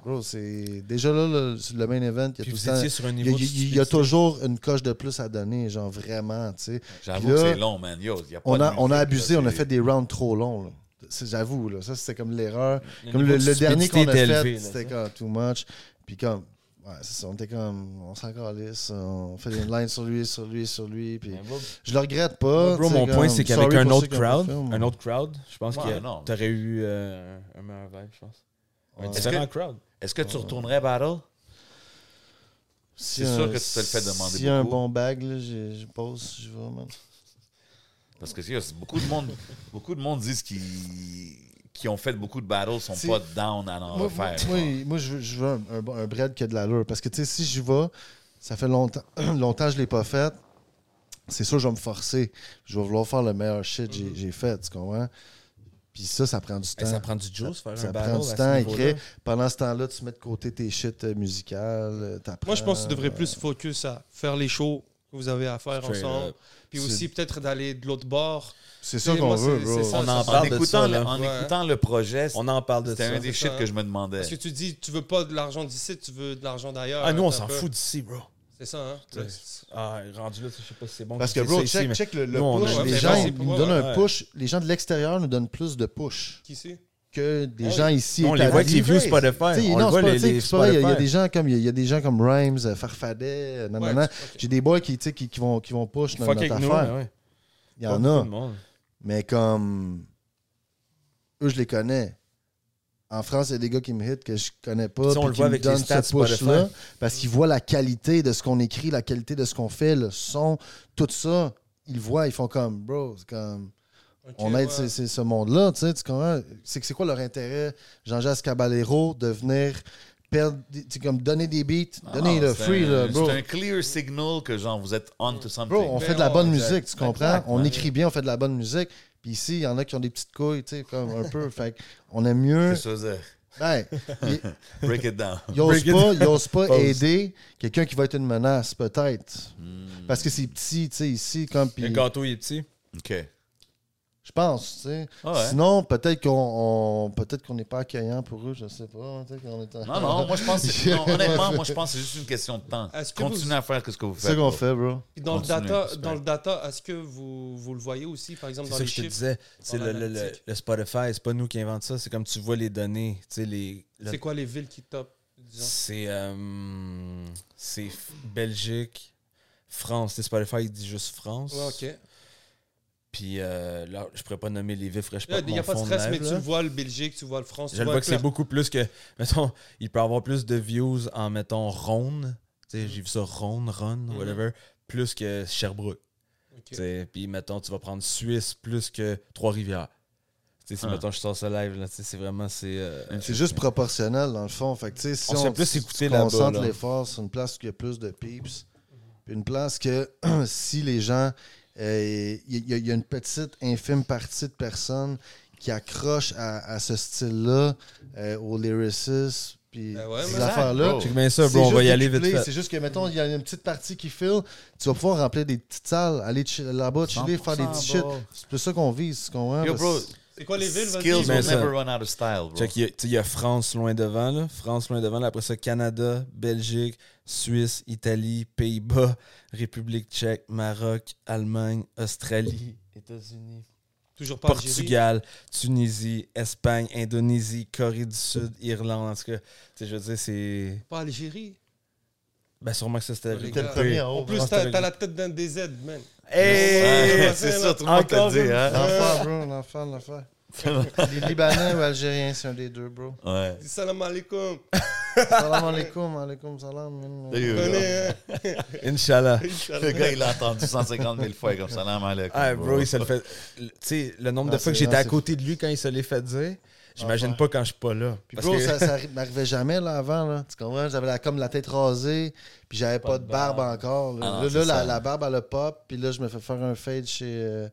Speaker 3: Bro, c'est... Déjà là, le, sur le main event, il y a
Speaker 4: Puis
Speaker 3: tout le
Speaker 4: vous
Speaker 3: temps...
Speaker 4: étiez sur un
Speaker 3: Il y a-
Speaker 4: niveau.
Speaker 3: il y, a- il y a toujours une coche de plus à donner, genre vraiment, tu sais.
Speaker 2: J'avoue
Speaker 3: Puis
Speaker 2: que
Speaker 3: là,
Speaker 2: c'est long, man. Yo, y a pas
Speaker 3: On
Speaker 2: de
Speaker 3: a, on a
Speaker 2: musique,
Speaker 3: abusé,
Speaker 2: là,
Speaker 3: on a
Speaker 2: c'est-
Speaker 3: fait des rounds trop longs. là. C'est- J'avoue, là, ça c'était comme l'erreur.
Speaker 4: Le
Speaker 3: Comme
Speaker 4: niveau
Speaker 3: le,
Speaker 4: de
Speaker 3: le dernier qu'on a
Speaker 4: stupidité était élevé,
Speaker 3: fait,
Speaker 4: là,
Speaker 3: c'était comme too much. Puis comme, ouais, c'est ça, on était comme, on s'en calisse, on fait des lines sur lui, sur lui, sur lui. Puis je le regrette pas.
Speaker 4: Bro,
Speaker 3: tu sais,
Speaker 4: mon point,
Speaker 3: comme,
Speaker 4: c'est qu'avec
Speaker 3: sorry
Speaker 4: un
Speaker 3: pour
Speaker 4: autre
Speaker 3: ceux qui ont
Speaker 4: crowd,
Speaker 3: fait le film.
Speaker 4: un autre crowd, je pense
Speaker 2: Ouais, non.
Speaker 4: que t'aurais eu euh, un meilleur vibe, je pense.
Speaker 3: Ouais.
Speaker 4: Un différent crowd.
Speaker 2: Est-ce que tu retournerais battle?
Speaker 3: Si
Speaker 2: c'est
Speaker 3: un-
Speaker 2: sûr que tu te le fais demander
Speaker 3: S'il y a un
Speaker 2: beaucoup.
Speaker 3: bon bag, là, je je pose, je vais, man.
Speaker 2: Parce que yo, c'est beaucoup de monde, beaucoup de monde disent qu'ils qui ont fait beaucoup de battles sont
Speaker 3: C'est-
Speaker 2: pas down à
Speaker 4: Ah,
Speaker 2: en
Speaker 3: Moi,
Speaker 2: refaire.
Speaker 3: moi, moi, moi, je veux, je veux un, un, un bread qui a de l'allure. Parce que, tu sais, si j'y vais, ça fait longtemps, longtemps que je ne l'ai pas fait. C'est sûr, je vais me forcer. Je vais vouloir faire le meilleur shit que j'ai- j'ai fait, tu comprends? Puis ça, ça prend du temps.
Speaker 4: Eh, Mm-hmm. ça prend du juice, faire
Speaker 3: Ça
Speaker 4: un
Speaker 3: prend
Speaker 4: battle.
Speaker 3: du temps
Speaker 4: à ce
Speaker 3: à
Speaker 4: niveau-là.
Speaker 3: écrire. Pendant ce temps-là, tu mets de côté tes shit euh, musicales. euh, t'apprends,
Speaker 1: Moi, je pense que tu devrais
Speaker 3: euh,
Speaker 1: plus focus à faire les shows que vous avez à faire
Speaker 4: Straight
Speaker 1: ensemble.
Speaker 4: up.
Speaker 1: Puis
Speaker 3: C'est-
Speaker 1: aussi, peut-être d'aller de l'autre bord.
Speaker 3: C'est ça
Speaker 1: Oui,
Speaker 3: qu'on
Speaker 1: moi,
Speaker 3: veut,
Speaker 1: c'est-
Speaker 3: bro.
Speaker 1: c'est ça.
Speaker 2: On en
Speaker 1: ça,
Speaker 2: parle
Speaker 4: ça.
Speaker 2: d'écoutant le-
Speaker 4: Ouais.
Speaker 2: en écoutant le projet.
Speaker 4: On en parle de
Speaker 2: C'était
Speaker 4: ça.
Speaker 2: un des
Speaker 1: c'est
Speaker 2: shit
Speaker 1: ça.
Speaker 2: que je me demandais.
Speaker 1: Parce que tu dis, tu veux pas de l'argent d'ici, tu veux de l'argent d'ailleurs.
Speaker 4: Ah, nous,
Speaker 1: hein,
Speaker 4: on
Speaker 1: t'as
Speaker 4: s'en
Speaker 1: peur.
Speaker 4: fout d'ici, bro.
Speaker 1: C'est ça, hein?
Speaker 4: Ouais. Ah, rendu là, je sais pas si c'est bon.
Speaker 3: Parce que,
Speaker 4: qu'on dise
Speaker 3: bro,
Speaker 4: ça
Speaker 3: check,
Speaker 4: ici, mais-
Speaker 3: check le, le
Speaker 4: Nous, on
Speaker 3: push.
Speaker 1: a-
Speaker 3: Les
Speaker 1: Ouais,
Speaker 3: gens,
Speaker 1: ouais,
Speaker 3: ils
Speaker 1: c'est pour
Speaker 3: nous donnent
Speaker 4: moi,
Speaker 3: un
Speaker 4: ouais.
Speaker 3: push. Les gens de l'extérieur nous donnent plus de push
Speaker 1: Qui c'est?
Speaker 3: que des
Speaker 1: Ouais.
Speaker 3: gens ici.
Speaker 4: Nous, on les voit avec
Speaker 3: établis.
Speaker 4: les views Spotify.
Speaker 3: Tu sais,
Speaker 4: On
Speaker 3: non,
Speaker 4: le voit,
Speaker 3: c'est pas-
Speaker 4: les
Speaker 3: tu sais,
Speaker 4: les
Speaker 3: c'est pas vrai, Il y, a- il y a
Speaker 4: Spotify.
Speaker 3: des gens comme il y a- il y a des gens comme Rhymes, euh, Farfadet, euh,
Speaker 1: Ouais,
Speaker 3: nanana.
Speaker 1: ok.
Speaker 3: J'ai des boys qui, tu sais, qui, qui vont qui vont push dans
Speaker 4: Fuck
Speaker 3: notre
Speaker 4: avec nous.
Speaker 3: affaire.
Speaker 4: ouais.
Speaker 3: Il y en
Speaker 4: Pas
Speaker 3: a,
Speaker 4: beaucoup de monde.
Speaker 3: mais comme eux je les connais. En France, il y a des gars qui me hit que je connais pas.
Speaker 4: Puis
Speaker 3: Puis
Speaker 4: ça, on le
Speaker 3: qui
Speaker 4: voit
Speaker 3: me
Speaker 4: avec les
Speaker 3: donnent ce
Speaker 4: stats
Speaker 3: push-là,
Speaker 4: Spotify.
Speaker 3: Parce qu'ils voient la qualité de ce qu'on écrit, la qualité de ce qu'on fait, le son, tout ça. Ils le voient, ils font comme, bro, c'est comme,
Speaker 1: Ok,
Speaker 3: on aide
Speaker 1: ouais.
Speaker 3: ces- ces- ce monde-là, tu sais, tu comprends? C'est c'est quoi leur intérêt, Jean-Jacques Caballero, de venir perdre, des- tu sais, comme donner des beats,
Speaker 4: Ah,
Speaker 3: donner le
Speaker 2: Ah, c'est
Speaker 3: free,
Speaker 2: un-
Speaker 3: là, bro.
Speaker 2: C'est un clear signal que, genre, vous êtes on to something.
Speaker 3: Bro, on fait de la
Speaker 4: ouais,
Speaker 3: bonne
Speaker 4: exact.
Speaker 3: musique, tu comprends?
Speaker 2: ben Exact,
Speaker 3: On
Speaker 2: ouais.
Speaker 3: écrit bien, on fait de la bonne musique. Puis ici, il y en a qui ont des petites couilles, tu sais, comme un peu. Fait on aime mieux.
Speaker 2: C'est ça, c'est-
Speaker 3: Ben, ils-
Speaker 2: break it down.
Speaker 3: ils osent
Speaker 2: Break it
Speaker 3: pas, ils osent pas
Speaker 2: Pause.
Speaker 3: aider quelqu'un qui va être une menace, peut-être.
Speaker 2: Hmm.
Speaker 3: Parce que c'est petit, tu sais, ici, comme. puis-
Speaker 4: Le gâteau, il est petit.
Speaker 2: OK.
Speaker 3: Je pense, tu sais.
Speaker 2: Ah ouais.
Speaker 3: Sinon, peut-être qu'on on- peut-être qu'on n'est pas accueillant pour eux, je sais pas. hein, peut-être qu'on est un-
Speaker 2: Non, non, moi, je pense... que- non, honnêtement, moi, je pense que c'est juste une question de temps.
Speaker 1: Est-ce que
Speaker 2: Continuez
Speaker 1: vous-
Speaker 2: à faire ce que vous
Speaker 3: C'est
Speaker 2: faites.
Speaker 3: ça qu'on
Speaker 2: bro.
Speaker 3: fait, bro.
Speaker 1: Puis dans le
Speaker 2: Continuez,
Speaker 1: data,
Speaker 2: super.
Speaker 1: dans le data, est-ce que vous, vous le voyez aussi, par exemple,
Speaker 4: C'est
Speaker 1: dans
Speaker 4: ça que
Speaker 1: les
Speaker 4: je te
Speaker 1: chiffres
Speaker 4: disais. C'est
Speaker 1: dans
Speaker 4: le, le- le,
Speaker 1: l'analytique.
Speaker 4: le Spotify, c'est pas nous qui inventons ça. C'est comme tu vois les données. Tu sais, les. le-
Speaker 1: C'est quoi les villes qui top disons?
Speaker 4: C'est. euh, c'est F- Belgique, France. Tu sais, Spotify, il dit juste France.
Speaker 1: Ouais, ok.
Speaker 4: Puis euh, là, je pourrais pas nommer les vifs, je sais pas.
Speaker 1: Il n'y a
Speaker 4: mon
Speaker 1: pas de
Speaker 4: fond
Speaker 1: stress, mais
Speaker 4: live,
Speaker 1: tu
Speaker 4: là.
Speaker 1: le vois le Belgique, tu vois le France. tu
Speaker 4: Je le vois que c'est
Speaker 1: plein-
Speaker 4: beaucoup plus que. Mettons, il peut avoir plus de views en, mettons, Rhône. Tu sais, j'ai vu ça, Rhône, Rhône,
Speaker 1: Mhm.
Speaker 4: whatever. Plus que Sherbrooke.
Speaker 1: Ok.
Speaker 4: Tu sais, Puis, mettons, tu vas prendre Suisse plus que Trois-Rivières. Tu sais, si,
Speaker 2: Ah.
Speaker 4: mettons, je sors ce live, là, tu sais, c'est vraiment. C'est euh,
Speaker 3: C'est juste proportionnel, dans le fond. Fait que, tu sais, si
Speaker 4: On se
Speaker 3: on,
Speaker 4: fait plus
Speaker 3: si
Speaker 4: écouter
Speaker 3: tu
Speaker 4: là-bas,
Speaker 3: concentre
Speaker 4: là.
Speaker 3: l'effort sur une place où il y a plus de peeps, puis une place que si les gens. euh, Il y, a- il y a une petite, infime partie de personnes qui accrochent à, à ce style-là, euh, aux lyricists, puis
Speaker 1: Ben ouais,
Speaker 3: ces
Speaker 1: mais-
Speaker 3: affaires-là.
Speaker 2: Bro.
Speaker 4: Check bien ça,
Speaker 3: C'est
Speaker 4: bro, on
Speaker 3: juste
Speaker 4: va y
Speaker 3: de
Speaker 4: aller vite
Speaker 3: coupler,
Speaker 4: fait.
Speaker 3: C'est juste que, mettons, il y a une petite partie qui file. Tu vas pouvoir remplir des petites salles, aller chi- là-bas, chiller, faire des petits
Speaker 2: 100%,
Speaker 3: shit.
Speaker 2: bro.
Speaker 3: C'est plus ça qu'on vise, tu comprends?
Speaker 2: Yo, bro,
Speaker 3: Parce-
Speaker 1: C'est quoi les villes vas-y?
Speaker 2: skills
Speaker 4: Mais
Speaker 2: will
Speaker 4: ça-
Speaker 2: never run out of style, bro.
Speaker 4: Check, il y a- tu sais, il y a France loin devant, là. France loin devant, là. Après ça, Canada, Belgique, Suisse, Italie, Pays-Bas, République tchèque, Maroc, Allemagne, Australie, États-Unis,
Speaker 1: Toujours pas Algérie.
Speaker 4: Portugal, Tunisie, Espagne, Indonésie, Corée du Sud, Irlande, en tout cas. Tu sais, je veux dire, c'est.
Speaker 1: Pas Algérie.
Speaker 4: Ben, sûrement que ça, c'était.
Speaker 1: Les
Speaker 3: T'es le
Speaker 1: gars.
Speaker 3: premier en haut.
Speaker 1: En plus,
Speaker 4: France,
Speaker 1: t'as
Speaker 4: t'as-
Speaker 1: t'as la tête d'un DZ, man.
Speaker 2: Hey!
Speaker 1: Ouais,
Speaker 2: C'est
Speaker 1: c'est
Speaker 2: ça, tout le monde te
Speaker 4: Encore
Speaker 2: dit,
Speaker 4: une
Speaker 2: hein?
Speaker 3: L'enfer, bro, l'enfer, l'enfer. Les Libanais ou Algériens, c'est un des deux, bro.
Speaker 2: Ouais.
Speaker 1: Dis Salam alaikum.
Speaker 3: Salam alaikum, alaikum salam. man.
Speaker 2: There you
Speaker 1: Tu
Speaker 2: go.
Speaker 1: connais, hein?
Speaker 4: Inch'Allah.
Speaker 2: Le gars, il l'a entendu 150 000 fois comme salam alaikum.
Speaker 4: Ah, bro, il se le fait. Tu sais, le nombre
Speaker 3: Non,
Speaker 4: de fois que
Speaker 3: c'est-
Speaker 4: j'étais
Speaker 3: non,
Speaker 4: à
Speaker 3: c'est-
Speaker 4: côté de lui quand il se l'est fait dire,
Speaker 1: Ah,
Speaker 4: j'imagine pas quand je suis pas là.
Speaker 3: Puis
Speaker 4: Parce
Speaker 3: bro,
Speaker 4: que-
Speaker 3: ça, ça arri- m'arrivait jamais là avant, là. Tu comprends? J'avais la, comme la tête rasée, puis j'avais pas, de barbe, encore.
Speaker 2: Ah
Speaker 3: Là,
Speaker 2: non,
Speaker 3: Là,
Speaker 2: c'est
Speaker 3: là,
Speaker 2: ça.
Speaker 3: la, la barbe, elle a pop, puis là, je me fais faire un fade chez, euh,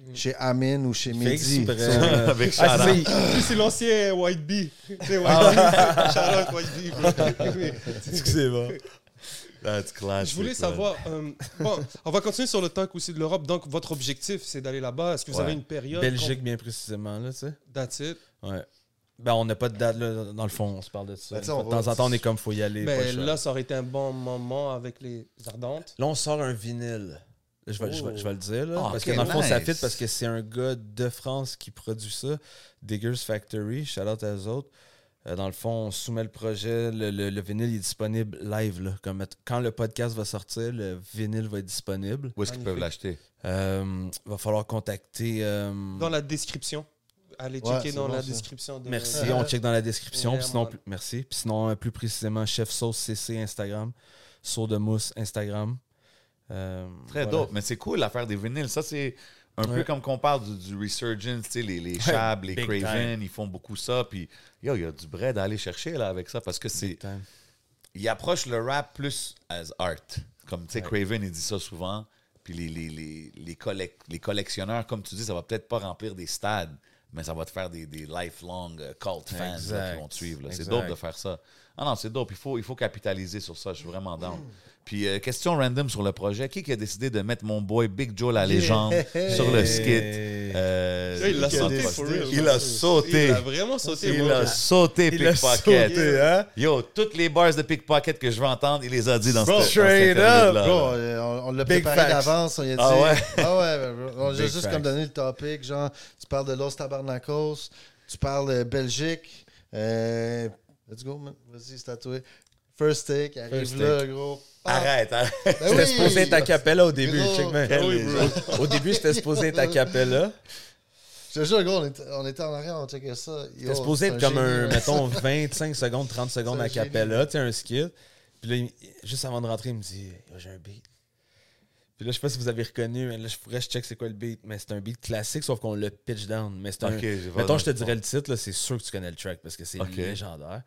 Speaker 2: Mm.
Speaker 3: chez Amin ou chez
Speaker 4: Fait
Speaker 3: Mehdi.
Speaker 4: exprès.
Speaker 2: Avec
Speaker 4: Ah,
Speaker 2: Shara.
Speaker 4: c'est ça,
Speaker 1: En plus, c'est l'ancien White Bee. C'est White
Speaker 4: Ah
Speaker 1: Bee. Charlotte White Bee. bro.
Speaker 2: Excusez-moi. That's
Speaker 4: Ah,
Speaker 2: clash.
Speaker 1: Je voulais savoir, euh, bon, on va continuer sur le talk aussi de l'Europe. Donc, votre objectif, c'est d'aller là-bas. Est-ce que vous
Speaker 2: Ouais.
Speaker 1: avez une période
Speaker 4: Belgique, bien précisément, là, tu sais.
Speaker 1: qu'on- That's it.
Speaker 4: Ouais. Ben, on n'a pas de date, là, dans le fond, on se parle de ça.
Speaker 3: Ben,
Speaker 4: Une
Speaker 3: tu sais,
Speaker 4: fois
Speaker 3: on
Speaker 4: de
Speaker 3: va-
Speaker 4: temps en temps, on est comme, faut y aller. pas le
Speaker 1: Mais
Speaker 4: choix.
Speaker 1: Ben, là, ça aurait été un bon moment avec les Ardentes.
Speaker 4: Là, on sort un vinyle. Là, Je vais, je, vais, je vais le dire, là.
Speaker 2: Ah,
Speaker 4: parce
Speaker 2: ok,
Speaker 4: que dans le fond, ça fit
Speaker 2: nice.
Speaker 4: parce que c'est un gars de France qui produit ça. Diggers Factory, shout out à eux autres. Euh, dans le fond, on soumet le projet. Le, le- le vinyle est disponible live. Là. Comme, at- quand le podcast va sortir, le vinyle va être disponible.
Speaker 2: Où est-ce qu'ils peuvent l'acheter?
Speaker 4: Euh, va falloir contacter. euh,
Speaker 1: Dans la description. Allez
Speaker 3: Ouais,
Speaker 1: checker
Speaker 3: c'est
Speaker 1: dans
Speaker 3: bon,
Speaker 1: la
Speaker 3: ça.
Speaker 1: description. De...
Speaker 4: Merci, on check dans la description.
Speaker 1: Yeah,
Speaker 4: puis sinon,
Speaker 1: man.
Speaker 4: plus- merci. Puis sinon, euh, plus précisément, Chef Sauce CC Instagram, Saut de Mousse Instagram. Euh,
Speaker 2: Très
Speaker 4: voilà.
Speaker 2: dope, mais c'est cool l'affaire des vinyles. Ça, c'est un peu
Speaker 4: Ouais.
Speaker 2: comme qu'on parle du, du Resurgence, tu sais, les, les Chab, les
Speaker 4: big
Speaker 2: Craven, ils font beaucoup ça. Puis, yo, il y a du bread à aller chercher là, avec ça parce que c'est.
Speaker 4: time.
Speaker 2: Ils approchent le rap plus as art. Comme, tu sais, Craven, il dit ça souvent. Puis les, les, les, les, collec- les collectionneurs, comme tu dis, ça va peut-être pas remplir des stades, mais ça va te faire des, des lifelong euh, cult fans là,
Speaker 4: Exact.
Speaker 2: qui vont te suivre. là. C'est
Speaker 4: Exact.
Speaker 2: dope de faire ça. Ah non, c'est dope. Il faut, il faut capitaliser sur ça. Je suis vraiment down. Puis, euh, question random sur le projet. Qui, qui a décidé de mettre mon boy Big Joe la légende sur le skit? Euh,
Speaker 1: Il l'a
Speaker 2: sur
Speaker 1: sauté,
Speaker 2: le post-
Speaker 1: for real.
Speaker 2: Il a sauté.
Speaker 1: Il a vraiment sauté.
Speaker 2: Il
Speaker 1: bro.
Speaker 2: a sauté
Speaker 4: Il a
Speaker 2: Pickpocket.
Speaker 4: sauté, hein?
Speaker 2: Yo, toutes les bars de Pickpocket que je veux entendre, il les a dit dans ce
Speaker 4: Bro,
Speaker 2: dans cette
Speaker 4: straight
Speaker 2: interlude-là,
Speaker 4: up,
Speaker 2: là.
Speaker 3: Bro, euh, on, on l'a
Speaker 4: Ah, Big
Speaker 3: préparé
Speaker 4: facts.
Speaker 3: d'avance, on y a dit.
Speaker 2: Ah ouais?
Speaker 3: Ah ouais, ben, bro, on a
Speaker 4: Big
Speaker 3: juste
Speaker 4: facts.
Speaker 3: comme donné le topic, genre, tu parles de Los Tabarnakos, tu parles de Belgique, euh, let's go, man, vas-y, c'est tatoué. First take, arrive
Speaker 4: First
Speaker 3: là, gros. Ah,
Speaker 2: Arrête, arrête.
Speaker 3: ben
Speaker 4: J'étais
Speaker 3: oui! Ah
Speaker 4: supposé être à Capella au début,
Speaker 3: Gros.
Speaker 4: check man.
Speaker 2: oui,
Speaker 4: Au- Au début, j'étais supposé être à Capella.
Speaker 3: Je te jure, gros, on était, on était en arrière, on checkait ça. Yo,
Speaker 4: J'étais supposé
Speaker 3: Oh, c'est
Speaker 4: être comme un,
Speaker 3: génie,
Speaker 4: mettons, 25 secondes, 30 secondes
Speaker 3: C'est un
Speaker 4: à
Speaker 3: génie.
Speaker 4: Capella, tu sais, un skit. Puis là, il- juste avant de rentrer, il me dit Yo, j'ai un beat. Puis là, je sais pas si vous avez reconnu, mais là, je pourrais, je check c'est quoi le beat. Mais c'est un beat classique, sauf qu'on le pitch down. Mais c'est un.
Speaker 2: Ok, j'ai pas
Speaker 4: Mettons, je te
Speaker 2: compris.
Speaker 4: dirais le titre, là, c'est sûr que tu connais le track parce que c'est
Speaker 2: Ok.
Speaker 4: légendaire.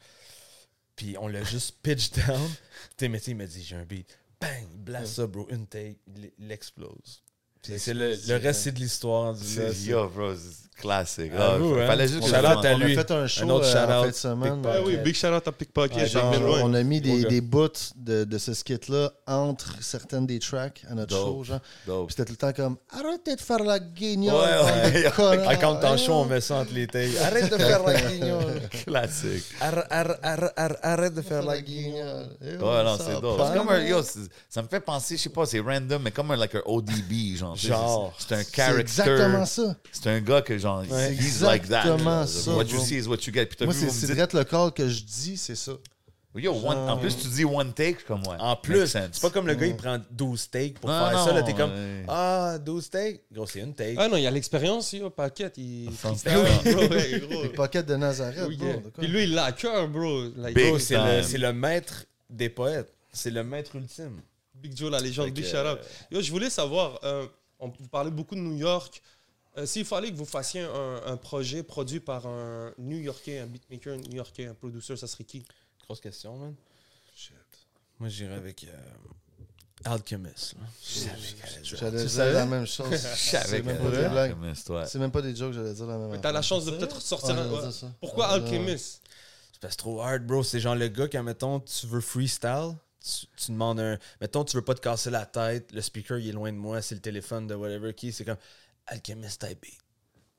Speaker 4: Puis on l'a juste pitch down. T'sais, mais t'sais, il m'a dit, j'ai un beat. Bang, il blast ça, bro. Une take, il l'explose. Puis c'est le, le reste, c'est de l'histoire. du- là,
Speaker 2: C'est-
Speaker 4: c'est-
Speaker 2: Yo, bro, c'est classique.
Speaker 4: Ah,
Speaker 2: grave.
Speaker 4: oui, hein.
Speaker 2: Fallait juste
Speaker 4: On
Speaker 2: que
Speaker 4: a
Speaker 2: je
Speaker 4: l'air
Speaker 2: commence.
Speaker 4: à
Speaker 3: on
Speaker 4: lui.
Speaker 3: a fait un show
Speaker 4: Un autre
Speaker 3: euh, en
Speaker 4: shout-out.
Speaker 3: fin de semaine.
Speaker 1: Ah oui,
Speaker 3: euh,
Speaker 1: big shout out à Pickpocket,
Speaker 3: Ouais,
Speaker 1: j'ai
Speaker 3: genre,
Speaker 1: bien loin.
Speaker 3: on a mis des,
Speaker 4: gars.
Speaker 3: des bouts de, de ce skit-là entre certaines des tracks à notre
Speaker 2: Dope.
Speaker 3: show. Genre.
Speaker 2: Dope.
Speaker 3: Puis c'était tout le temps comme Arrêtez de faire la guignole.
Speaker 2: Ouais, ouais.
Speaker 4: Ah, quand t'en chaud, on met ça entre les takes.
Speaker 3: Arrête de faire la guignole.
Speaker 2: Classique.
Speaker 4: Arr- arr- arr- arr- Arrête de faire la guigne.
Speaker 3: guignole. Eh
Speaker 2: Ouais, non,
Speaker 3: ça
Speaker 2: c'est
Speaker 3: va
Speaker 2: dope.
Speaker 3: pas.
Speaker 2: C'est comme un, yo, c'est- ça me fait penser, je sais pas, c'est random, mais comme un, like, un ODB, genre. tu sais,
Speaker 4: Genre.
Speaker 2: C'est c'est un
Speaker 3: C'est
Speaker 2: character.
Speaker 3: exactement ça.
Speaker 2: C'est un gars que, genre,
Speaker 3: Ouais.
Speaker 2: he's like that.
Speaker 3: Exactement
Speaker 2: genre.
Speaker 3: ça,
Speaker 2: What you
Speaker 3: bro.
Speaker 2: see is what you get. Puis t'as
Speaker 3: Moi,
Speaker 2: vu,
Speaker 3: c'est
Speaker 2: vous me
Speaker 3: c'est
Speaker 2: dites,
Speaker 3: direct le call que je dis, c'est ça.
Speaker 2: yo, one- en plus, tu dis one take, je suis comme, ouais.
Speaker 4: En plus, c'est pas comme le gars, il prend 12 takes pour
Speaker 2: Mm. Non,
Speaker 4: faire ça. Là, t'es
Speaker 2: non,
Speaker 4: comme,
Speaker 2: ouais.
Speaker 4: ah, 12 takes. Gros, c'est une take.
Speaker 1: Ah non, il y a l'expérience, yo, Paquette. Il...
Speaker 2: comme.
Speaker 1: Ah oui, bro, ouais, gros.
Speaker 3: Les pockets de Nazareth.
Speaker 1: Oui,
Speaker 3: bro,
Speaker 1: yeah.
Speaker 3: de quoi?
Speaker 1: Puis lui, il l'a à cœur, bro. Like,
Speaker 2: Big.
Speaker 1: bro,
Speaker 4: Gros, c'est le,
Speaker 2: time.
Speaker 4: c'est le maître des poètes. C'est le maître ultime.
Speaker 1: Big Joe, la légende,
Speaker 4: Fait
Speaker 1: Big
Speaker 4: que,
Speaker 1: shout out.
Speaker 4: euh,
Speaker 1: Yo, je voulais savoir, euh, on, vous parlez beaucoup de New York. Euh, S'il fallait que vous fassiez un, un projet produit par un New Yorkais, un beatmaker New Yorkais, un producer, ça serait qui
Speaker 4: Grosse question, man. Shit. Moi, j'irais avec euh, Alchemist. là.
Speaker 3: J'allais dire la même chose. C'est
Speaker 2: Avec
Speaker 3: même pas des
Speaker 2: euh,
Speaker 3: blagues.
Speaker 2: Alchemist, ouais.
Speaker 3: C'est même pas des jokes, j'allais dire la même
Speaker 1: Mais T'as la
Speaker 3: affaire.
Speaker 1: chance de peut-être
Speaker 3: Ouais,
Speaker 1: sortir un.
Speaker 3: j'allais
Speaker 1: ouais.
Speaker 3: dire ça.
Speaker 1: Pourquoi
Speaker 3: Ouais, ouais.
Speaker 1: Alchemist
Speaker 4: C'est parce que c'est trop hard, bro. C'est genre le gars qui, mettons, tu veux freestyle, tu, tu demandes un. Mettons, tu veux pas te casser la tête, le speaker, il est loin de moi, c'est le téléphone de whatever qui, c'est comme Alchemist type beat.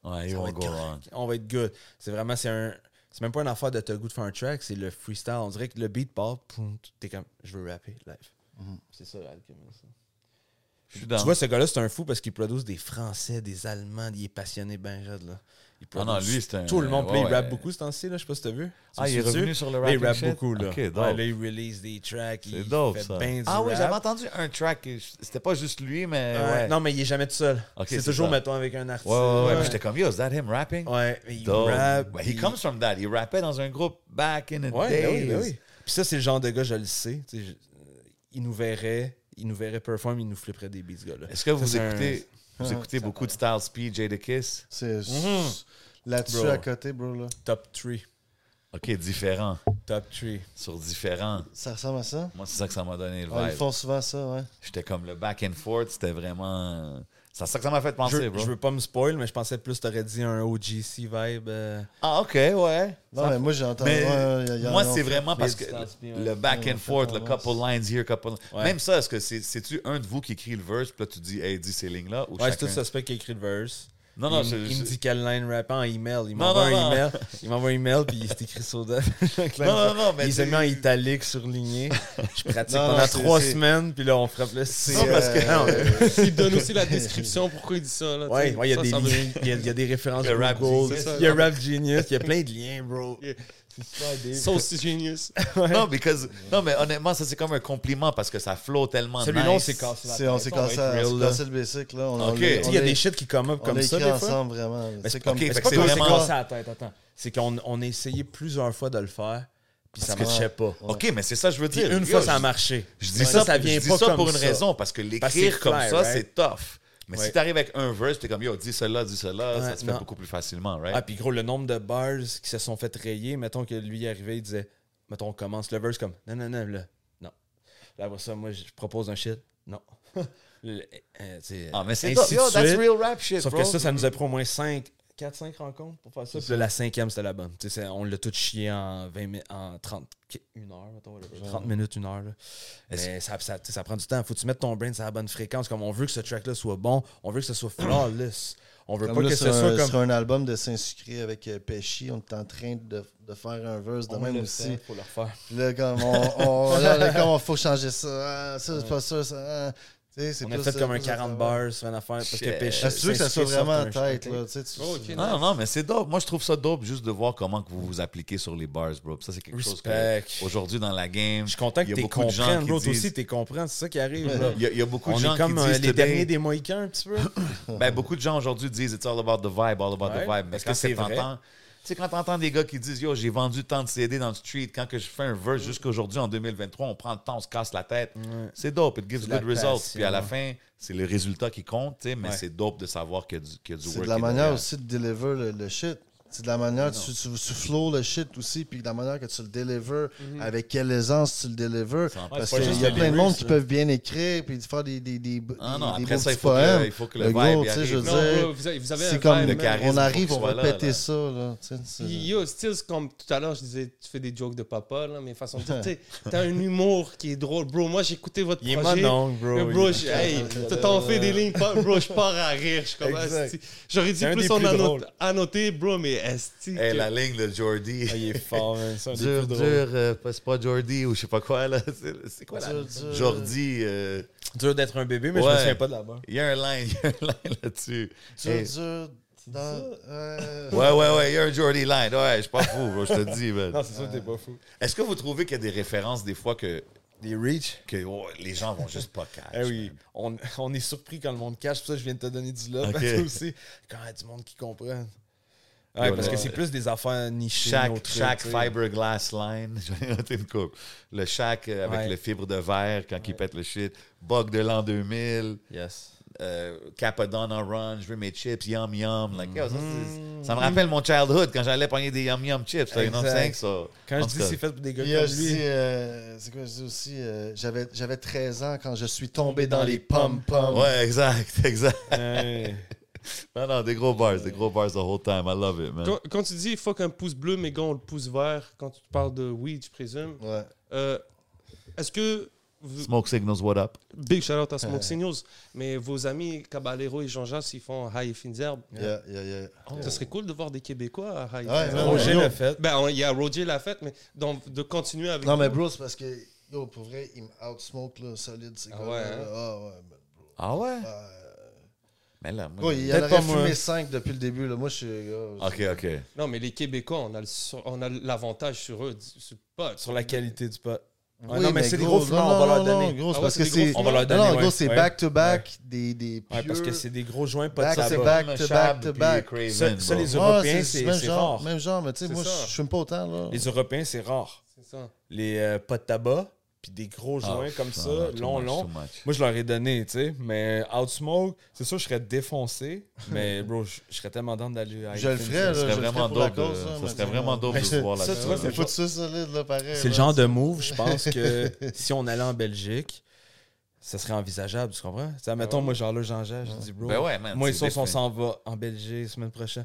Speaker 2: Ouais,
Speaker 4: Ça
Speaker 2: you
Speaker 4: va
Speaker 2: won't
Speaker 4: être
Speaker 2: go wrong.
Speaker 4: correct. On va être good. C'est vraiment, c'est un. C'est même pas une affaire de te goût de faire un track, c'est le freestyle. On dirait que le beat part, poum, t'es comme, je veux rapper live. C'est ça, Alchemist.
Speaker 2: Je suis dans.
Speaker 4: Tu vois, ce gars-là, c'est un fou parce qu'il produit des Français, des Allemands, il est passionné ben raide, là. Il
Speaker 2: Ah non, lui, c'est un-
Speaker 4: Tout le monde, puis
Speaker 2: ouais,
Speaker 4: là, il rappe
Speaker 2: ouais.
Speaker 4: beaucoup ce temps-ci, là, je sais pas si t'as vu. Tu
Speaker 2: Ah,
Speaker 4: me
Speaker 2: il est
Speaker 4: suis
Speaker 2: revenu
Speaker 4: dessus?
Speaker 2: sur le
Speaker 4: Là,
Speaker 2: rap
Speaker 4: Il
Speaker 2: and
Speaker 4: rappe
Speaker 2: shit?
Speaker 4: beaucoup, là.
Speaker 2: Ok,
Speaker 4: Ouais,
Speaker 2: dope.
Speaker 4: là, il release des tracks, il
Speaker 2: C'est dope,
Speaker 4: fait
Speaker 2: ça.
Speaker 4: ben du
Speaker 2: Ah oui,
Speaker 4: rap.
Speaker 2: j'avais entendu un track. et je- C'était pas juste lui, mais.
Speaker 4: Ouais,
Speaker 2: ouais.
Speaker 4: Non, mais il est jamais tout seul.
Speaker 2: Ok,
Speaker 4: c'est
Speaker 2: c'est
Speaker 4: toujours,
Speaker 2: ça.
Speaker 4: mettons, avec un
Speaker 2: Ouais,
Speaker 4: artiste.
Speaker 2: ouais, ouais. Puis j'étais comme, yo, is that him rapping?
Speaker 4: Ouais, mais il
Speaker 2: Dope.
Speaker 4: rappe.
Speaker 2: Ouais, he
Speaker 4: il-
Speaker 2: comes from that. Il rappait dans un groupe back in the
Speaker 4: Ouais,
Speaker 2: days.
Speaker 4: ben oui, ben oui. Puis ça, c'est le genre de gars, je le sais. tu sais, je- euh, Il nous verrait, il nous verrait perform, il nous flipperait des beats, ce gars-là.
Speaker 2: Est-ce que vous
Speaker 4: C'est un- Ah,
Speaker 2: écoutez, vous écoutez beaucoup de Styles P, Jada Kiss?
Speaker 3: C'est là-dessus
Speaker 4: Bro.
Speaker 3: à côté, bro. Là.
Speaker 4: Top 3.
Speaker 2: OK, différent.
Speaker 4: Top 3.
Speaker 2: Sur différent.
Speaker 3: Ça ressemble à ça?
Speaker 2: Moi, c'est ça que ça m'a donné le
Speaker 3: Ah, ils
Speaker 2: vibe.
Speaker 3: font souvent ça, ouais.
Speaker 2: J'étais comme le back and forth, c'était vraiment... euh, C'est ça que ça m'a fait penser,
Speaker 4: je,
Speaker 2: bro.
Speaker 4: je veux pas me spoil, mais je pensais plus t'aurais dit un OGC vibe. euh,
Speaker 2: Ah, OK, ouais.
Speaker 3: Non, mais moi, j'ai entendu.
Speaker 2: Mais
Speaker 3: ouais, y a- y en
Speaker 2: moi,
Speaker 3: a-
Speaker 2: c'est vraiment parce que
Speaker 4: distances, puis,
Speaker 2: le back
Speaker 3: Ouais,
Speaker 2: and
Speaker 3: on
Speaker 2: forth,
Speaker 3: fait
Speaker 2: le
Speaker 3: tendance.
Speaker 2: couple lines here, couple
Speaker 4: Ouais.
Speaker 2: Même ça, est-ce que c'est- c'est-tu un de vous qui écrit le verse, puis là, tu dis, hey, dis ces lignes-là, ou
Speaker 4: Ouais, c'est
Speaker 2: chacun?
Speaker 4: tout suspect qui a écrit le verse.
Speaker 2: Non, non,
Speaker 4: il,
Speaker 2: je-
Speaker 4: il
Speaker 2: je-
Speaker 4: me dit quelle line rappant en email. Il
Speaker 2: Non,
Speaker 4: m'envoie
Speaker 2: non, non.
Speaker 4: un email. Il m'envoie un email puis il s'est écrit sur deux.
Speaker 2: Non, non, non, mais
Speaker 4: Il s'est
Speaker 2: tu-
Speaker 4: mis en italique surligné. Je pratique
Speaker 3: Non, non,
Speaker 4: pendant
Speaker 3: c'est-
Speaker 4: trois
Speaker 3: c'est-
Speaker 4: semaines puis là on frappe le C.
Speaker 3: Non, parce que-
Speaker 4: Non, mais-
Speaker 1: Il donne aussi la description, pourquoi il dit ça là,
Speaker 4: Ouais,
Speaker 1: t'sais.
Speaker 4: ouais, il y a
Speaker 1: Ça,
Speaker 4: des
Speaker 1: ça me-
Speaker 4: liens, il y a- il y a des références
Speaker 2: Le Rap
Speaker 4: Google,
Speaker 1: Genius.
Speaker 4: il y a Rap Genius, il y a plein de liens, bro.
Speaker 1: Yeah.
Speaker 4: C'est super deep.
Speaker 1: Saucy Genius.
Speaker 2: Non, because- non, mais honnêtement, ça, c'est comme un compliment, parce que ça flow tellement
Speaker 4: Celui-là, on
Speaker 2: nice.
Speaker 4: s'est cassé la
Speaker 3: C'est, on
Speaker 4: tête,
Speaker 3: s'est
Speaker 4: va
Speaker 3: cassé,
Speaker 4: être
Speaker 3: on
Speaker 4: real,
Speaker 3: s'est
Speaker 4: là.
Speaker 3: cassé le basic, là. On, on
Speaker 2: Ok.
Speaker 3: l'a-
Speaker 4: Tu
Speaker 3: on
Speaker 4: sais, Il y a
Speaker 3: l'a-
Speaker 4: des shit qui come up
Speaker 3: on
Speaker 4: comme
Speaker 3: l'a
Speaker 4: ça,
Speaker 3: écrit
Speaker 4: des fois.
Speaker 3: ensemble, vraiment.
Speaker 4: Mais
Speaker 3: C'est
Speaker 4: c'est
Speaker 3: comme.
Speaker 2: ok, fait
Speaker 4: C'est
Speaker 2: que
Speaker 4: pas
Speaker 2: c'est
Speaker 4: qu'on s'est
Speaker 2: vraiment-
Speaker 4: cassé la tête, attends. C'est qu'on on a essayé plusieurs fois de le faire, puis ça
Speaker 2: Parce que-
Speaker 4: marchait pas.
Speaker 2: OK, mais c'est ça que je veux
Speaker 4: Puis
Speaker 2: dire.
Speaker 4: une
Speaker 2: Yo,
Speaker 4: fois, ça a
Speaker 2: je-
Speaker 4: marché.
Speaker 2: Je dis
Speaker 4: Mais
Speaker 2: ça,
Speaker 4: ça vient
Speaker 2: je dis
Speaker 4: pas
Speaker 2: ça
Speaker 4: comme
Speaker 2: pour une
Speaker 4: ça.
Speaker 2: raison, parce que
Speaker 4: Parce que c'est
Speaker 2: l'écrire comme
Speaker 4: clair,
Speaker 2: ça,
Speaker 4: right?
Speaker 2: c'est tough. Mais
Speaker 4: Ouais.
Speaker 2: si t'arrives avec un verse, t'es comme, yo, dis cela, dis cela,
Speaker 4: Ouais,
Speaker 2: ça se fait
Speaker 4: non.
Speaker 2: beaucoup plus facilement, right?
Speaker 4: Ah, puis gros, le nombre de bars qui se sont fait rayer, mettons que lui il arrivait, il disait, mettons, on commence le verse comme, non, non, non, là, non. Là, après ça, moi, je propose un shit, non. Le- euh, tu sais,
Speaker 2: Ah, mais c'est
Speaker 4: ainsi
Speaker 2: tough.
Speaker 4: de
Speaker 2: Yo, that's
Speaker 4: suite.
Speaker 2: real rap shit,
Speaker 4: Sauf
Speaker 2: bro.
Speaker 4: que ça, ça nous a pris au moins 5, 4-5 rencontres pour faire ça. Puis là, la cinquième, c'était la bonne. Tu sais, c'est- on l'a tout chié en, 20, mi- en 30, qui- une heure, mettons, whatever. 30 minutes, une heure. là. Mais ça, ça, tu sais, ça prend du temps. Faut que tu mettes ton brain sur la bonne fréquence. Comme on veut que ce track-là soit bon, on veut que ce soit flawless. On veut
Speaker 3: Comme
Speaker 4: pas
Speaker 3: là,
Speaker 4: que
Speaker 3: sur,
Speaker 4: ce
Speaker 3: un,
Speaker 4: soit
Speaker 3: sur
Speaker 4: comme.
Speaker 3: un album de Saint-Sucré avec euh, Pesci, on est en train de, de faire un verse de
Speaker 4: On
Speaker 3: même
Speaker 4: le
Speaker 3: aussi.
Speaker 4: fait, faut le refaire.
Speaker 3: Puis Là, comme on, on, là, là, comme on faut changer ça. Ah, ça, c'est pas ça. ça ah. Tu sais, c'est
Speaker 4: On
Speaker 3: plus,
Speaker 4: a fait
Speaker 3: euh,
Speaker 4: comme un
Speaker 3: plus
Speaker 4: 40
Speaker 3: affaire.
Speaker 4: bars, sur une affaire. Parce que
Speaker 2: Shit.
Speaker 4: pêche.
Speaker 3: Ah, si tu veux que ça soit vraiment en tête, là. tu sais, tu-
Speaker 1: Oh, ok.
Speaker 2: Non, non, mais c'est dope. Moi, je trouve ça dope juste de voir comment que vous vous appliquez sur les bars, bro. Puis Ça, c'est quelque chose
Speaker 4: Respect.
Speaker 2: que aujourd'hui dans la game.
Speaker 4: Je suis content que
Speaker 2: il y a
Speaker 4: t'es
Speaker 2: beaucoup de gens
Speaker 4: comprennes,
Speaker 2: qui
Speaker 4: bro. Toi
Speaker 2: disent-
Speaker 4: aussi, t'es comprends. C'est ça qui arrive. là.
Speaker 2: Il y a, il y a beaucoup
Speaker 4: On
Speaker 2: de gens
Speaker 4: est comme
Speaker 2: qui
Speaker 4: euh,
Speaker 2: disent
Speaker 4: les
Speaker 2: today-
Speaker 4: derniers des Mohicans, un petit peu.
Speaker 2: Ben, beaucoup de gens aujourd'hui disent it's all about the vibe, all about the
Speaker 4: Ouais,
Speaker 2: vibe. Mais
Speaker 4: parce
Speaker 2: quand
Speaker 4: que c'est
Speaker 2: c'est
Speaker 4: vrai.
Speaker 2: t'entends, tu sais, quand t'entends des gars qui disent yo, j'ai vendu tant de CD dans le street, quand que je fais un verse jusqu'aujourd'hui en 2023, on prend le temps, on se casse la tête. C'est dope, it gives
Speaker 4: de la
Speaker 2: good results.
Speaker 4: passion.
Speaker 2: Puis à la fin, c'est le résultat qui compte, tu sais, mais
Speaker 4: Ouais.
Speaker 2: c'est dope de savoir qu'il y a du, qu'il y a du
Speaker 3: C'est
Speaker 2: work
Speaker 3: de la
Speaker 2: qui est
Speaker 3: manière
Speaker 2: derrière.
Speaker 3: aussi de deliver le, le shit. C'est de la manière que tu, tu, tu flows le shit aussi, puis de la manière que tu le délivres, avec quelle aisance tu le délivres. Parce
Speaker 2: Mm-hmm. pas
Speaker 3: qu'il
Speaker 2: juste
Speaker 3: y a
Speaker 2: le
Speaker 3: plein de
Speaker 2: lyrics,
Speaker 3: monde qui
Speaker 2: là.
Speaker 3: peuvent bien écrire, puis faire des, des, des,
Speaker 2: Ah
Speaker 3: des-
Speaker 2: non,
Speaker 3: des
Speaker 2: après
Speaker 3: beaux
Speaker 2: ça, il
Speaker 3: petits
Speaker 2: faut que le-
Speaker 3: poèmes.
Speaker 2: il faut que le vibe,
Speaker 3: gros,
Speaker 2: il
Speaker 3: tu sais, je
Speaker 2: arrive.
Speaker 3: veux
Speaker 5: Non, bro,
Speaker 3: dire,
Speaker 5: vous avez, vous avez un
Speaker 3: c'est comme,
Speaker 2: vibe, le
Speaker 3: man,
Speaker 2: charisme,
Speaker 3: on arrive,
Speaker 2: faut
Speaker 3: on
Speaker 2: qu'il
Speaker 3: va
Speaker 2: soit là,
Speaker 3: péter
Speaker 2: là.
Speaker 3: ça, là. tu sais, c'est-
Speaker 1: Yo, Stills, comme tout à l'heure, je disais, tu fais des jokes de papa, là, mais façon de dire, tu sais, t'as un humour qui est drôle. Bro, moi, j'ai écouté votre
Speaker 4: Il est
Speaker 1: projet.
Speaker 4: mononcle, bro.
Speaker 1: Mais
Speaker 4: Il-
Speaker 1: bro, je- hey, t'en fais des lignes, pas- bro, je pars à rire. Je suis comme,
Speaker 3: Exact.
Speaker 1: asti. J'aurais dit
Speaker 4: C'est un
Speaker 1: plus
Speaker 4: des
Speaker 1: on
Speaker 4: plus
Speaker 1: annote,
Speaker 4: drôles.
Speaker 1: annoté, bro, mais esti.
Speaker 2: Hey,
Speaker 1: que-
Speaker 2: la ligne de Jordi.
Speaker 4: Ah, il est fort, man. C'est un des
Speaker 2: Dur, dur,
Speaker 4: plus drôles.
Speaker 2: euh, pas- c'est pas Jordi ou je sais pas quoi, là. C'est- C'est quoi la.
Speaker 3: Dur, dur.
Speaker 2: Jordi. euh,
Speaker 4: Dur d'être un bébé, mais je
Speaker 2: Ouais.
Speaker 4: me souviens pas de la barre.
Speaker 2: Il y a un line, il y a un line là-dessus.
Speaker 3: Dur,
Speaker 2: Hey.
Speaker 3: dur, dans- euh,
Speaker 2: Ouais, ouais, ouais, il y a un Jordi line. Ouais, je suis pas fou, bro, je te dis. man.
Speaker 4: Non, c'est sûr que t'es pas fou.
Speaker 2: Est-ce que vous trouvez qu'il y a des références des fois que,
Speaker 4: Des reach.
Speaker 2: que oh, les gens vont juste pas catch?
Speaker 4: Eh oui,
Speaker 2: man?
Speaker 4: on, on est surpris quand le monde cache. C'est pour ça que je viens de te donner du love.
Speaker 2: Ok.
Speaker 4: parce que aussi, quand il y a du monde qui comprend. Ouais,
Speaker 2: Yo,
Speaker 4: parce
Speaker 2: le-
Speaker 4: que c'est plus des affaires nichées. nos
Speaker 2: Chaque,
Speaker 4: trucs,
Speaker 2: chaque
Speaker 4: tu sais.
Speaker 2: fiberglass line, j'en ai noté une coupe. Le shack euh, avec
Speaker 4: Ouais.
Speaker 2: le fibre de verre quand il pète le shit. Bug de l'an 2000.
Speaker 4: Yes.
Speaker 2: euh, Capadonna Run, je veux mes chips, yum yum. Like, yo, ça,
Speaker 4: Mhm.
Speaker 2: c'est- ça me rappelle mon childhood quand j'allais pogner des yum yum chips. You know what I'm saying?
Speaker 4: Exact.
Speaker 2: So,
Speaker 4: Quand
Speaker 2: en
Speaker 4: je
Speaker 2: tout
Speaker 4: dis
Speaker 2: cas,
Speaker 4: c'est fait pour des gars
Speaker 3: Il y a
Speaker 4: comme lui.
Speaker 3: aussi, euh, c'est quoi, je dis aussi, euh, j'avais, j'avais 13 ans quand je suis tombé dans les pom-poms.
Speaker 2: Ouais, exact, exact.
Speaker 4: Ouais.
Speaker 2: Non, non, des gros bars, des gros bars the whole time. I love it, man.
Speaker 1: Quand, quand tu dis fuck un pouce bleu, mais gars, on le pouce vert, quand tu parles de weed, je présume,
Speaker 3: Ouais.
Speaker 1: euh, est-ce que. vous-
Speaker 2: Smoke signals, what up?
Speaker 1: Big shout
Speaker 4: Euh.
Speaker 1: out à Smoke Signals, mais vos amis Caballero et Jean-Jacques, ils font High et Fines Herbes.
Speaker 3: Yeah, yeah, yeah.
Speaker 4: Oh.
Speaker 2: Oh.
Speaker 1: Ça serait cool de voir des Québécois à High Fines
Speaker 3: Ouais, ouais,
Speaker 1: Herbes.
Speaker 3: ouais.
Speaker 4: Roger
Speaker 3: Yo.
Speaker 4: l'a fait.
Speaker 1: Ben, on- il y a Roger l'a fait, mais dans- de continuer avec.
Speaker 3: Non, mais bro, c'est parce que, yo, pour vrai, il me outsmoke, là, solide, ces
Speaker 1: Ah
Speaker 3: gars-là.
Speaker 1: ouais,
Speaker 3: là.
Speaker 1: hein?
Speaker 3: Ah ouais, man.
Speaker 2: Ah ouais?
Speaker 3: Euh,
Speaker 2: Mais là, moi,
Speaker 3: Bro, il y en
Speaker 4: Peut-être
Speaker 3: aurait
Speaker 4: pas moi.
Speaker 3: fumé 5 depuis le début, là. Moi, je suis. yo, je-
Speaker 2: OK, OK.
Speaker 1: Non, mais les Québécois, on a, le sur- on a l'avantage sur eux, du- sur pas.
Speaker 4: Sur la qualité du pot. Ouais,
Speaker 3: Oui,
Speaker 4: non, mais c'est des
Speaker 3: gros,
Speaker 4: gros fumeurs,
Speaker 3: non,
Speaker 4: on va
Speaker 3: non,
Speaker 4: leur
Speaker 3: non,
Speaker 4: donner.
Speaker 3: gros, c'est
Speaker 1: Ah ouais,
Speaker 3: parce
Speaker 1: c'est
Speaker 3: que
Speaker 1: des gros
Speaker 3: c'est.
Speaker 1: fumeurs.
Speaker 4: On va leur donner,
Speaker 3: Non, non, gros,
Speaker 4: ouais.
Speaker 3: c'est
Speaker 4: Ouais.
Speaker 3: back-to-back des, des
Speaker 4: Ouais, parce que
Speaker 3: pure-
Speaker 4: c'est des gros joints, pas de tabac.
Speaker 3: back-to-back, to back, to back.
Speaker 4: Ça, ça, les
Speaker 3: Ouais,
Speaker 4: Européens, c'est
Speaker 3: même
Speaker 4: c'est
Speaker 3: genre,
Speaker 4: rare.
Speaker 3: Même genre, mais tu sais,
Speaker 1: C'est
Speaker 3: moi,
Speaker 1: ça.
Speaker 3: je fume pas autant, là.
Speaker 4: Les Européens, c'est rare.
Speaker 1: C'est ça.
Speaker 4: Les euh, pas de tabac, puis des gros joints comme ça, long, long. Moi, je leur ai donné, tu sais. Mais Outsmoke, c'est sûr, je serais défoncé. mais bro, je je serais tellement dans d'aller à
Speaker 3: Je le ferais, là.
Speaker 2: Ça serait
Speaker 3: je le ferais
Speaker 2: vraiment
Speaker 3: pour la
Speaker 2: dope de-
Speaker 3: cause, là,
Speaker 2: ça
Speaker 3: mais
Speaker 2: serait
Speaker 3: tu sais,
Speaker 2: vraiment
Speaker 3: on-
Speaker 2: dope de se voir
Speaker 4: Ça, tu
Speaker 2: là-dessus,
Speaker 4: vois,
Speaker 2: là.
Speaker 4: c'est le
Speaker 3: Faut que ça solide, là, pareil.
Speaker 4: C'est le
Speaker 3: là,
Speaker 4: genre
Speaker 3: tu
Speaker 4: de move, je pense que si on allait en Belgique, ça serait envisageable, tu comprends? Tu sais, mettons, moi, genre là, Jean-Jacques, je dis, bro,
Speaker 2: Ben ouais, man,
Speaker 4: moi et
Speaker 2: c'est
Speaker 4: Sauce, on
Speaker 2: different.
Speaker 4: s'en va en Belgique semaine prochaine.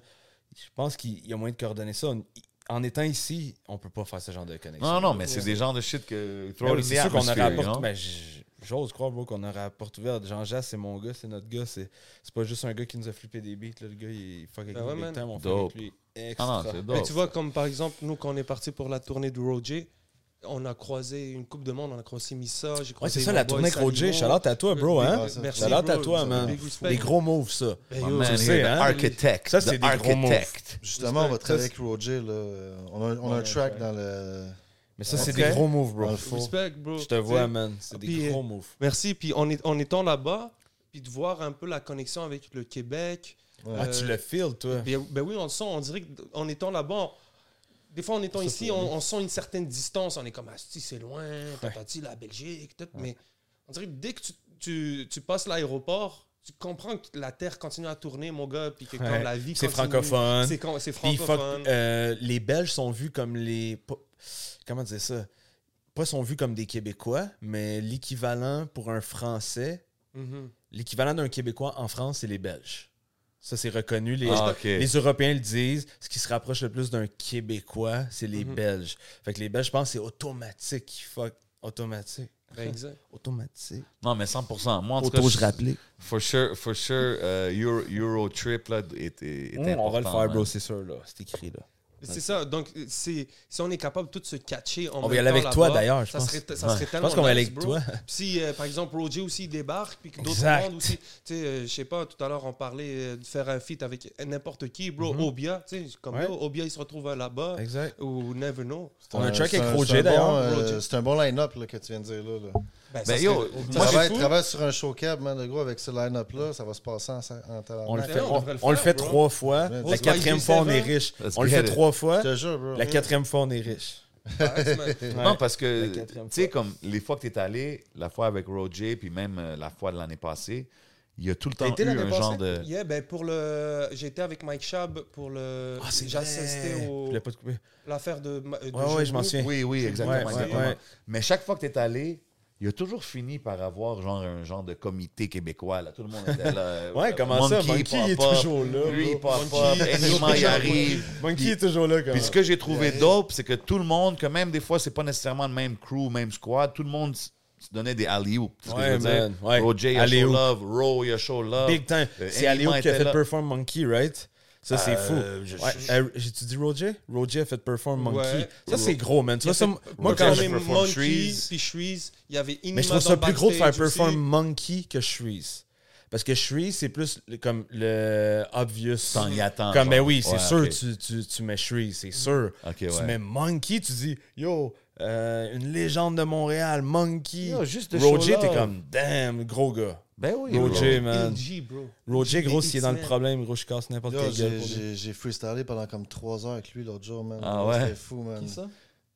Speaker 4: Je pense qu'il y a moyen de coordonner ça. On- En étant ici, on peut pas faire ce genre de connexion.
Speaker 2: Non, non, mais c'est des genres de shit que...
Speaker 4: Ben
Speaker 2: Throw
Speaker 4: oui,
Speaker 2: in
Speaker 4: c'est
Speaker 2: the
Speaker 4: sûr qu'on aurait
Speaker 2: atmosphere,
Speaker 4: la
Speaker 2: you
Speaker 4: porte.
Speaker 2: know?
Speaker 4: ben, j- J'ose croire, bro, qu'on aurait la porte ouverte. Jean-Jacques, c'est mon gars, c'est notre gars. C'est c'est pas juste un gars qui nous a flippé des beats. là. Le gars, il fuck avec
Speaker 1: Ben
Speaker 4: nous
Speaker 1: ouais,
Speaker 4: big
Speaker 1: man.
Speaker 4: time, on fait
Speaker 2: Dope.
Speaker 4: avec lui.
Speaker 2: Ah
Speaker 4: Extra.
Speaker 2: non, c'est
Speaker 1: Mais
Speaker 2: dope.
Speaker 1: tu vois, comme par exemple, nous, quand on est parti pour la tournée de Roger, on a croisé une Coupe de Monde, on a croisé Missa, j'ai
Speaker 4: Ouais,
Speaker 1: croisé.
Speaker 4: c'est ça, la tournée avec Roger. Shout-out à toi, bro, hein?
Speaker 1: Merci.
Speaker 4: Shout out à
Speaker 1: bro.
Speaker 4: toi,
Speaker 1: C'est
Speaker 4: man.
Speaker 1: big respect.
Speaker 4: Des gros moves, ça.
Speaker 1: Ben,
Speaker 2: My
Speaker 1: yo,
Speaker 2: man
Speaker 4: tu
Speaker 2: here,
Speaker 4: sais,
Speaker 2: the
Speaker 4: hein?
Speaker 2: architect.
Speaker 4: Ça, c'est
Speaker 2: the
Speaker 4: des gros mots.
Speaker 2: architect.
Speaker 3: Justement, on va
Speaker 1: Ça, c'est-
Speaker 3: travailler avec Roger. Là. Euh, On a, on a un track dans le,
Speaker 4: Mais ça,
Speaker 3: Ok.
Speaker 4: c'est des gros moves,
Speaker 3: dans
Speaker 4: bro.
Speaker 3: le faux.
Speaker 1: Respect, bro.
Speaker 4: Je te vois,
Speaker 1: T'sais,
Speaker 4: man. C'est
Speaker 1: Puis, euh,
Speaker 4: des gros moves.
Speaker 1: Merci. Puis en, est- en étant là-bas, puis de voir un peu la connexion avec le Québec.
Speaker 4: Ah, tu
Speaker 1: euh,
Speaker 4: le feels, toi.
Speaker 1: Ben, ben oui, on le sent. On dirait qu'en étant là-bas, on- des fois en étant ici, on, on sent une certaine distance. On est comme, ah, si, c'est loin, tatati, la Belgique, tout. Mais on dirait que dès que tu, tu- tu passes l'aéroport, tu comprends que la terre continue à tourner, mon gars, puis que comme
Speaker 4: Ouais.
Speaker 1: la vie
Speaker 4: C'est
Speaker 1: continue.
Speaker 4: francophone.
Speaker 1: C'est con- c'est
Speaker 4: Puis, fuck,
Speaker 1: francophone.
Speaker 4: euh, les Belges sont vus comme les. pas- Comment dire ça? Pas sont vus comme des Québécois, mais l'équivalent pour un Français,
Speaker 1: Mhm.
Speaker 4: l'équivalent d'un Québécois en France, c'est les Belges. Ça, c'est reconnu. Les,
Speaker 2: Ah, OK.
Speaker 4: Les Européens le disent, ce qui se rapproche le plus d'un Québécois, c'est les
Speaker 1: Mhm.
Speaker 4: Belges. Fait que les Belges, je pense, c'est automatique qui fuck. Automatique.
Speaker 1: Ben, exact.
Speaker 4: Automatique.
Speaker 2: Non, mais 100%. Moi, en tout cas,
Speaker 4: Auto, je rappelais.
Speaker 2: For sure, for sure, euh, Euro, Euro Trip là, est, est- est
Speaker 4: Mmh, on va le
Speaker 2: important, hein.
Speaker 4: faire, bro,
Speaker 2: man.
Speaker 4: c'est sûr, là. C'est écrit, là.
Speaker 1: C'est ça. Donc, c'est si on est capable de tout se catcher en
Speaker 4: On va
Speaker 1: même
Speaker 4: y aller
Speaker 1: temps
Speaker 4: avec toi,
Speaker 1: là-bas,
Speaker 4: d'ailleurs, je
Speaker 1: Ça
Speaker 4: pense.
Speaker 1: serait, ça
Speaker 4: Ouais.
Speaker 1: serait
Speaker 4: Je
Speaker 1: tellement
Speaker 4: pense qu'on va aller
Speaker 1: nice,
Speaker 4: avec
Speaker 1: bro.
Speaker 4: toi.
Speaker 1: Puis Si, euh, par exemple, Roger aussi il débarque, puis que d'autres
Speaker 4: Exact.
Speaker 1: bandes aussi. Tu sais, euh, je sais pas, tout à l'heure, on parlait euh, de faire un feat avec n'importe qui, bro. Obia, tu sais, comme
Speaker 4: Mm-hmm. Ouais.
Speaker 1: yo, Obia, il se retrouve euh, là-bas.
Speaker 4: Exact.
Speaker 1: Ou Never Know.
Speaker 4: On a un track
Speaker 3: C'est
Speaker 4: avec
Speaker 3: c'est
Speaker 4: Roger,
Speaker 3: un bon,
Speaker 4: d'ailleurs.
Speaker 3: euh,
Speaker 1: Roger.
Speaker 3: C'est un bon line-up là, que tu viens de dire. là. là.
Speaker 1: Ben,
Speaker 2: Ben, yo, moi,
Speaker 3: travaille,
Speaker 1: fou.
Speaker 3: travaille sur un show cab, man, le gros, avec ce line-up-là. Ça va se passer en, en tabarnak.
Speaker 4: On le
Speaker 1: Ben
Speaker 4: fait,
Speaker 1: non, on
Speaker 4: on,
Speaker 1: devrait le
Speaker 4: on le
Speaker 1: faire,
Speaker 4: fait
Speaker 1: bro.
Speaker 4: trois fois.
Speaker 3: Ouais,
Speaker 4: La
Speaker 1: c'est
Speaker 4: quatrième
Speaker 1: pas
Speaker 4: fois, on est
Speaker 1: évident.
Speaker 4: riche.
Speaker 2: Let's
Speaker 4: On le
Speaker 2: get
Speaker 4: fait
Speaker 2: it.
Speaker 4: trois fois.
Speaker 3: Je te jure, bro.
Speaker 4: La quatrième fois, on est riche.
Speaker 2: Non, parce que,
Speaker 4: La
Speaker 2: tu
Speaker 4: quatrième
Speaker 2: sais,
Speaker 4: fois.
Speaker 2: comme les fois que tu es allé, la fois avec Roger, puis même euh, la fois de l'année passée, il y a tout le
Speaker 1: T'as
Speaker 2: temps
Speaker 1: été
Speaker 2: eu
Speaker 1: l'année
Speaker 2: un
Speaker 1: passée?
Speaker 2: genre de.
Speaker 1: Yeah, ben pour le. J'étais avec Mike Shab pour le.
Speaker 2: Ah, c'est
Speaker 1: J'ai assisté
Speaker 2: vrai.
Speaker 1: au.
Speaker 4: Je l'ai pas de couper.
Speaker 1: L'affaire de. ma- de
Speaker 4: Ouais, ouais, je m'en
Speaker 1: Giroud.
Speaker 4: souviens.
Speaker 2: Oui, oui, exactement.
Speaker 4: Ouais,
Speaker 2: exactement.
Speaker 4: ouais.
Speaker 2: Mais chaque fois que tu es allé, il a toujours fini par avoir genre un genre de comité québécois. Là. Tout le monde était là. euh,
Speaker 4: Ouais, comment ça? Monkey, il est
Speaker 2: pop-up.
Speaker 4: toujours là.
Speaker 2: Lui, il
Speaker 4: bro.
Speaker 2: pop-up.
Speaker 4: Monkey,
Speaker 2: Évidemment, il arrive.
Speaker 4: Monkey
Speaker 2: Puis-
Speaker 4: est toujours là. quand
Speaker 2: Puis
Speaker 4: même.
Speaker 2: ce que j'ai trouvé dope, c'est que tout le monde, que même des fois, c'est pas nécessairement le même crew, même squad, tout le monde s- se donnait des alley-ooop. Tu sais ce que je veux
Speaker 4: Ouais,
Speaker 2: dire?
Speaker 4: man, ouais.
Speaker 2: Roger, il a show
Speaker 4: Alley-oop.
Speaker 2: love. Ro, il a show love.
Speaker 4: Big time.
Speaker 2: Euh,
Speaker 4: c'est
Speaker 2: Eddie
Speaker 4: Aléo qui a
Speaker 2: était
Speaker 4: fait
Speaker 2: là.
Speaker 4: Perform Monkey, right? Ça, c'est fou.
Speaker 2: je-
Speaker 4: Ouais,
Speaker 2: je-
Speaker 4: euh, J'ai-tu dit Roger? Roger a fait Perform Monkey.
Speaker 1: Ouais.
Speaker 4: Ça, c'est gros, man. Tu vois, ça, moi,
Speaker 1: Moi,
Speaker 2: Roger
Speaker 4: quand
Speaker 2: fait
Speaker 1: quand
Speaker 4: je...
Speaker 1: j'ai
Speaker 2: Perform
Speaker 1: Monkey,
Speaker 2: Shreeze.
Speaker 1: puis Shreeze, il y avait Inima
Speaker 4: Mais je trouve ça plus gros de faire Perform Monkey que Shreeze. Parce que Shreeze, c'est plus le- comme le obvious.
Speaker 2: T'en y attends,
Speaker 4: Comme, ben
Speaker 2: genre.
Speaker 4: oui, c'est
Speaker 2: Ouais,
Speaker 4: sûr,
Speaker 2: ok.
Speaker 4: tu, tu, tu mets Shreeze, c'est sûr.
Speaker 2: Ok,
Speaker 4: tu
Speaker 2: ouais.
Speaker 4: mets Monkey, tu dis, yo, euh, une légende de Montréal, Monkey.
Speaker 2: Yo, juste de
Speaker 4: Roger,
Speaker 2: show-là.
Speaker 4: t'es comme, damn, gros gars.
Speaker 2: Ben oui.
Speaker 4: Roger, man.
Speaker 1: LG, bro.
Speaker 4: Roger, gros, s'il est dans le
Speaker 1: X-Men.
Speaker 4: problème, gros, je casse n'importe
Speaker 3: Yo,
Speaker 4: quelle gueule.
Speaker 3: j'ai-
Speaker 4: pour lui.
Speaker 3: J'ai j'ai freestylé pendant comme 3 heures avec lui l'autre jour, man.
Speaker 2: Ah ouais?
Speaker 3: C'était fou, man.
Speaker 1: Qui ça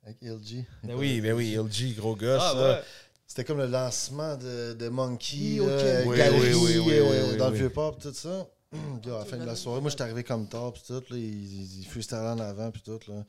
Speaker 3: Avec LG.
Speaker 4: Ben oui, ben oui, LG, gros gars,
Speaker 1: Ah,
Speaker 4: ça.
Speaker 1: ouais.
Speaker 3: C'était comme le lancement de, de
Speaker 1: Oui,
Speaker 3: Monkey,
Speaker 1: ok.
Speaker 3: euh,
Speaker 2: Oui,
Speaker 3: Galerie,
Speaker 2: oui, oui, oui,
Speaker 3: euh,
Speaker 2: oui, oui,
Speaker 3: dans
Speaker 2: oui.
Speaker 3: le vieux port, tout ça. Yo, à la fin de la soirée, moi, j'étais arrivé comme tard, puis tout, là, il, il, il freestyle en avant, puis tout, là.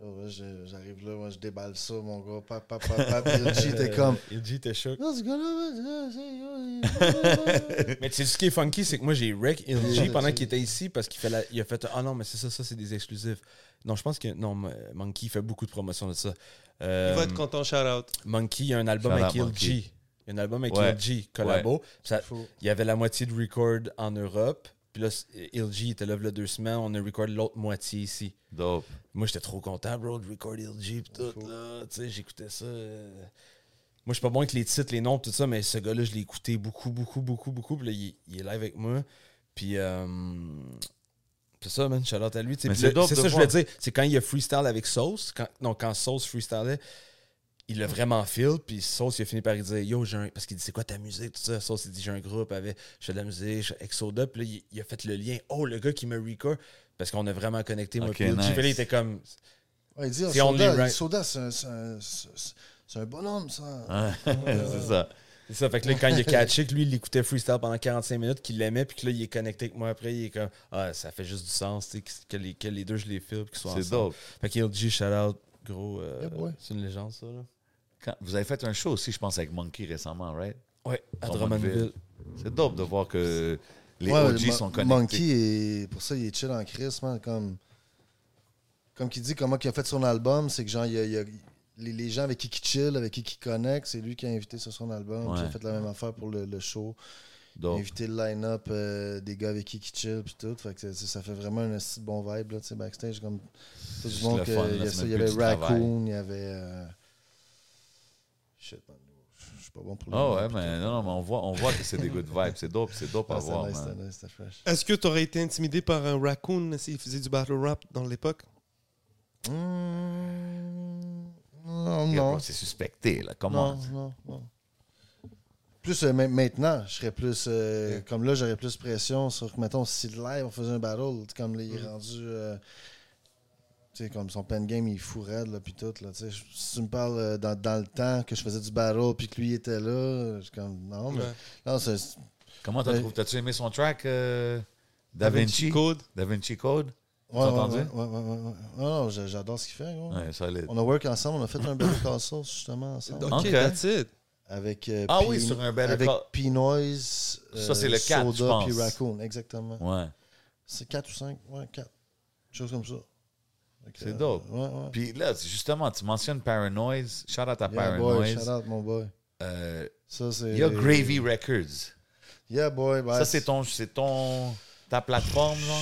Speaker 3: Yo, ouais, je- J'arrive là, moi, je déballe ça, mon gars, pap, pap, pap, pap, LG
Speaker 4: Euh,
Speaker 3: était comme...
Speaker 4: LG était choc.
Speaker 3: Yo, ce gars-là, ouais, c'est- c'est- yo, il-
Speaker 4: Mais tu sais, ce qui est funky, c'est que moi, j'ai wreck LG
Speaker 3: Ouais,
Speaker 4: pendant
Speaker 3: c'est-
Speaker 4: qu'il était ici parce qu'il fait la- il a fait Ah non, mais c'est ça, ça, c'est des exclusifs. Non, je pense que. Non, M- Monkey fait beaucoup de promotions de ça. Euh,
Speaker 1: Il va être content, shout out.
Speaker 4: Monkey, il y a un album
Speaker 2: Shout
Speaker 4: avec
Speaker 2: out,
Speaker 4: LG. Il y a un album avec
Speaker 2: Ouais.
Speaker 4: LG, collabo. Puis ça-
Speaker 3: Faut-
Speaker 4: il y avait la moitié de record en Europe. Puis là, c- LG était là, là deux semaines. On a record l'autre moitié ici.
Speaker 2: Dope.
Speaker 4: Moi, j'étais trop content, bro, de record LG pis tout, là. Tu sais, j'écoutais ça. euh. Moi, je suis pas bon avec les titres, les noms, tout ça, mais ce gars-là, je l'ai écouté beaucoup, beaucoup, beaucoup, beaucoup. Puis là, il, il est live avec moi. Puis, euh, c'est ça, man, shout-out à lui. tu sais.
Speaker 2: Mais
Speaker 4: Puis
Speaker 2: c'est
Speaker 4: là,
Speaker 2: dope
Speaker 4: C'est
Speaker 2: de
Speaker 4: ça, que je voulais
Speaker 2: voir.
Speaker 4: dire. C'est quand il a freestyle avec Sauce, quand, non, quand Sauce freestylait, il l'a vraiment feel, puis Sauce, il a fini par lui dire Yo, j'ai un. Parce qu'il dit C'est quoi ta musique, tout ça Sauce, il dit J'ai un groupe, avec... je fais de la musique, je fais avec Soda. Puis là, il, il a fait le lien Oh, le gars qui me record. Parce qu'on a vraiment connecté, moi,
Speaker 2: Ok,
Speaker 4: puis LG.
Speaker 2: nice.
Speaker 4: Puis là, il était comme
Speaker 3: Ouais, il dit, oh,
Speaker 4: C'est only
Speaker 3: Soda,
Speaker 4: right.
Speaker 3: Soda, c'est un- c'est un- c'est- c'est un bonhomme, ça.
Speaker 2: Hein? c'est ça.
Speaker 4: C'est ça, fait que là, quand il a catché que lui, il écoutait freestyle pendant 45 minutes, qu'il l'aimait, puis que là, il est connecté avec moi après, il est comme Ah, ça fait juste du sens, tu sais, que- que les, que les deux, je les filme, qu'ils soient
Speaker 2: C'est
Speaker 4: ensemble.
Speaker 2: dope.
Speaker 4: Fait que LG, shout out, gros, euh,
Speaker 3: Yeah, boy.
Speaker 4: c'est une légende, ça, là.
Speaker 2: Quand- vous avez fait un show aussi, je pense, avec Monkey récemment, right?
Speaker 4: Ouais, à
Speaker 2: Drummondville.
Speaker 4: Drummondville.
Speaker 2: C'est dope de voir que les
Speaker 3: Ouais,
Speaker 2: OG
Speaker 3: Mo-
Speaker 2: sont connectés.
Speaker 3: Monkey, est- pour ça, il est chill en Chris, man. Comme, comme qu'il dit, comment il a fait son album, c'est que genre, il y a, il y a- les, les gens avec qui il chill, avec qui il connecte, c'est lui qui a invité sur son album. Puis
Speaker 2: Ouais.
Speaker 3: Il a fait la même affaire pour le, le show. Il a
Speaker 2: Dope.
Speaker 3: invité le line-up euh, des gars avec qui il chill, puis tout. Fait que c'est- ça fait vraiment un esti de bon vibe, là, tu sais, backstage. Comme tout
Speaker 2: Juste
Speaker 3: le monde,
Speaker 2: le
Speaker 3: que-
Speaker 2: fun, là,
Speaker 3: il y, a
Speaker 2: c'est
Speaker 3: ça,
Speaker 2: même
Speaker 3: il y
Speaker 2: plus
Speaker 3: avait
Speaker 2: du travail.
Speaker 3: Raccoon, il y avait. euh, Shit, man. Je suis pas bon pour le
Speaker 2: Ah
Speaker 3: nom,
Speaker 2: ouais,
Speaker 3: putain.
Speaker 2: mais non, non, mais on voit, on voit que c'est des good vibes. C'est dope, c'est dope à
Speaker 3: Ah, c'était
Speaker 2: voir,
Speaker 3: nice,
Speaker 2: man.
Speaker 3: c'était nice, c'était fresh.
Speaker 1: Est-ce que t'aurais été intimidé par un raccoon s'il faisait du battle rap dans l'époque
Speaker 3: Mmh, Non,
Speaker 2: Yeah,
Speaker 3: non.
Speaker 2: bro, C'est suspecté, là. Comment?
Speaker 3: Non, non, non. Plus euh, ma- maintenant, je serais plus. euh, Comme là, j'aurais plus pression sur, mettons, si live, on faisait un battle, tu sais, comme là,
Speaker 2: Mm.
Speaker 3: il est rendu. euh, tu sais, comme son pen game, il est fou raide, là, puis tout, là, tu sais. Je- Si tu me parles euh, dans, dans le temps que je faisais du battle, puis que lui était là, je suis comme, non, mais.
Speaker 1: Ouais.
Speaker 3: Non, c'est.
Speaker 2: Comment t'as
Speaker 3: Ouais.
Speaker 2: trouvé? T'as-tu aimé son track, euh, Da Vinci?
Speaker 1: Code.
Speaker 2: Da Vinci Code?
Speaker 3: Ouais, ouais,
Speaker 2: entendu?
Speaker 3: ouais, ouais, ouais, ouais, ouais. Non, non, j'a- j'adore ce qu'il fait, gros.
Speaker 2: Ouais, solide.
Speaker 3: On a work ensemble, on a fait un Battle Call Saul, justement, ensemble.
Speaker 1: Ok,
Speaker 2: Ok.
Speaker 1: that's it.
Speaker 3: Avec, euh,
Speaker 2: Ah oui,
Speaker 3: P-
Speaker 2: sur un Better
Speaker 3: avec
Speaker 2: Call-
Speaker 3: P-Noise, euh,
Speaker 2: Ça, c'est le quatre, je
Speaker 3: Soda
Speaker 2: pense.
Speaker 3: puis Raccoon, exactement.
Speaker 2: Ouais.
Speaker 3: C'est 4 ou 5, ouais, 4. Chose comme ça. Fait que,
Speaker 2: C'est
Speaker 3: euh,
Speaker 2: dope.
Speaker 3: Ouais, ouais.
Speaker 2: Puis là, justement, tu mentionnes Paranoise. Shout out à
Speaker 3: Yeah, boy, shout
Speaker 2: Paranoise.
Speaker 3: out, mon boy.
Speaker 2: Euh,
Speaker 3: Ça, c'est.
Speaker 2: Il y a Gravy Records.
Speaker 3: Yeah, boy. ben,
Speaker 2: Ça, c'est ton, c'est ton, ta plateforme, là?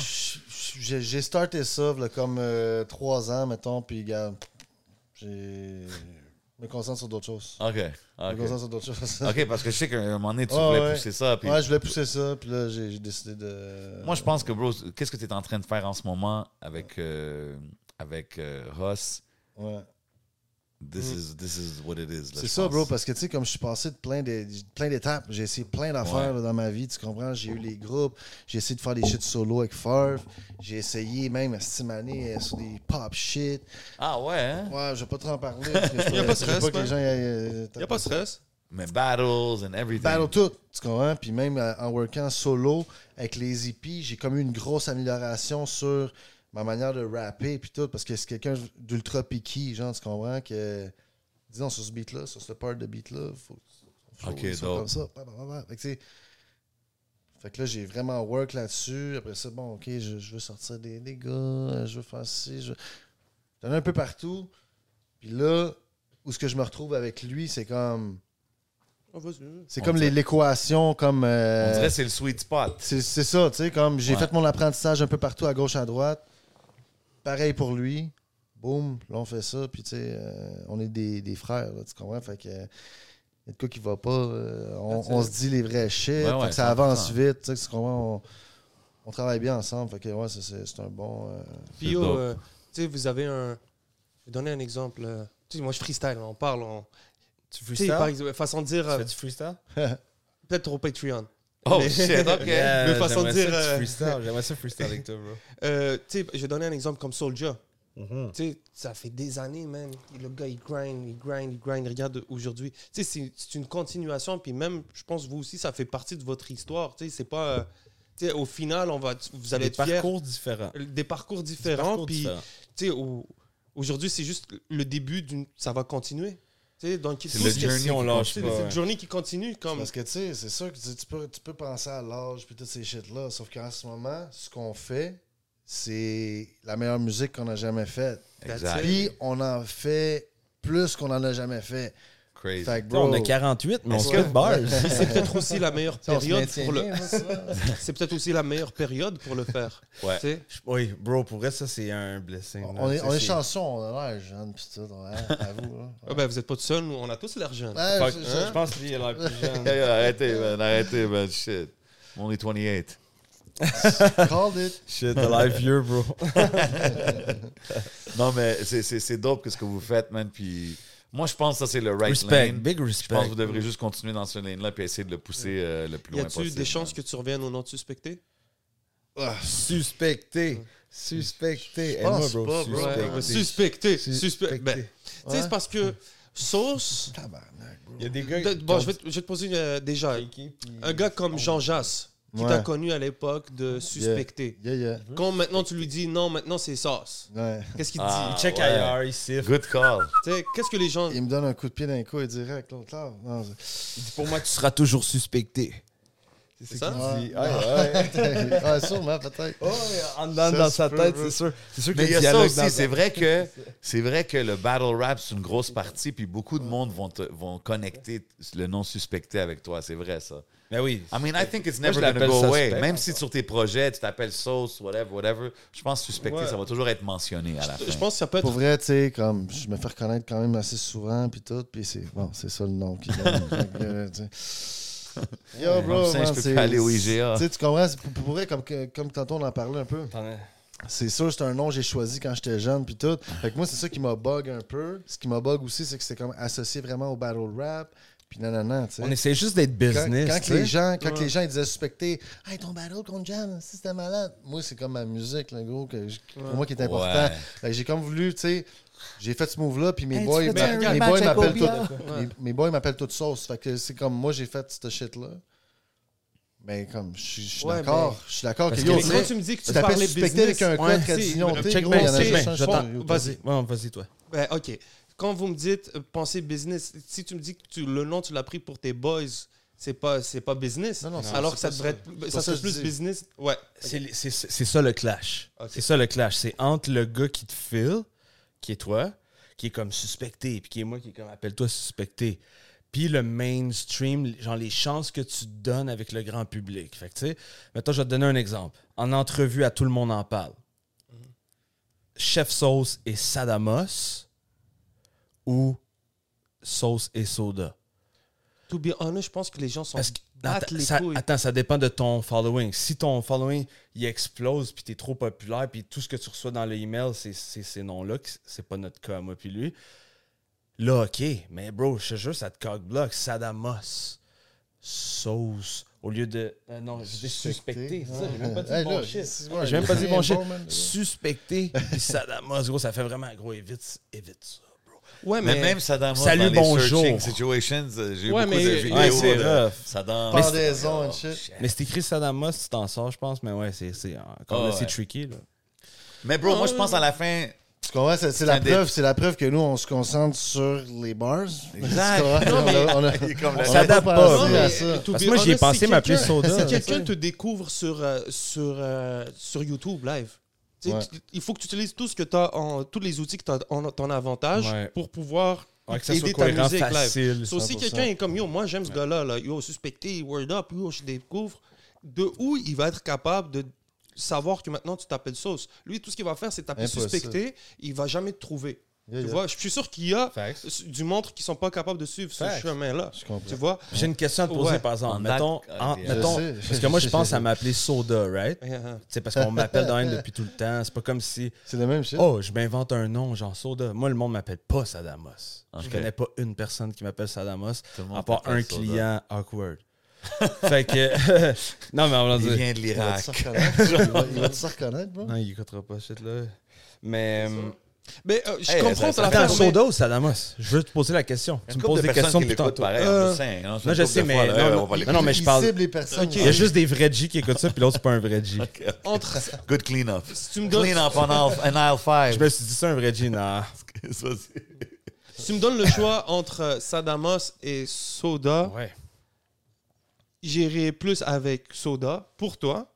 Speaker 3: J'ai j'ai starté ça, là, comme 3 ans, mettons, puis, gars, j'ai. Je me concentre sur d'autres choses.
Speaker 2: OK.
Speaker 3: Je me
Speaker 2: Ah, OK.
Speaker 3: concentre sur d'autres choses.
Speaker 2: OK, parce que je sais qu'à un moment donné, tu
Speaker 3: Ouais,
Speaker 2: voulais
Speaker 3: ouais.
Speaker 2: pousser ça. puis-
Speaker 3: ouais, je voulais pousser ça, puis là, j'ai j'ai décidé de.
Speaker 2: Moi, je pense que, bro, qu'est-ce que tu es en train de faire en ce moment avec, euh, avec euh, Huss?
Speaker 3: Ouais.
Speaker 2: This, is, this is what it
Speaker 1: Ben,
Speaker 2: is. là,
Speaker 3: Mm. C'est
Speaker 2: je
Speaker 3: ça,
Speaker 2: pense.
Speaker 3: bro, parce que tu sais, comme je suis passé de plein de- plein d'étapes, j'ai essayé plein
Speaker 2: Ouais.
Speaker 3: d'affaires là, dans ma vie, tu comprends? J'ai eu les groupes, j'ai essayé de faire des shit solo avec Favre, j'ai essayé même à Stimani euh, sur des pop shit.
Speaker 2: Ah ouais, hein?
Speaker 3: Ouais, je vais pas trop en parler. parce que je
Speaker 1: Y a pas
Speaker 3: peux-
Speaker 1: de
Speaker 3: je veux
Speaker 1: stress,
Speaker 3: pas que
Speaker 1: man.
Speaker 3: les gens. euh,
Speaker 1: Y'a pas de stress.
Speaker 2: Mais battles and everything.
Speaker 3: Battle tout, tu comprends? Puis même euh, en workant solo avec les EP, j'ai comme eu une grosse amélioration sur ma manière de rapper puis tout, parce que c'est quelqu'un d'ultra picky, genre, tu comprends? Que, disons, sur ce beat-là, sur ce part de beat-là, faut, faut
Speaker 2: Ok,
Speaker 3: que ce soit
Speaker 2: dope.
Speaker 3: comme ça. Pa, pa, pa, pa. Fait que, tu sais, fait que là, j'ai vraiment work là-dessus. Après ça, bon, OK, je, je veux sortir des, des gars, euh, je veux faire ci, je... J'en ai un peu partout. Puis là, où ce que je me retrouve avec lui, c'est comme...
Speaker 1: Ah, vas-y.
Speaker 3: C'est
Speaker 2: On
Speaker 3: comme
Speaker 2: dirait-
Speaker 3: les- l'équation, comme. euh,
Speaker 2: On dirait que c'est le sweet spot.
Speaker 3: c'est c'est ça, tu sais, comme j'ai
Speaker 2: Ouais.
Speaker 3: fait mon apprentissage un peu partout à gauche, à droite. Pareil pour lui. Boum, là on fait ça, puis tu sais, euh, on est des, des frères, là, tu comprends? Fait que. Il y a de quoi qui va pas. euh, on,
Speaker 2: That's it.
Speaker 3: on se dit les vrais shit,
Speaker 2: Ouais,
Speaker 3: fait
Speaker 2: ouais,
Speaker 3: que ça avance
Speaker 2: 100%.
Speaker 3: vite, tu sais, tu comprends? On, on travaille bien ensemble, fait que ouais, ça, c'est c'est un bon. euh,
Speaker 1: Puis,
Speaker 2: C'est
Speaker 1: yo,
Speaker 2: dope.
Speaker 1: euh, tu sais, vous avez un. Je vais donner un exemple. euh, Tu sais, moi, je freestyle, on parle. On... Tu
Speaker 4: Tu
Speaker 1: sais,
Speaker 4: freestyle?
Speaker 1: par exemple, façon de dire,
Speaker 4: Tu
Speaker 1: euh,
Speaker 4: fais du freestyle?
Speaker 1: peut-être au Patreon.
Speaker 2: Oh
Speaker 1: Mais-
Speaker 2: shit, ok.
Speaker 4: Yeah,
Speaker 1: Mais façon de
Speaker 4: j'aimerais
Speaker 1: dire,
Speaker 4: ça que tu
Speaker 1: euh,
Speaker 4: freestyle. J'aimerais ça freestyle avec toi, bro.
Speaker 1: Euh, tu sais, je vais donner un exemple comme Soldier.
Speaker 4: Mhm.
Speaker 1: Tu sais, ça fait des années, man. Le gars, il grind, il grind, il grind. Regarde aujourd'hui. Tu sais, c'est- c'est une continuation. Puis même, je pense, vous aussi, ça fait partie de votre histoire. Tu sais, c'est pas. euh, tu sais, au final, on va, vous allez
Speaker 4: Des
Speaker 1: être fiers.
Speaker 4: parcours différents.
Speaker 1: Des parcours
Speaker 4: Des
Speaker 1: différents.
Speaker 4: parcours
Speaker 1: puis,
Speaker 4: différents.
Speaker 1: tu sais, au- aujourd'hui, c'est juste le début d'une. Ça va continuer. Tu sais, donc,
Speaker 2: C'est
Speaker 1: tout
Speaker 2: le
Speaker 1: ce que-
Speaker 2: journey, on lâche
Speaker 1: C'est
Speaker 2: pas,
Speaker 1: c'est
Speaker 2: ouais.
Speaker 1: le journey qui continue.
Speaker 3: C'est
Speaker 1: Comme,
Speaker 3: Parce que tu sais, c'est sûr que tu, tu peux, tu peux penser à l'âge puis toutes ces shit-là. Sauf qu'en ce moment, ce qu'on fait, c'est la meilleure musique qu'on a jamais faite.
Speaker 2: Exact.
Speaker 3: Puis on en fait plus qu'on en a jamais fait.
Speaker 2: Crazy.
Speaker 3: Fait que, bro,
Speaker 4: On a 48, mais on
Speaker 1: Est-ce
Speaker 4: se
Speaker 1: que-
Speaker 4: fait bars.
Speaker 1: c'est peut-être aussi la meilleure
Speaker 3: ça, on se
Speaker 1: période
Speaker 3: maintient
Speaker 1: pour le.
Speaker 3: bien, moi, ça.
Speaker 1: C'est peut-être aussi la meilleure période pour le faire.
Speaker 2: Ouais.
Speaker 1: Tu sais,
Speaker 4: Je- Oui, bro, pour vrai, ça, c'est un blessing. là.
Speaker 3: on est,
Speaker 4: Ça,
Speaker 3: on est
Speaker 4: c'est-
Speaker 3: chanceux, on a l'air jeune puis tout. Ouais, avoue. hein.
Speaker 1: Ah ben, vous êtes pas tout seul, nous, on a tous l'argent.
Speaker 3: Ouais,
Speaker 2: Fuck,
Speaker 3: je- je-
Speaker 4: Je pense qu'il a l'air plus jeune.
Speaker 2: Hey, arrêtez, man, arrêtez, man, shit. On est 28.
Speaker 3: called it.
Speaker 4: Shit, t'as l'air vieux, bro.
Speaker 2: Non, mais c'est- c'est c'est dope que ce que vous faites, man. Puis moi, je pense que ça, c'est le right
Speaker 4: Respect,
Speaker 2: lane.
Speaker 4: big
Speaker 2: Je
Speaker 4: respect.
Speaker 2: pense que vous devrez juste continuer dans ce lane-là puis essayer de le pousser euh, le plus
Speaker 1: Y
Speaker 2: loin
Speaker 1: a-tu
Speaker 2: possible.
Speaker 1: des chances que tu reviennes au nom de suspecté
Speaker 4: Suspecté. Suspecté.
Speaker 3: Je pense
Speaker 4: Aime-moi,
Speaker 3: pas, bro.
Speaker 4: Suspecté.
Speaker 1: Ouais, Suspecté. Suspecté.
Speaker 4: Suspecté.
Speaker 1: Ben, tu sais, c'est parce que sauce.
Speaker 3: Tabarnak, bro.
Speaker 4: Il y a des gars
Speaker 1: de- bon, je vais, te- je vais te poser une, euh, déjà. Un gars comme Jean Jass, qui
Speaker 3: Oh. Ouais.
Speaker 1: t'a connu à l'époque de suspecté.
Speaker 3: Yeah, yeah.
Speaker 1: Quand maintenant tu lui dis non, maintenant c'est sauce.
Speaker 3: Ouais.
Speaker 1: Qu'est-ce qu'il te
Speaker 2: Ah.
Speaker 1: dit
Speaker 4: Check
Speaker 2: Ouais.
Speaker 4: ailleurs, il siffle.
Speaker 2: Good call.
Speaker 1: Tu sais, Qu'est-ce que les gens.
Speaker 3: Il me donne un coup de pied d'un coup et direct, l'autre là. Non, c'est-
Speaker 4: Il dit pour moi, tu seras toujours suspecté.
Speaker 1: C'est ça
Speaker 3: Ouais.
Speaker 4: Ouais, ouais.
Speaker 3: ouais, sûrement, peut-être.
Speaker 4: Oh, en dedans,
Speaker 3: Ça
Speaker 4: dans
Speaker 3: se
Speaker 4: sa
Speaker 3: peut,
Speaker 4: tête,
Speaker 3: bro.
Speaker 4: c'est sûr. C'est sûr que
Speaker 2: Mais
Speaker 4: le
Speaker 2: il y a ça
Speaker 4: dialogue dans
Speaker 2: aussi, c'est vrai que c'est vrai que le battle rap c'est une grosse partie, puis beaucoup de monde vont te- vont connecter le non suspecté avec toi, c'est vrai ça.
Speaker 4: Mais oui.
Speaker 2: I mean, I think it's
Speaker 4: Moi,
Speaker 2: never
Speaker 4: je
Speaker 2: gonna
Speaker 4: l'appelle
Speaker 2: go away.
Speaker 4: suspect.
Speaker 2: Même si sur tes projets tu t'appelles sauce, whatever, whatever, je pense suspecté,
Speaker 4: Ouais.
Speaker 2: ça va toujours être mentionné à la
Speaker 1: Je
Speaker 2: fin.
Speaker 1: pense que ça peut
Speaker 3: Pour
Speaker 1: être.
Speaker 3: vrai, tu sais, comme je me fais reconnaître quand même assez souvent, puis tout, puis c'est bon, c'est ça le nom qui donne. Fait que, euh, tu sais. Yo,
Speaker 2: Comme
Speaker 3: bro,
Speaker 2: ça,
Speaker 3: man,
Speaker 2: je peux
Speaker 3: c'est-
Speaker 2: pas aller au IGA.
Speaker 3: Tu sais, tu comprends, c'est pour, pour vrai, comme, que- comme tantôt on en parlait un peu, c'est sûr, c'est un nom que j'ai choisi quand j'étais jeune, puis tout. Fait que moi, c'est ça qui m'a bug un peu. Ce qui m'a bug aussi, c'est que c'est comme associé vraiment au battle rap, puis nanana, tu sais.
Speaker 4: On essaie juste d'être
Speaker 3: Quand,
Speaker 4: business.
Speaker 3: quand
Speaker 4: tu
Speaker 3: que les
Speaker 4: sais.
Speaker 3: gens, quand que les gens ils disaient suspecter, hey ton battle contre Jam, si c'était malade. Moi c'est comme ma musique le gros que je- pour moi qui est important.
Speaker 2: Ouais.
Speaker 3: Fait que J'ai comme voulu, tu sais, j'ai fait ce move là puis mes
Speaker 6: Hey, tu
Speaker 3: boys,
Speaker 6: fais
Speaker 3: m'a-
Speaker 6: un
Speaker 3: mes
Speaker 6: rematch
Speaker 3: boys
Speaker 6: avec
Speaker 3: m'appellent tout,
Speaker 6: Obia?
Speaker 3: mes, mes boys m'appellent toute sauce. Fait que c'est comme moi j'ai fait cette shit là. Mais comme je suis- je suis
Speaker 1: Ouais,
Speaker 3: d'accord,
Speaker 6: ben,
Speaker 1: mais-
Speaker 3: je suis d'accord que yo,
Speaker 4: Parce
Speaker 1: Mais
Speaker 3: tu
Speaker 1: quand
Speaker 3: sais,
Speaker 1: tu me dis que
Speaker 3: tu
Speaker 1: tu
Speaker 3: t'appelles
Speaker 1: parlais
Speaker 3: suspecté avec
Speaker 1: business.
Speaker 3: un
Speaker 4: Ouais,
Speaker 3: code tradition,
Speaker 1: si,
Speaker 3: tu sais,
Speaker 4: Check ben,
Speaker 3: gros, il y en a
Speaker 1: c'est-
Speaker 3: juste
Speaker 4: bien,
Speaker 3: un, je
Speaker 4: j'attends.
Speaker 3: pense, yo,
Speaker 4: Vas-y, Ouais, vas-y, toi.
Speaker 1: Ben, ok. Quand vous me dites euh, penser business, si tu me dis que tu- le nom tu l'as pris pour tes boys, c'est pas c'est pas business.
Speaker 3: Non, non, c'est-
Speaker 1: alors
Speaker 3: c'est
Speaker 1: que ça
Speaker 3: pas
Speaker 1: devrait
Speaker 3: ça.
Speaker 1: être
Speaker 3: C'est
Speaker 1: ça
Speaker 3: pas ça
Speaker 1: serait
Speaker 3: que je
Speaker 1: plus
Speaker 3: dis.
Speaker 1: business. Ouais.
Speaker 4: C'est les- C'est c'est ça le clash.
Speaker 1: Ok.
Speaker 4: C'est ça le clash. C'est entre le gars qui te file, qui est toi, qui est comme suspecté, puis qui est moi qui est comme appelle-toi suspecté. Puis le mainstream, genre les chances que tu donnes avec le grand public. Fait que tu sais, maintenant je vais te donner un exemple. En entrevue à Tout le monde en parle. Chef Sauce et Sadamos ou Sauce et Soda.
Speaker 1: To be honest, je pense que les gens sont
Speaker 4: Parce que-
Speaker 1: battent
Speaker 4: attends,
Speaker 1: les
Speaker 4: ça,
Speaker 1: couilles.
Speaker 4: attends, ça dépend de ton following. Si ton following il explose puis t'es trop populaire puis tout ce que tu reçois dans le email c'est c'est ces noms-là, que c'est pas notre cas moi puis lui. Là ok, mais bro, je te jure ça te cock block, Sadamos, sauce au lieu de euh, non, je dis suspecté, c'est ça, j'ai même pas dit
Speaker 3: Hey,
Speaker 4: bon
Speaker 3: là,
Speaker 4: shit.
Speaker 3: c'est- ouais,
Speaker 4: J'ai même pas dit
Speaker 3: rien
Speaker 4: bon
Speaker 3: de
Speaker 4: shit.
Speaker 3: man.
Speaker 4: Suspecté puis Sadamos, gros, ça fait vraiment gros évite évite ça, bro.
Speaker 1: Ouais,
Speaker 2: Mais,
Speaker 1: mais.
Speaker 2: même Saddam Hussein
Speaker 6: Salut,
Speaker 2: dans les
Speaker 6: bonjour.
Speaker 2: searching situations, euh, j'ai eu
Speaker 1: Ouais,
Speaker 2: beaucoup
Speaker 1: mais-
Speaker 2: de vidéos
Speaker 4: Ouais, c'est
Speaker 2: de
Speaker 4: rough.
Speaker 2: Saddam. Oh,
Speaker 3: Mais Pendaison and shit.
Speaker 4: Mais c'est écrit Sadama si tu t'en sors, je pense. Mais ouais, c'est c'est- encore
Speaker 2: Ah
Speaker 4: là,
Speaker 2: ouais.
Speaker 4: c'est tricky. Là.
Speaker 2: Mais bro, moi, je pense à la fin...
Speaker 3: Tu comprends? C'est, c'est
Speaker 2: un
Speaker 3: la
Speaker 2: dé-
Speaker 3: preuve, c'est la preuve que nous, on se concentre sur les bars.
Speaker 2: Exact.
Speaker 3: Tu comprends?
Speaker 1: Non, mais-
Speaker 3: on a,
Speaker 2: il est comme
Speaker 3: on
Speaker 2: le-
Speaker 3: a
Speaker 6: s'adapte
Speaker 3: pas
Speaker 6: pas.
Speaker 3: pensé
Speaker 1: Non, mais,
Speaker 3: à Ah, ça.
Speaker 1: to
Speaker 6: Parce
Speaker 1: be
Speaker 6: que moi, j'y ai
Speaker 1: honest,
Speaker 6: pensé,
Speaker 1: si
Speaker 6: ma
Speaker 1: quelqu'un-
Speaker 6: puce soda,
Speaker 1: Si
Speaker 6: là,
Speaker 1: quelqu'un
Speaker 6: tu sais.
Speaker 1: te découvre sur, euh, sur, euh, sur YouTube live, tu sais,
Speaker 3: Ouais.
Speaker 1: tu- il faut que tu utilises tout ce que t'as en, tous les outils que tu as en ton avantage
Speaker 4: Ouais.
Speaker 1: pour pouvoir
Speaker 4: Ouais, que ça soit
Speaker 1: aider ta
Speaker 4: cohérent,
Speaker 1: musique live.
Speaker 4: facile.
Speaker 1: So, si
Speaker 4: 100%.
Speaker 1: quelqu'un est comme yo, moi j'aime ce gars-là, là, yo, suspecté, word up, yo, je découvre, de où il va être capable de savoir que maintenant tu t'appelles sauce. Lui, tout ce qu'il va faire, c'est t'appeler
Speaker 3: Impossible.
Speaker 1: suspecté, il va jamais te trouver.
Speaker 3: Yeah,
Speaker 1: Tu
Speaker 3: yeah.
Speaker 1: vois, je suis sûr qu'il y a
Speaker 4: Facts.
Speaker 1: du monde qui sont pas capables de suivre ce
Speaker 4: Facts.
Speaker 1: chemin-là.
Speaker 3: Je comprends.
Speaker 1: Tu vois?
Speaker 4: J'ai une question à te poser,
Speaker 1: Ouais.
Speaker 4: par exemple.
Speaker 2: En
Speaker 4: Mettons,
Speaker 2: acte,
Speaker 4: en-
Speaker 2: euh, je
Speaker 4: mettons
Speaker 3: sais.
Speaker 4: parce que moi, je pense à m'appeler Soda, right? Tu
Speaker 1: Euh, euh,
Speaker 4: sais, parce qu'on m'appelle de même depuis tout le temps. C'est pas comme si,
Speaker 3: C'est le même shit.
Speaker 4: oh, je m'invente un nom, genre Soda. Moi, le monde m'appelle pas Sadamos. Je
Speaker 2: Ok.
Speaker 4: connais pas une personne qui m'appelle Sadamos,
Speaker 2: Tout le monde
Speaker 4: à part
Speaker 2: t'appelle
Speaker 4: un
Speaker 2: Soda.
Speaker 4: client awkward. fait que. non, mais on va
Speaker 2: Il
Speaker 4: dire.
Speaker 2: vient de
Speaker 3: Il va
Speaker 2: l'Irak.
Speaker 3: te se reconnaître. Il va- Il va te se reconnaître, bro.
Speaker 4: Non, il écoutera pas, shit, là. Mais. euh,
Speaker 1: Mais euh, je
Speaker 2: Hey,
Speaker 1: comprends
Speaker 2: ça-
Speaker 1: ton
Speaker 4: Attends,
Speaker 1: affaire, mais-
Speaker 4: Soda ou Sadamos? Je veux te poser la question. Tu me poses des questions depuis tantôt.
Speaker 2: pareil.
Speaker 1: Euh,
Speaker 2: on le sait, hein, c'est
Speaker 4: Non,
Speaker 2: une
Speaker 4: je
Speaker 2: couple
Speaker 4: sais,
Speaker 2: de
Speaker 4: mais.
Speaker 2: fois, là,
Speaker 4: non,
Speaker 2: on va
Speaker 4: non,
Speaker 2: les-
Speaker 4: non, non, mais je
Speaker 3: Il
Speaker 4: parle.
Speaker 3: cible les personnes.
Speaker 4: Il y a juste des vrais G qui écoutent ça, puis l'autre, c'est pas un vrai G.
Speaker 1: entre
Speaker 2: Good clean-up.
Speaker 1: si tu me donnes
Speaker 2: Clean-up on aisle- en aisle
Speaker 4: Je
Speaker 2: 5.
Speaker 4: me suis dit, c'est un vrai G, non.
Speaker 1: si tu me donnes le choix entre euh, Sadamos et Soda,
Speaker 4: Ouais,
Speaker 1: j'irai plus avec Soda pour toi,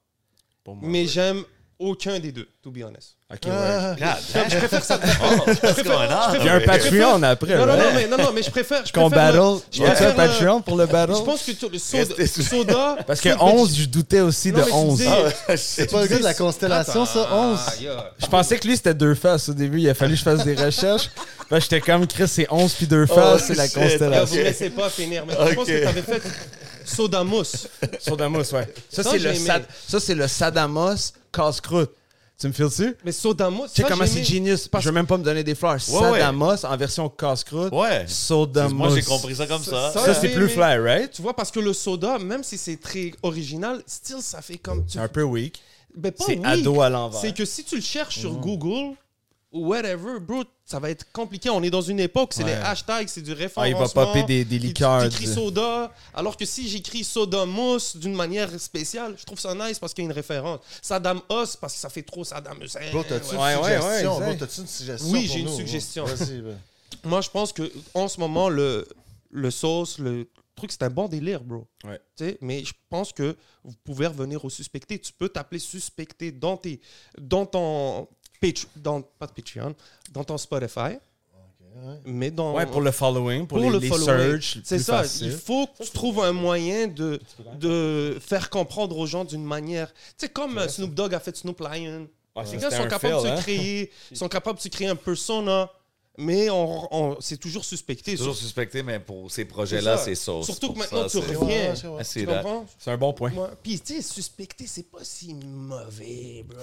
Speaker 4: pour moi.
Speaker 1: mais j'aime aucun des deux, to be honest.
Speaker 4: Ok, ouais.
Speaker 3: Ah,
Speaker 2: je préfère ça. What's going on?
Speaker 4: Il y a un
Speaker 2: over here?
Speaker 4: Patreon après,
Speaker 1: Non, non,
Speaker 4: ouais.
Speaker 1: non, mais, non, non, mais je préfère. Je
Speaker 6: Qu'on
Speaker 1: préfère le-
Speaker 6: battle.
Speaker 1: je
Speaker 6: Y a-tu un
Speaker 1: préfère le-
Speaker 6: Patreon pour le battle?
Speaker 1: je pense que tu- le Soda.
Speaker 2: Restez sous-
Speaker 1: soda
Speaker 6: Parce que
Speaker 1: Soda-
Speaker 6: 11, je doutais aussi
Speaker 1: Non,
Speaker 6: de
Speaker 1: mais tu
Speaker 6: 11.
Speaker 1: dis-
Speaker 3: C'est pas le gars de la constellation, ça, 11.
Speaker 1: Ah,
Speaker 6: Je pensais que lui, c'était deux faces au début. Il a fallu que je fasse des recherches. Fait que j'étais comme, Chris, c'est 11 puis
Speaker 1: Oh,
Speaker 6: deux faces, c'est la
Speaker 2: shit.
Speaker 1: Là, vous
Speaker 6: constellation.
Speaker 1: me laissez pas finir, mais je pense
Speaker 2: Ok.
Speaker 1: que t'avais fait Sodamos.
Speaker 6: Sodamos, ouais. Ça,
Speaker 1: Ça,
Speaker 6: c'est
Speaker 1: j'ai
Speaker 6: le,
Speaker 1: aimé.
Speaker 6: sad- ça, c'est le Sadamos casse-croûte. Tu me files-tu?
Speaker 1: Mais Sodamos,
Speaker 6: Tu sais
Speaker 1: ça,
Speaker 6: comment
Speaker 1: j'ai
Speaker 6: c'est
Speaker 1: aimé.
Speaker 6: genius. Je veux même pas me donner des fleurs.
Speaker 2: Ouais, ouais.
Speaker 6: Sadamos en version casse-croûte.
Speaker 2: Ouais.
Speaker 6: Sodamos.
Speaker 2: Moi, j'ai compris ça comme ça.
Speaker 6: Ça, c'est
Speaker 1: j'ai
Speaker 6: plus
Speaker 1: aimé.
Speaker 6: fly, right?
Speaker 1: Tu vois, parce que le soda, même si c'est très original, still, ça fait comme. Tu...
Speaker 6: C'est un peu weak.
Speaker 1: Ben, pas
Speaker 6: C'est
Speaker 1: weak.
Speaker 6: ado à l'envers. Mm.
Speaker 1: C'est que si tu le cherches sur Google ou whatever, bro, ça va être compliqué. On est dans une époque, c'est les hashtags, c'est du référencement.
Speaker 6: Ah, il va popper des, des
Speaker 1: Il-
Speaker 6: liqueurs.
Speaker 1: J'écris
Speaker 6: du-
Speaker 1: soda, alors que si j'écris soda mousse d'une manière spéciale, je trouve ça nice parce qu'il y a une référence. Saddam Os, parce que ça fait trop Saddam Hussein.
Speaker 3: Bro,
Speaker 6: Ouais,
Speaker 3: t'as-tu une
Speaker 6: ouais,
Speaker 3: suggestion?
Speaker 6: ouais,
Speaker 3: Bro,
Speaker 6: exact.
Speaker 3: t'as-tu une suggestion
Speaker 1: Oui,
Speaker 3: pour
Speaker 1: j'ai une
Speaker 3: nous, bro?
Speaker 1: suggestion.
Speaker 3: Vas-y, bro.
Speaker 1: Moi, je pense que en ce moment, le, le sauce, le truc, c'est un bon délire, bro.
Speaker 4: Ouais.
Speaker 1: Tu sais, mais je pense que vous pouvez revenir au suspecté. Tu peux t'appeler suspecté dans, tes, dans ton. Patr- dans, pas de Patreon, dans ton Spotify, mais dans.
Speaker 4: Ouais, pour le following, pour, les, les
Speaker 1: following.
Speaker 4: search.
Speaker 1: C'est
Speaker 4: plus
Speaker 1: ça.
Speaker 4: facile.
Speaker 1: Il faut que tu trouves un moyen de, de faire comprendre aux gens d'une manière. Tu sais, comme euh, Snoop Dogg a fait Snoop Lion.
Speaker 4: Ah,
Speaker 1: Les
Speaker 4: c'était
Speaker 1: gars sont
Speaker 4: un
Speaker 1: capables
Speaker 4: fail,
Speaker 1: de
Speaker 4: hein?
Speaker 1: se créer, sont capables de se créer un persona, mais on, on- c'est toujours suspecté.
Speaker 2: Toujours
Speaker 1: Sur-
Speaker 2: suspecté, mais pour ces projets-là,
Speaker 1: ça.
Speaker 2: c'est sauce.
Speaker 1: Surtout
Speaker 2: Pour
Speaker 1: que maintenant,
Speaker 2: ça,
Speaker 1: tu
Speaker 2: c'est-
Speaker 1: reviens.
Speaker 3: Ouais, ouais,
Speaker 2: Ah,
Speaker 3: ouais.
Speaker 2: c'est
Speaker 1: Tu
Speaker 2: là.
Speaker 1: comprends?
Speaker 4: C'est un bon point.
Speaker 1: Moi- Puis, tu sais, suspecté, c'est pas si mauvais, bro.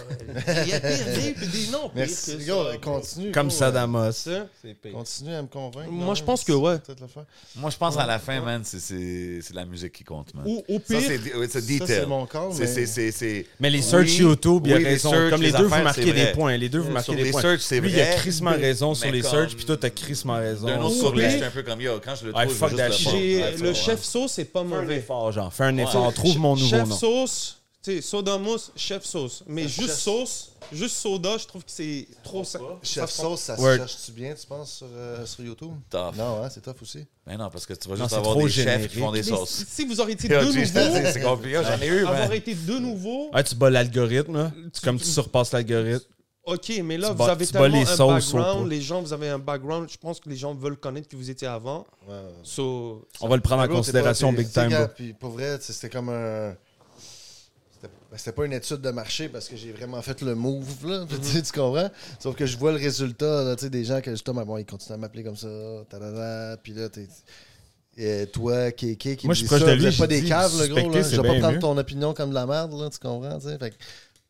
Speaker 1: Il y a pire, des, puis des noms. pires
Speaker 3: Merci,
Speaker 1: que
Speaker 3: gars,
Speaker 1: ça, bro.
Speaker 3: continue.
Speaker 6: Comme
Speaker 3: bro.
Speaker 6: Sadamos.
Speaker 1: Ça,
Speaker 3: Continue à me convaincre.
Speaker 1: Moi,
Speaker 3: non,
Speaker 1: je pense
Speaker 3: c'est
Speaker 1: que ouais.
Speaker 3: peut-être l'affaire.
Speaker 2: Moi, je pense à la fin, man, c'est- c'est c'est la musique qui compte, man.
Speaker 1: Ou au
Speaker 2: Ça,
Speaker 1: pire,
Speaker 2: c'est oui, c'est
Speaker 3: Ça,
Speaker 2: detail.
Speaker 3: c'est mon corps,
Speaker 2: C'est-
Speaker 3: mais-
Speaker 2: c'est- c'est- c'est-
Speaker 6: Mais les search YouTube, il y a
Speaker 2: oui, les
Speaker 6: raison.
Speaker 2: search,
Speaker 6: comme les, deux,
Speaker 2: les
Speaker 6: vous
Speaker 2: affaires, c'est
Speaker 6: marquez
Speaker 2: vrai.
Speaker 6: des points. Les deux, vous
Speaker 2: Sur
Speaker 6: marquez
Speaker 2: les
Speaker 6: des points.
Speaker 2: search, c'est
Speaker 6: Lui, il a
Speaker 2: vrai,
Speaker 6: crissement raison sur
Speaker 2: mais
Speaker 6: les
Speaker 2: comme-
Speaker 6: search, puis toi, t'as crissement raison.
Speaker 2: D'un autre
Speaker 1: Ou
Speaker 2: côté,
Speaker 1: bien-
Speaker 2: je suis un peu comme yo. Quand je le
Speaker 6: Ouais,
Speaker 2: trouve, je
Speaker 6: fuck
Speaker 2: veux
Speaker 6: that
Speaker 2: juste
Speaker 6: shit.
Speaker 1: j'ai-
Speaker 2: le prendre. Ouais,
Speaker 1: le
Speaker 2: fuck,
Speaker 1: chef sauce, c'est pas
Speaker 6: Fais un
Speaker 1: mauvais.
Speaker 6: effort, genre. Fais un effort. Trouve mon nouveau
Speaker 1: chef
Speaker 6: nom.
Speaker 1: sauce, tu sais, soda mousse, chef sauce. Mais juste sauce, juste soda, je trouve que c'est trop. sa-
Speaker 3: Chef
Speaker 1: ça se
Speaker 3: Sauce, ça se
Speaker 6: Word.
Speaker 3: cherche-tu bien, tu penses, sur, euh, sur YouTube?
Speaker 2: Tough.
Speaker 3: Non, hein, c'est tough aussi.
Speaker 2: Mais non, parce que tu vas
Speaker 6: Non,
Speaker 2: juste
Speaker 6: c'est
Speaker 2: avoir
Speaker 6: trop
Speaker 2: des chefs qui
Speaker 6: générique.
Speaker 2: font des
Speaker 1: Mais si-
Speaker 2: sauces.
Speaker 1: si vous auriez été
Speaker 2: Yo,
Speaker 1: deux
Speaker 2: tu sais,
Speaker 1: nouveaux,
Speaker 2: c'est- C'est compliqué. Yo, J'en ai eu, man.
Speaker 1: avoir été deux nouveaux,
Speaker 6: Ah, tu bats l'algorithme, là. Tu- Comme tu surpasses l'algorithme.
Speaker 1: ok, mais là,
Speaker 6: Tu
Speaker 1: vous
Speaker 6: bats-
Speaker 1: avez
Speaker 6: tu bats
Speaker 1: tellement
Speaker 6: les
Speaker 1: un
Speaker 6: sauces au pot.
Speaker 1: background, les gens, vous avez un background, je pense que les gens veulent connaître qui vous étiez avant. So,
Speaker 6: On va le prendre en
Speaker 3: Bro, t'es
Speaker 6: considération,
Speaker 3: pas-
Speaker 6: big
Speaker 3: t'es- t'es
Speaker 6: time, bro.
Speaker 3: gars, Puis pour vrai, tu sais, c'était comme un. c'était- ben, C'était pas une étude de marché parce que j'ai vraiment fait le move, là. Tu sais,
Speaker 6: Mm-hmm.
Speaker 3: Tu comprends? Sauf que je vois le résultat, là, tu sais, des gens que justement, bon, ils continuent à m'appeler comme ça, tadada, puis là, t'es. Et toi, Kéké, qui
Speaker 6: Moi,
Speaker 3: me
Speaker 6: je suis
Speaker 3: dit
Speaker 6: proche
Speaker 3: ça,
Speaker 6: de lui,
Speaker 3: vous êtes
Speaker 6: j'ai
Speaker 3: pas des
Speaker 6: dit,
Speaker 3: caves, le gros,
Speaker 6: suspecter,
Speaker 3: là.
Speaker 6: c'est
Speaker 3: Je vais pas
Speaker 6: bien
Speaker 3: prendre
Speaker 6: mieux.
Speaker 3: ton opinion comme de la merde, là, tu comprends, tu sais. Fait que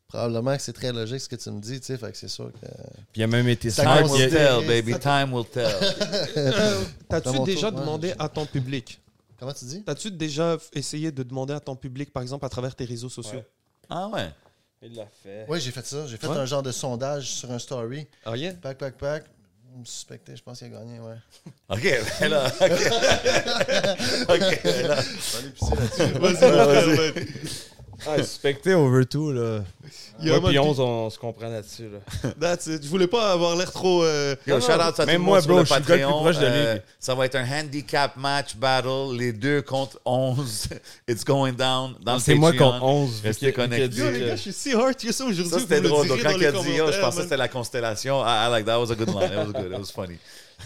Speaker 3: probablement que c'est très logique ce que tu me dis, tu sais. Fait que c'est sûr que.
Speaker 6: Puis il a même été
Speaker 3: Ça
Speaker 6: smart,
Speaker 2: Time
Speaker 3: commence-
Speaker 6: il
Speaker 2: will
Speaker 6: a-
Speaker 2: tell, baby. Time will tell.
Speaker 1: euh,
Speaker 3: À
Speaker 1: t'as-tu
Speaker 3: mon
Speaker 1: déjà
Speaker 3: tour, ouais,
Speaker 1: demandé
Speaker 3: je-
Speaker 1: à ton public
Speaker 3: Comment tu dis?
Speaker 1: T'as-tu déjà f- essayé de demander à ton public, par exemple, à travers tes réseaux sociaux
Speaker 2: Ah ouais.
Speaker 4: Il l'a fait.
Speaker 3: Oui, j'ai fait ça. J'ai fait
Speaker 1: Ouais.
Speaker 2: Ah,
Speaker 3: un genre de sondage sur un story.
Speaker 1: Rien.
Speaker 3: Pac, pac, pac. me suspecter, je pense qu'il a gagné, ouais.
Speaker 2: OK, ben là, OK. OK, ben là.
Speaker 4: Ah, suspecté over tout, là.
Speaker 7: Moi puis 11, on se comprend là-dessus. Là.
Speaker 1: That's it. Je voulais pas avoir l'air trop. euh,
Speaker 2: Yo, shout out à tout
Speaker 4: Même
Speaker 2: le
Speaker 4: moi,
Speaker 2: monde sur
Speaker 4: bro,
Speaker 2: le
Speaker 4: je suis le gars le plus
Speaker 2: Patreon.
Speaker 4: proche de lui.
Speaker 2: Euh, ça va être un handicap match battle, les deux contre 11. It's going down dans le
Speaker 4: C'est moi
Speaker 2: Patreon.
Speaker 4: contre 11.
Speaker 2: Restez connectés.
Speaker 1: Yo, les gars, je suis si hard que ça aujourd'hui.
Speaker 2: Ça,
Speaker 1: vous
Speaker 2: c'était
Speaker 1: me le
Speaker 2: drôle. Donc,
Speaker 1: direz
Speaker 2: quand
Speaker 1: dans
Speaker 2: il a
Speaker 1: les
Speaker 2: dit yo, je
Speaker 1: commentaires,
Speaker 2: pensais que
Speaker 1: man.
Speaker 2: c'était la constellation. I, I like that. That was a good line. That was good. It was funny.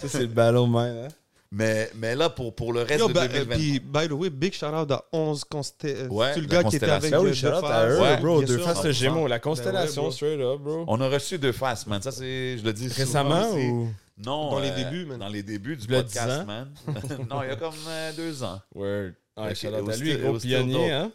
Speaker 4: Ça, c'est le ballon, man.
Speaker 2: Mais, mais là, pour, pour le reste
Speaker 1: Yo,
Speaker 2: de
Speaker 1: bah, euh,
Speaker 2: 2020.
Speaker 1: puis, by the way, big shout out à 11 consté.
Speaker 2: Ouais,
Speaker 1: c'est euh, le
Speaker 2: la
Speaker 1: gars qui était avec
Speaker 2: constellation.
Speaker 1: euh,
Speaker 4: Ah oui,
Speaker 1: Deux
Speaker 4: shout out à
Speaker 1: Faces.
Speaker 4: eux,
Speaker 2: Ouais,
Speaker 4: bro.
Speaker 1: bien
Speaker 4: Deux
Speaker 1: sûr.
Speaker 4: faces de euh, Gémeaux, la
Speaker 1: Ben
Speaker 4: constellation,
Speaker 1: ouais, bro.
Speaker 4: straight up, bro.
Speaker 2: On a reçu deux faces, man. Ça, c'est, je le dis souvent
Speaker 4: Récemment
Speaker 2: aussi.
Speaker 4: ou.
Speaker 2: Non.
Speaker 1: Dans les
Speaker 2: euh,
Speaker 1: débuts, man.
Speaker 2: Dans les débuts du
Speaker 4: Le dix
Speaker 2: podcast,
Speaker 4: ans.
Speaker 2: man. non, il y a comme euh, deux ans.
Speaker 4: Word. Ah,
Speaker 2: Ok,
Speaker 4: shout-out
Speaker 2: au
Speaker 4: à lui,
Speaker 2: still- au
Speaker 4: gros
Speaker 2: still
Speaker 4: pionnier,
Speaker 2: dope.
Speaker 4: hein.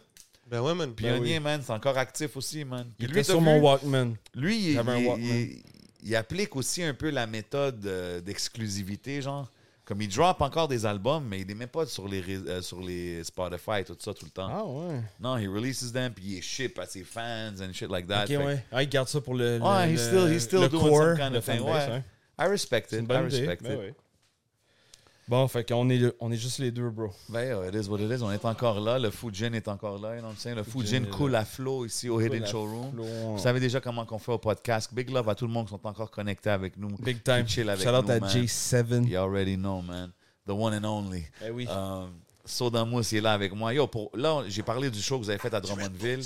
Speaker 1: Ben ouais, man.
Speaker 4: Ben oui.
Speaker 2: Pionnier, man, c'est encore actif aussi, man. Puis
Speaker 4: Il
Speaker 2: lui,
Speaker 4: était
Speaker 2: t'as
Speaker 4: sur
Speaker 2: vu,
Speaker 4: mon Walkman.
Speaker 2: Lui, il,
Speaker 4: J'avais un
Speaker 2: il-
Speaker 4: Walkman.
Speaker 2: il- il applique aussi un peu la méthode euh, d'exclusivité, genre. Comme il drop encore des albums, mais il les met pas sur les, ré- euh, sur les Spotify, tout ça, tout le temps.
Speaker 4: Ah, ouais.
Speaker 2: Non, he releases them, puis il les ship à ses fans and shit like that.
Speaker 4: Ok,
Speaker 2: Fait que
Speaker 4: ouais. Ah, il garde ça pour le.
Speaker 2: Ouais,
Speaker 4: le-
Speaker 2: he's still- he's still
Speaker 4: le
Speaker 2: doing
Speaker 4: core,
Speaker 2: some kind
Speaker 4: le
Speaker 2: of thing,
Speaker 4: fanbase,
Speaker 2: ouais.
Speaker 4: hein.
Speaker 2: I respect
Speaker 4: C'est
Speaker 2: it.
Speaker 4: une
Speaker 2: I
Speaker 4: bonne idée.
Speaker 2: respect
Speaker 4: Ben
Speaker 2: it.
Speaker 4: oui. Bon, fait qu'on est, le- on est juste les deux, bro.
Speaker 2: Ben, yeah, it is what it is. On est encore là. Le Fujin est encore là. You know what I'm saying? Le
Speaker 4: Gin
Speaker 2: Fujin
Speaker 4: est
Speaker 2: coule à flot ici au Hidden
Speaker 4: à
Speaker 2: Showroom.
Speaker 4: Flo,
Speaker 2: Vous
Speaker 4: on-
Speaker 2: savez déjà comment qu'on fait au podcast. Big love à tout le monde qui sont encore connectés avec nous.
Speaker 4: Big time.
Speaker 2: Qui chill avec
Speaker 4: Shout out
Speaker 2: nous,
Speaker 4: à
Speaker 2: man.
Speaker 4: J7.
Speaker 2: You already know, man. The one and only.
Speaker 4: Mm. Eh oui.
Speaker 2: Euh, Soda Mousse, il est là avec moi. Yo, pour, là, j'ai parlé du show que vous avez fait à Drummondville.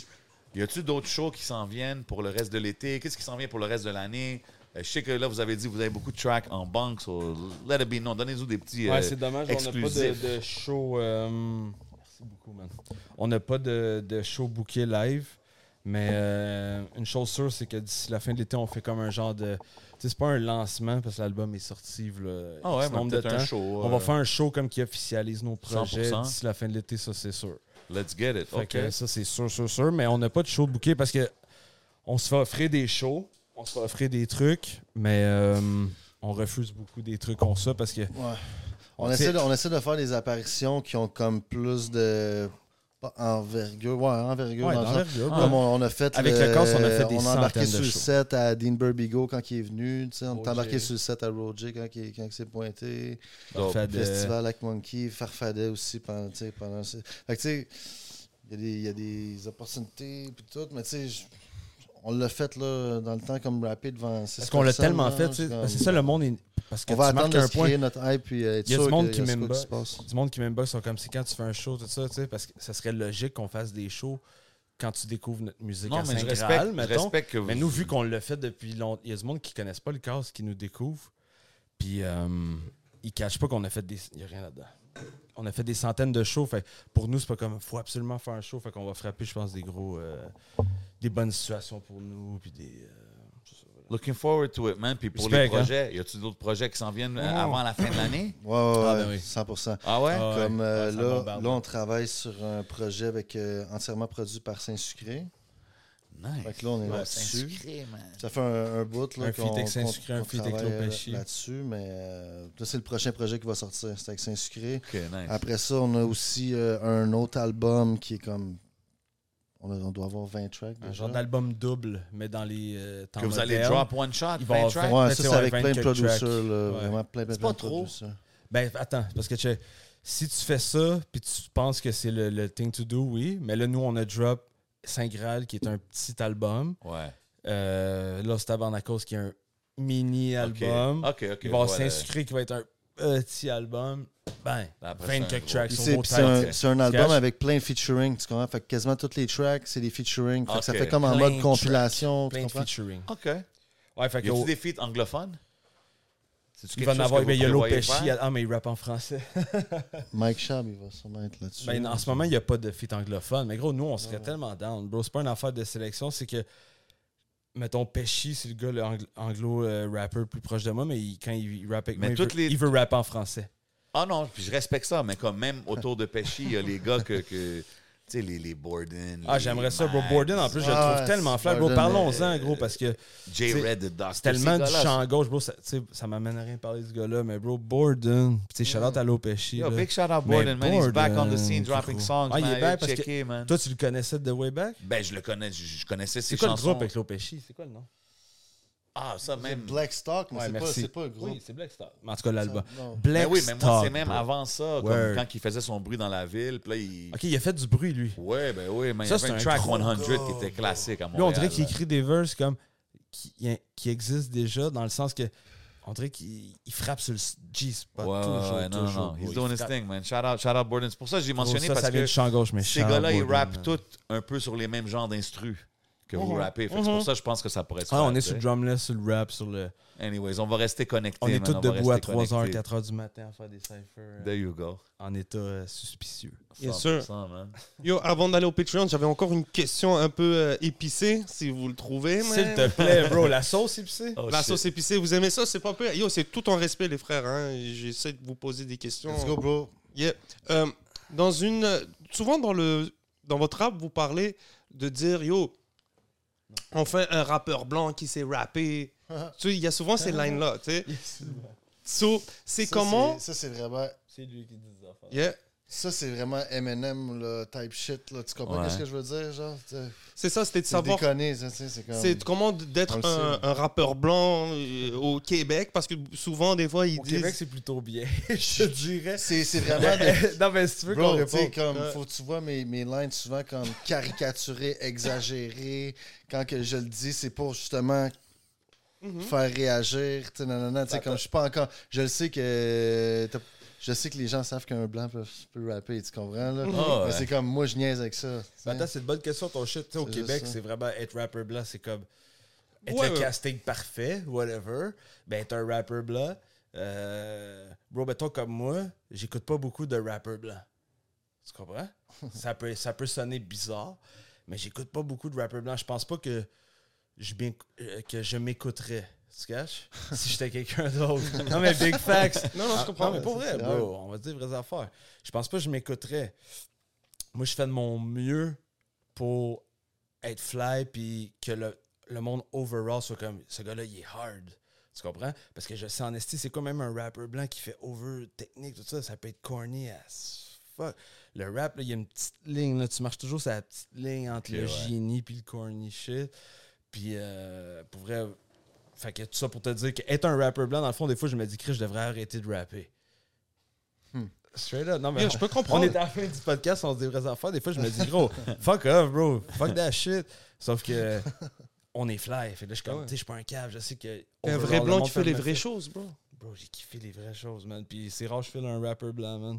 Speaker 2: Y a-tu d'autres shows qui s'en viennent pour le reste de l'été? Qu'est-ce qui s'en vient pour le reste de l'année? Euh, je sais que là, vous avez dit que vous avez beaucoup de tracks en banque. so let it be known. Donnez-nous des petits. euh,
Speaker 4: Ouais, c'est dommage, on n'a
Speaker 2: exclusif.
Speaker 4: pas de, de show. euh, Merci beaucoup, man. On n'a pas de, de show booké live. Mais euh, une chose sûre, c'est que d'ici la fin de l'été, on fait comme un genre de. Tu sais, c'est pas un lancement parce que l'album est sorti. Là,
Speaker 2: Ah ouais,
Speaker 4: X
Speaker 2: mais
Speaker 4: nombre
Speaker 2: peut-être un show,
Speaker 4: on va
Speaker 2: euh,
Speaker 4: faire un show comme qui officialise nos projets
Speaker 2: 100%.
Speaker 4: d'ici la fin de l'été, ça c'est sûr.
Speaker 2: Let's get it.
Speaker 4: Fait
Speaker 2: OK.
Speaker 4: que ça, c'est sûr, sûr, sûr. Mais on n'a pas de show de bouquet parce que on se fait offrir des shows, on se fait offrir des trucs, mais euh, on refuse beaucoup des trucs comme ça parce que.
Speaker 3: Ouais. On,
Speaker 4: T'sais-
Speaker 3: essaie de, on essaie de faire des apparitions qui ont comme plus de. pas envergure. Ouais, envergure.
Speaker 4: Ouais,
Speaker 3: dans le sens-
Speaker 4: d'envergure, ouais.
Speaker 3: Comme on, on a fait.
Speaker 4: Avec le casse, on a fait des
Speaker 3: On a embarqué
Speaker 4: centaines
Speaker 3: sur
Speaker 4: de
Speaker 3: le
Speaker 4: shows.
Speaker 3: set à Dean Burbigo quand il est venu. tu sais, On
Speaker 4: Roger.
Speaker 3: est embarqué sur le set à Roger quand il, quand il s'est pointé. euh,
Speaker 2: Dope.
Speaker 4: Fait de-
Speaker 3: Festival Lac Monkey, Farfadet aussi pendant. tu sais, pendant ce- Fait que tu sais, il y, a des- il y a des opportunités puis tout, mais tu sais, je- on l'a fait là, dans le temps comme rapide devant.
Speaker 4: Parce qu'on l'a tellement
Speaker 3: hein,
Speaker 4: fait, tu sais, c'est ça le monde. est- Parce que
Speaker 3: On va
Speaker 4: tu marques
Speaker 3: attendre de
Speaker 4: un
Speaker 3: se
Speaker 4: point.
Speaker 3: créer notre hype puis euh, être
Speaker 4: Il y a du
Speaker 3: sûr
Speaker 4: monde
Speaker 3: qu'il
Speaker 4: qui
Speaker 3: y a ce
Speaker 4: m'aime
Speaker 3: quoi
Speaker 4: pas.
Speaker 3: se passe.
Speaker 4: Du monde qui m'aime pas sont comme c'est quand tu fais un show, tout ça, tu sais, parce que ça serait logique qu'on fasse des shows quand tu découvres notre musique
Speaker 2: Non,
Speaker 4: à
Speaker 2: mais je
Speaker 4: Saint-Graal,
Speaker 2: respecte, je
Speaker 4: mettons.
Speaker 2: respecte que vous.
Speaker 4: Mais nous, vu qu'on l'a fait depuis longtemps, il y a du monde qui connaissent pas le casse, qui nous découvre. Puis euh, ils cachent pas qu'on a fait des. Il n'y a rien là-dedans. On a fait des centaines de shows. Fait, pour nous, c'est pas comme faut absolument faire un show. Fait qu'on va frapper, je pense, des gros. euh, des bonnes situations pour nous. Puis des. euh,
Speaker 2: Looking forward to it, man. Puis pour les
Speaker 4: Respect, hein.
Speaker 2: projets, y a-tu d'autres projets qui s'en viennent euh, avant la fin de l'année?
Speaker 3: Ouais, ouais,
Speaker 4: Ah,
Speaker 3: ouais,
Speaker 4: ben oui.
Speaker 3: 100%.
Speaker 2: Ah ouais?
Speaker 4: Ah ouais.
Speaker 3: Comme euh,
Speaker 4: Ouais, ça
Speaker 3: là,
Speaker 4: bombarde.
Speaker 3: là, on travaille sur un projet avec euh, entièrement produit par Saint-Sucré.
Speaker 2: Nice.
Speaker 3: Fait que là, on est
Speaker 2: Ouais,
Speaker 3: là-dessus.
Speaker 2: Saint-Sucré, man.
Speaker 3: Ça fait un, un bout là,
Speaker 4: Un feat
Speaker 3: qu'on-
Speaker 4: avec
Speaker 3: qu'on-
Speaker 4: Saint-Sucré, un
Speaker 3: qu'on
Speaker 4: feat avec
Speaker 3: travaille, euh,
Speaker 4: Lopeschi.
Speaker 3: là-dessus, mais euh, là, c'est le prochain projet qui va sortir. C'est avec Saint-Sucré.
Speaker 2: OK, nice.
Speaker 3: Après ça, on a aussi euh, un autre album qui est comme. On, a- on doit avoir 20 tracks.
Speaker 4: un
Speaker 3: déjà.
Speaker 4: genre d'album double, mais dans les. euh, temps
Speaker 2: que vous allez
Speaker 4: modernes.
Speaker 2: drop one shot,
Speaker 4: Il
Speaker 2: 20
Speaker 4: va avoir
Speaker 2: tracks?
Speaker 4: vingt-
Speaker 3: Ouais,
Speaker 4: Peut-être,
Speaker 3: ça, c'est
Speaker 4: ouais,
Speaker 3: avec plein de
Speaker 4: 24
Speaker 3: producers.
Speaker 4: tracks.
Speaker 3: là,
Speaker 4: Ouais.
Speaker 3: Vraiment plein, plein,
Speaker 2: C'est
Speaker 3: plein
Speaker 2: pas
Speaker 3: de
Speaker 2: trop.
Speaker 3: producers.
Speaker 4: Ben attends, parce que tu- si tu fais ça, puis tu penses que c'est le, le thing to do, oui. Mais là, nous, on a drop Saint Graal, qui est un petit album.
Speaker 2: Ouais.
Speaker 4: Euh, Los Tabarnakos, qui est un mini
Speaker 2: OK.
Speaker 4: album.
Speaker 2: OK, OK.
Speaker 4: Il va y avoir
Speaker 2: voilà.
Speaker 4: Saint-Sucré, qui va être un petit album. Ben,
Speaker 2: Après, c'est
Speaker 4: 20
Speaker 2: un
Speaker 4: quelques
Speaker 2: gros.
Speaker 4: tracks
Speaker 3: Puis
Speaker 4: sur
Speaker 3: C'est
Speaker 4: mon
Speaker 3: puis c'est un,
Speaker 4: tête. euh,
Speaker 3: c'est un album
Speaker 4: Cash.
Speaker 3: avec plein de featuring, tu comprends? Fait que quasiment toutes les tracks, c'est des featuring. Fait que ça
Speaker 2: Ok.
Speaker 3: fait comme en
Speaker 4: Plein
Speaker 3: mode
Speaker 4: de
Speaker 3: compilation, tu
Speaker 4: Plein de
Speaker 3: comprends?
Speaker 4: featuring.
Speaker 2: OK.
Speaker 4: Ouais, fait
Speaker 2: Y a-tu
Speaker 4: que.
Speaker 2: des feats anglophones? C'est-tu
Speaker 4: Il
Speaker 2: quelque
Speaker 4: va en
Speaker 2: chose
Speaker 4: avoir.
Speaker 2: que
Speaker 4: ben,
Speaker 2: vous
Speaker 4: Il y a
Speaker 2: prévoyez
Speaker 4: Lopeshi.
Speaker 2: faire?
Speaker 4: Ah, mais il rappe en français.
Speaker 3: Mike Schaub, il va sûrement être là-dessus.
Speaker 4: Ben, en ce moment, il n'y a pas de feat anglophone. Mais gros, nous, on
Speaker 2: Mm.
Speaker 4: serait tellement down. Bro, c'est pas une affaire de sélection. C'est que, mettons, Pesci, c'est le gars, le anglo-rapper plus proche de moi, mais il- quand il, rappe avec
Speaker 2: Mais
Speaker 4: moi, il
Speaker 2: toutes
Speaker 4: veut,
Speaker 2: les-
Speaker 4: il veut rapper en français.
Speaker 2: Ah non, puis je respecte ça, mais comme même autour de Pesci, il y a les gars que... que tu sais, les, les Borden.
Speaker 4: Ah,
Speaker 2: les
Speaker 4: j'aimerais ça, bro.
Speaker 2: Max,
Speaker 4: Borden, en plus, je le
Speaker 3: Ah,
Speaker 4: trouve tellement
Speaker 3: c'est
Speaker 4: flat. Bro,
Speaker 3: Borden,
Speaker 4: parlons-en, gros, parce que
Speaker 2: J.
Speaker 4: tu sais,
Speaker 2: Red, The Dust.
Speaker 4: c'est tellement du
Speaker 2: ces gars-là,
Speaker 4: champ gauche, bro. Ça, tu sais, ça m'amène à rien de parler de ce gars-là, mais bro, Borden. Tu sais, shout-out à Lo Pesci.
Speaker 2: Yo,
Speaker 4: là.
Speaker 2: big shout out
Speaker 4: Mais
Speaker 2: Borden, man. He's back on the scene,
Speaker 4: Borden,
Speaker 2: dropping
Speaker 4: gros.
Speaker 2: songs,
Speaker 4: Ah, il est
Speaker 2: man.
Speaker 4: back
Speaker 2: Allez
Speaker 4: parce que-
Speaker 2: checker, man.
Speaker 4: Toi, tu le connaissais de way back?
Speaker 2: Ben, je le connais, je je connaissais ses
Speaker 4: C'est quoi le
Speaker 2: chansons.
Speaker 4: groupe avec Lo Pesci? C'est quoi le nom?
Speaker 2: Ah, ça même.
Speaker 3: Black Stock, mais
Speaker 4: Ouais,
Speaker 3: c'est pas,
Speaker 4: merci.
Speaker 3: c'est pas un groupe.
Speaker 4: Oui, c'est Black Star. Mais En tout cas, l'album.
Speaker 3: Ça, non.
Speaker 4: Black
Speaker 2: Ben oui, mais moi, c'est
Speaker 4: Star,
Speaker 2: même
Speaker 4: bro.
Speaker 2: avant ça, comme
Speaker 4: Ouais.
Speaker 2: quand il faisait son bruit dans la ville. Puis là, il.
Speaker 4: Ok, il a fait du bruit, lui.
Speaker 2: Ouais, ben oui, mais
Speaker 4: Ça,
Speaker 2: il y avait
Speaker 4: c'est
Speaker 2: un
Speaker 4: un
Speaker 2: track
Speaker 4: gros
Speaker 2: 100 qui était classique à
Speaker 4: Lui,
Speaker 2: Montréal.
Speaker 4: on dirait qu'il
Speaker 2: là.
Speaker 4: écrit des verses comme qui, qui existent déjà, dans le sens que on dirait qu'il il frappe sur le G-spot
Speaker 2: Ouais,
Speaker 4: toujours,
Speaker 2: ouais, non,
Speaker 4: toujours.
Speaker 2: non, he's
Speaker 4: Il
Speaker 2: doing his
Speaker 4: frappe.
Speaker 2: thing, man. Shout out, shout out Borden. C'est pour ça que j'ai
Speaker 4: Gros,
Speaker 2: mentionné
Speaker 4: ça,
Speaker 2: parce
Speaker 4: ça vient
Speaker 2: que
Speaker 4: de champ gauche, mais
Speaker 2: ces
Speaker 4: Charles
Speaker 2: gars-là, ils
Speaker 4: Bourdin,
Speaker 2: rappent
Speaker 4: euh,
Speaker 2: tous un peu sur les mêmes genres d'instrus que vous rappez. Fait que C'est pour ça que je pense que ça pourrait se
Speaker 4: Ouais,
Speaker 2: faire.
Speaker 4: Uh-huh. Ah, on est
Speaker 2: tu
Speaker 4: sur le
Speaker 2: sais.
Speaker 4: drumless, sur le rap, sur le.
Speaker 2: Anyways, on va rester connectés.
Speaker 4: On est
Speaker 2: man.
Speaker 4: tous
Speaker 2: va
Speaker 4: debout à
Speaker 2: rester
Speaker 4: 3h,
Speaker 2: connectés.
Speaker 4: 4h du matin à faire des cyphers euh,
Speaker 2: There you go.
Speaker 4: en état euh, suspicieux.
Speaker 1: Bien sûr.
Speaker 2: 100%, man.
Speaker 1: Yo, avant d'aller au Patreon, j'avais encore une question un peu euh, épicée, si vous le trouvez. man.
Speaker 4: S'il te plaît, bro, la sauce épicée.
Speaker 2: Oh,
Speaker 1: La
Speaker 2: shit.
Speaker 1: sauce épicée, vous aimez ça? C'est pas peu. Yo, c'est tout en respect, les frères. hein. J'essaie de vous poser des questions.
Speaker 3: Let's go, bro.
Speaker 1: Yeah. Euh, dans une, euh, souvent dans le, dans votre rap, vous parlez de dire yo, enfin un rappeur blanc qui sait rapper. Tu sais, il y a souvent ces
Speaker 4: Ah.
Speaker 1: lines là, tu sais. So, c'est
Speaker 3: Ça,
Speaker 1: comment?
Speaker 3: c'est- Ça, c'est vraiment.
Speaker 4: C'est lui qui dit ça.
Speaker 1: Yeah.
Speaker 3: Ça, c'est vraiment Eminem, le type shit. Là. Tu comprends
Speaker 2: Ouais.
Speaker 3: ce que je veux dire? Genre, tu sais,
Speaker 1: C'est ça, c'était de
Speaker 3: c'est
Speaker 1: savoir.
Speaker 3: déconné, ça, tu sais, c'est comme.
Speaker 1: C'est comment d'être
Speaker 3: On le
Speaker 1: un,
Speaker 3: sait.
Speaker 1: un rappeur blanc euh, au Québec parce que souvent des fois ils
Speaker 4: Au
Speaker 1: disent
Speaker 4: Québec, c'est plutôt bien, je dirais.
Speaker 3: C'est c'est vraiment des-
Speaker 4: non, mais si tu veux qu'on
Speaker 3: Bro, tu sais,
Speaker 4: réponde.
Speaker 3: comme,
Speaker 1: Ouais.
Speaker 3: faut que tu vois mes, mes lines souvent comme caricaturées, exagérées. Quand que je le dis, c'est pour justement faire réagir. Tu sais, nanana, tu sais, comme je suis pas encore. Je le sais que. t'as- Je sais que les gens savent qu'un blanc peut, peut rapper, tu comprends? Là?
Speaker 2: Ah,
Speaker 3: Mais
Speaker 2: ouais.
Speaker 3: c'est comme moi, je niaise avec ça. tu sais.
Speaker 4: Attends, c'est une bonne question, ton shit. Tu sais, au
Speaker 3: C'est
Speaker 4: Québec,
Speaker 3: juste ça.
Speaker 4: c'est vraiment être rapper blanc, c'est comme être
Speaker 1: Ouais,
Speaker 4: le
Speaker 1: ouais.
Speaker 4: casting parfait, whatever. Ben, être un rapper blanc. euh, bro, ben, toi, comme moi, j'écoute pas beaucoup de rappers blancs. Tu comprends? ça, peut, ça peut sonner bizarre, mais j'écoute pas beaucoup de rappers blancs. Je pense pas que je, m'éc- euh, que je m'écouterais. Tu caches? si j'étais quelqu'un d'autre. Non, mais big facts.
Speaker 1: non non je comprends
Speaker 4: Non, mais pour vrai,
Speaker 3: Ah, c'est
Speaker 4: bro, on va se dire vraies affaires. Je pense pas que je m'écouterais. Moi, je fais de mon mieux pour être fly puis que le, le monde overall soit comme ce gars-là, il est hard. Tu comprends? Parce que je sais en esti, c'est quoi même un rapper blanc qui fait over technique, tout ça, ça peut être corny as fuck. Le rap, là, il y a une petite ligne, là, tu marches toujours sur la petite ligne entre
Speaker 2: Ok,
Speaker 4: le
Speaker 2: ouais.
Speaker 4: génie puis le corny shit. Puis euh, pour vrai, fait que tout ça pour te dire qu'être un rapper blanc, dans le fond, des fois, je me dis, Chris, je devrais arrêter de rapper. Straight up, non, mais
Speaker 1: Hmm. Yo, je peux
Speaker 4: on
Speaker 1: comprendre
Speaker 4: est à la fin du podcast, on se dit vraies affaires. Des fois, je me dis, gros, fuck off, bro, fuck that shit. Sauf que on est fly. Fait que là, je suis comme, tu sais, je suis pas un cave, je sais que.
Speaker 1: un
Speaker 4: overall,
Speaker 1: vrai
Speaker 4: le
Speaker 1: blanc
Speaker 4: monde
Speaker 1: qui fait
Speaker 4: peut
Speaker 1: les
Speaker 4: me
Speaker 1: vraies
Speaker 4: faire-
Speaker 1: choses bro
Speaker 4: Bro, j'ai kiffé les vraies choses, man. Puis c'est rare, je file un rapper blanc, man.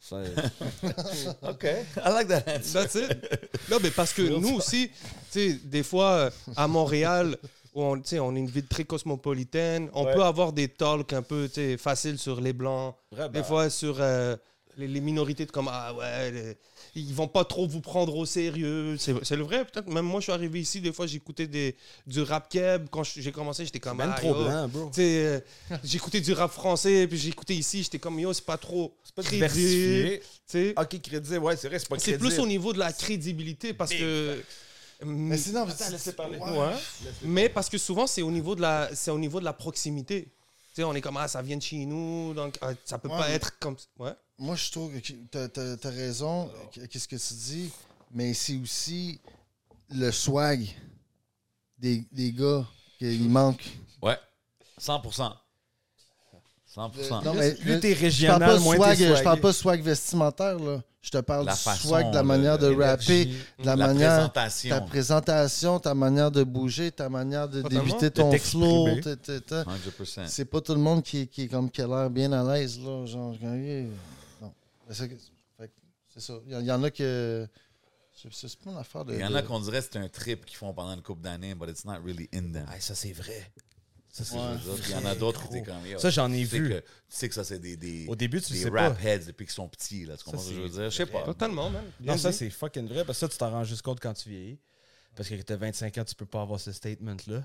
Speaker 4: Ça-
Speaker 2: OK. I like that answer.
Speaker 1: That's it. Non, mais parce que nous aussi, tu sais, des fois, euh, à Montréal, où on, tu sais, on est une ville très cosmopolitaine, on peut avoir des talks un peu tu sais, faciles sur les Blancs, des fois sur euh, les, les minorités, de comme Ah ouais, les- ils vont pas trop vous prendre au sérieux. C'est c'est le vrai, peut-être. Même moi, je suis arrivé ici, des fois, j'écoutais des- du rap keb. Quand je- j'ai commencé, j'étais comme
Speaker 4: Même
Speaker 1: Ah,
Speaker 4: trop
Speaker 1: yo,
Speaker 4: blanc, bro.
Speaker 1: tu sais, euh, j'écoutais du rap français, puis j'écoutais ici, j'étais comme yo, c'est pas trop.
Speaker 4: C'est pas
Speaker 1: crédible,
Speaker 4: diversifié.
Speaker 1: tu sais.
Speaker 4: Ok, crédit, ouais, c'est vrai, c'est pas crédit.
Speaker 1: C'est plus au niveau de la crédibilité parce que.
Speaker 3: Ah, Mais
Speaker 1: Mais,
Speaker 3: sinon, c'est-
Speaker 1: Ouais. mais parce que souvent c'est au niveau de la c'est au niveau de la proximité. Tu sais, on est comme ah ça vient de chez nous donc ah, ça peut
Speaker 3: Ouais,
Speaker 1: pas
Speaker 3: mais-
Speaker 1: être comme ouais.
Speaker 3: Moi, je trouve que t'as- t'as t'as raison, euh, qu'est-ce que tu dis, mais c'est aussi le swag des, des gars qu'il manque.
Speaker 2: Ouais. 100%. 100%.
Speaker 3: Non, mais
Speaker 4: Plus
Speaker 3: le-
Speaker 4: t'es
Speaker 3: je parle,
Speaker 4: régional,
Speaker 3: pas
Speaker 4: moins
Speaker 3: swag,
Speaker 4: t'es
Speaker 3: je parle
Speaker 4: swagué.
Speaker 3: pas swag vestimentaire, là. Je te parle
Speaker 2: La
Speaker 3: du
Speaker 2: façon,
Speaker 3: swag, de la
Speaker 2: le-
Speaker 3: manière de rapper,
Speaker 2: l'énergie,
Speaker 3: de la,
Speaker 2: La
Speaker 3: manière, ta
Speaker 2: présentation.
Speaker 3: présentation, ta manière de bouger, ta manière de-
Speaker 1: Totalement.
Speaker 3: d'éviter
Speaker 2: De
Speaker 3: ton flow.
Speaker 2: t'exprimer.
Speaker 3: ta- ta- ta.
Speaker 2: 100%.
Speaker 3: C'est pas tout le monde qui, qui est comme qui a l'air bien à l'aise, là. Genre, quand il est- Non. Mais C'est fait que c'est ça. Il y, en- il y en a que. C'est c'est pas une affaire de.
Speaker 2: Il y en a
Speaker 3: de-
Speaker 2: qu'on dirait que c'est un trip qu'ils font pendant une couple d'années, but it's not really in them.
Speaker 4: Ah, ça, c'est vrai.
Speaker 2: Ça, c'est
Speaker 3: Ouais.
Speaker 2: juste ça. Puis Il y en a d'autres qui étaient comme yo,
Speaker 4: Ça, j'en ai
Speaker 2: tu sais
Speaker 4: vu.
Speaker 2: que- tu sais que ça, c'est des, des,
Speaker 4: Au début, tu
Speaker 2: des
Speaker 4: le sais
Speaker 2: rap
Speaker 4: pas.
Speaker 2: heads depuis qu'ils sont petits. Là, tu comprends ce que je veux dire? Je sais pas.
Speaker 1: Totalement même.
Speaker 4: Non, ça, c'est fucking vrai, parce que ça, tu t'en rends juste compte quand tu vieillis. Parce que quand t'as 25 ans, tu peux pas avoir ce statement-là.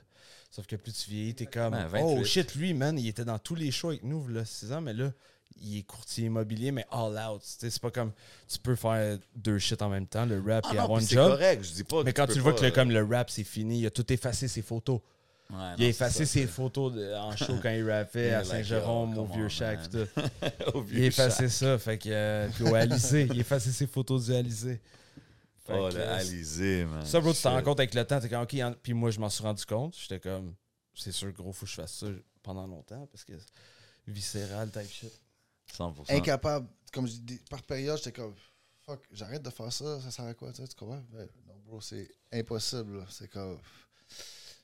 Speaker 4: Sauf que plus tu vieillis, t'es comme.
Speaker 2: Ben, 28.
Speaker 4: oh shit, lui, man, il était dans tous les shows avec nous, là, 6 ans, mais là, il est courtier immobilier, mais all out. Tu sais, C'est pas comme. Tu peux faire deux shit en même temps, le rap
Speaker 2: Ah
Speaker 4: et
Speaker 2: non,
Speaker 4: avoir
Speaker 2: puis
Speaker 4: une
Speaker 2: c'est
Speaker 4: job.
Speaker 2: correct, je dis pas.
Speaker 4: Mais quand
Speaker 2: peux
Speaker 4: tu le vois
Speaker 2: pas,
Speaker 4: que le-
Speaker 2: euh,
Speaker 4: comme le rap, c'est fini, il a tout effacé ses photos.
Speaker 2: ouais, Ah, non,
Speaker 4: Il a
Speaker 2: c'est
Speaker 4: effacé
Speaker 2: ça.
Speaker 4: ses photos de- en show quand il rappait
Speaker 2: Yeah,
Speaker 4: à
Speaker 2: like,
Speaker 4: Saint-Jérôme,
Speaker 2: oh,
Speaker 4: au
Speaker 2: come
Speaker 4: vieux
Speaker 2: on,
Speaker 4: Shack,
Speaker 2: man.
Speaker 4: tout ça.
Speaker 2: Au
Speaker 4: Il a
Speaker 2: vieux chat.
Speaker 4: effacé ça, fait que. euh, puis au Alizé, il a effacé ses photos du Alizé. Fait
Speaker 2: Oh,
Speaker 4: que,
Speaker 2: le
Speaker 4: euh,
Speaker 2: Alizé, man.
Speaker 4: Ça, bro, tu t'en
Speaker 2: Shit.
Speaker 4: rends compte avec le temps. T'es comme, OK, en- puis moi, je m'en suis rendu compte. J'étais comme, c'est sûr, gros, faut que je fasse ça pendant longtemps parce que viscéral type shit.
Speaker 2: 100%.
Speaker 3: Incapable. Comme je dis, par période, j'étais comme fuck, j'arrête de faire ça, ça sert à quoi, tu sais, tu comprends? Ben, non, bro, c'est impossible. là. C'est comme.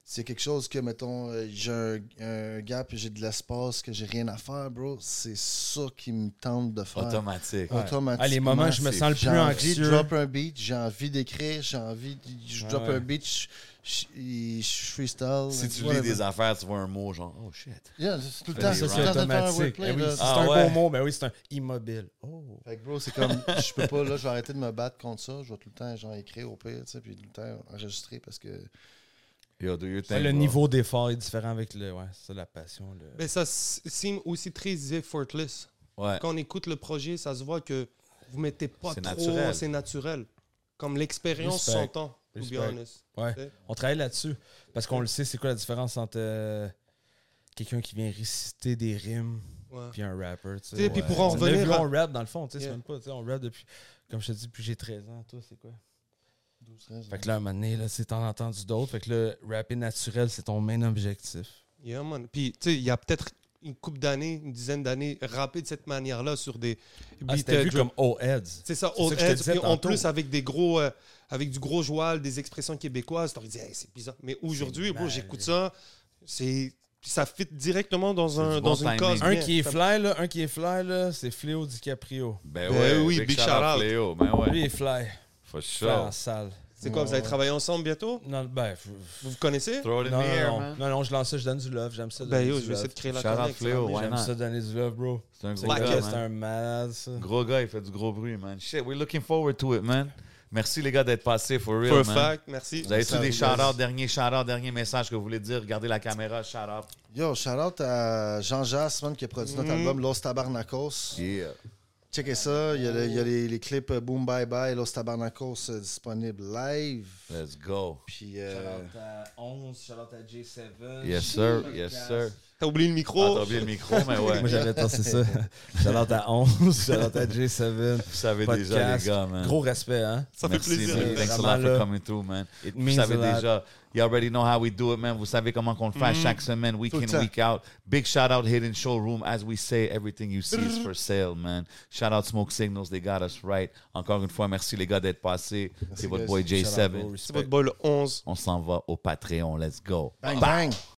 Speaker 3: C'est quelque chose que, mettons, euh, j'ai un, un gap, j'ai de l'espace, que j'ai rien à faire, bro. C'est ça qui me tente de faire.
Speaker 2: Automatique.
Speaker 3: Automatiquement.
Speaker 4: Ah, les moments où je me
Speaker 2: c'est-
Speaker 4: sens le
Speaker 3: J'ai
Speaker 4: plus
Speaker 3: envie de
Speaker 4: anxieux.
Speaker 3: drop un beat, j'ai envie d'écrire, j'ai envie. de- Je
Speaker 4: Ouais,
Speaker 3: drop
Speaker 4: ouais.
Speaker 3: un beat, je- je je freestyle.
Speaker 2: Si tu lis
Speaker 3: whatever.
Speaker 2: des affaires, tu vois un mot genre Oh shit.
Speaker 3: Yeah, c'est tout le
Speaker 2: Fais
Speaker 3: temps,
Speaker 2: des
Speaker 3: c'est
Speaker 2: rhymes.
Speaker 3: tout le temps de faire un
Speaker 4: Automatique.
Speaker 3: wordplay,
Speaker 4: Eh oui,
Speaker 3: là.
Speaker 4: c'est
Speaker 2: Ah
Speaker 4: un
Speaker 2: ouais.
Speaker 4: bon mot, mais oui, c'est un immobile. Oh.
Speaker 3: Fait que bro, c'est comme, je peux pas, là, je vais arrêter de me battre contre ça. Je vais tout le temps, genre, écrire au pire, tu sais, puis tout le temps enregistrer parce que.
Speaker 2: Yo, do your thing,
Speaker 4: Ouais, le
Speaker 2: bro.
Speaker 4: niveau d'effort est différent avec le. Ouais, c'est ça, la passion. Le...
Speaker 1: Mais Ben, ça s- seem aussi très effortless.
Speaker 2: Ouais.
Speaker 1: Quand on écoute le projet, ça se voit que vous mettez pas
Speaker 2: C'est
Speaker 1: trop,
Speaker 2: naturel.
Speaker 1: c'est naturel. Comme l'expérience
Speaker 4: Respect.
Speaker 1: s'entend, to be
Speaker 4: Respect.
Speaker 1: honest.
Speaker 4: Ouais.
Speaker 1: Ouais.
Speaker 4: On travaille là-dessus. Parce qu'on le sait, c'est quoi la différence entre euh, quelqu'un qui vient réciter des rimes
Speaker 1: Ouais.
Speaker 4: puis un rapper. Tu
Speaker 1: Tu sais,
Speaker 4: sais,
Speaker 1: puis pour en
Speaker 4: T'sais, le
Speaker 1: revenir
Speaker 4: gars,
Speaker 1: à-
Speaker 4: on rap dans le fond, tu sais,
Speaker 1: Yeah.
Speaker 4: c'est même pas. tu sais, On rap depuis, comme je te dis, depuis j'ai 13 ans. Toi, c'est quoi
Speaker 3: 12 13,
Speaker 4: Fait que là, à un moment donné, là, c'est t'en entendu d'autres. Fait que là, rapper naturel, c'est ton main objectif.
Speaker 1: Yeah, man. Puis, tu sais, il y a peut-être une couple d'années, une dizaine d'années, rapper de cette manière-là sur des
Speaker 4: Ah,
Speaker 1: beats
Speaker 4: c'était
Speaker 1: euh,
Speaker 4: vu
Speaker 1: drum-
Speaker 4: comme O-Heads.
Speaker 1: C'est ça,
Speaker 4: C'est ça
Speaker 1: old
Speaker 4: que je te
Speaker 1: heads,
Speaker 4: disais
Speaker 1: puis en
Speaker 4: tantôt.
Speaker 1: plus avec des gros, euh, avec du gros joual, des expressions québécoises, t'aurais dit, Hey, c'est bizarre. Mais aujourd'hui, bon,
Speaker 4: mal.
Speaker 1: j'écoute ça, c'est, ça fit directement dans
Speaker 2: du bon
Speaker 1: un, dans une
Speaker 2: timing.
Speaker 1: cause.
Speaker 4: Un
Speaker 1: bien.
Speaker 4: qui est
Speaker 1: Comme-
Speaker 4: fly, là, un qui est fly, là, c'est Fléau DiCaprio.
Speaker 2: Ben
Speaker 1: Ben
Speaker 2: ouais,
Speaker 1: oui, big
Speaker 2: shout
Speaker 1: shout-out.
Speaker 2: out Léo. Ben
Speaker 4: Lui,
Speaker 2: ouais.
Speaker 4: il est fly.
Speaker 2: For
Speaker 4: Fly
Speaker 2: sure.
Speaker 4: en salle.
Speaker 1: C'est quoi, vous allez travailler ensemble bientôt
Speaker 4: Non, ben, f-
Speaker 1: Vous vous connaissez
Speaker 2: Throw it in
Speaker 4: non,
Speaker 2: the air,
Speaker 4: non, non,
Speaker 2: man.
Speaker 4: non, non, je lance ça, je donne du love, j'aime ça.
Speaker 1: hein? Ben
Speaker 4: donner
Speaker 1: yo,
Speaker 4: du
Speaker 1: je vais essayer
Speaker 4: love.
Speaker 1: de créer la
Speaker 2: Shout out
Speaker 1: connexion.
Speaker 2: Fléau, ouais. Oh, Why
Speaker 4: Ah, J'aime
Speaker 2: not?
Speaker 4: ça donner du love, bro.
Speaker 2: C'est un
Speaker 4: C'est
Speaker 2: gros
Speaker 1: Black
Speaker 2: gars,
Speaker 1: Yes,
Speaker 4: c'est
Speaker 2: man.
Speaker 4: un malade, ça.
Speaker 2: Gros gars, il fait du gros bruit, man. Shit, we're looking forward to it, man. Merci les gars d'être passés, for real,
Speaker 1: For a
Speaker 2: man.
Speaker 1: fact, merci.
Speaker 2: Vous avez tous
Speaker 3: Ça
Speaker 2: des
Speaker 3: vous
Speaker 2: shout-outs, dernier shout-out, dernier message que vous voulez dire. Regardez la caméra, shout-out.
Speaker 3: Yo, shout out à Jean Jasmine qui a produit notre
Speaker 1: Mhm.
Speaker 3: album Los Tabarnakos.
Speaker 2: Yeah.
Speaker 3: Checkez ça, il y a, le- il y a les, les clips euh, Boom Bye Bye, Los Tabarnakos euh, disponibles live.
Speaker 2: Let's go.
Speaker 3: Puis, euh,
Speaker 4: Shout-out à 11, shout-out à J7.
Speaker 2: Yes,
Speaker 4: Oh
Speaker 2: sir. Yes, sir.
Speaker 1: T'as oublié le
Speaker 2: Ah,
Speaker 1: micro
Speaker 2: t'as oublié le micro, mais ouais.
Speaker 4: Moi, j'avais pensé ça. Shout-out à 11, shout-out à J7.
Speaker 2: Vous savez
Speaker 4: Podcast.
Speaker 2: déjà, les gars, man.
Speaker 4: Gros respect, hein?
Speaker 1: Ça fait
Speaker 2: Merci,
Speaker 1: plaisir.
Speaker 2: man. Thanks a lot
Speaker 4: Vraiment,
Speaker 2: for
Speaker 4: là,
Speaker 2: coming through, man.
Speaker 4: it
Speaker 2: vous
Speaker 4: means
Speaker 2: savez
Speaker 4: a lot.
Speaker 2: déjà. You already know how we do it, man. Vous savez comment qu'on le fait à chaque semaine, week
Speaker 3: Tout le
Speaker 2: in,
Speaker 3: temps.
Speaker 2: week out. Big shout out Hidden Showroom. As we say, everything you see is for sale, man. Shout out Smoke Signals, they got us right. Encore une fois, merci les gars d'être passés. C'est votre
Speaker 3: guys.
Speaker 2: boy
Speaker 3: Shout out,
Speaker 2: J7.
Speaker 1: C'est votre boy le 11.
Speaker 2: On s'en va au Patreon. Let's go.
Speaker 4: Bah!
Speaker 3: bang, bang.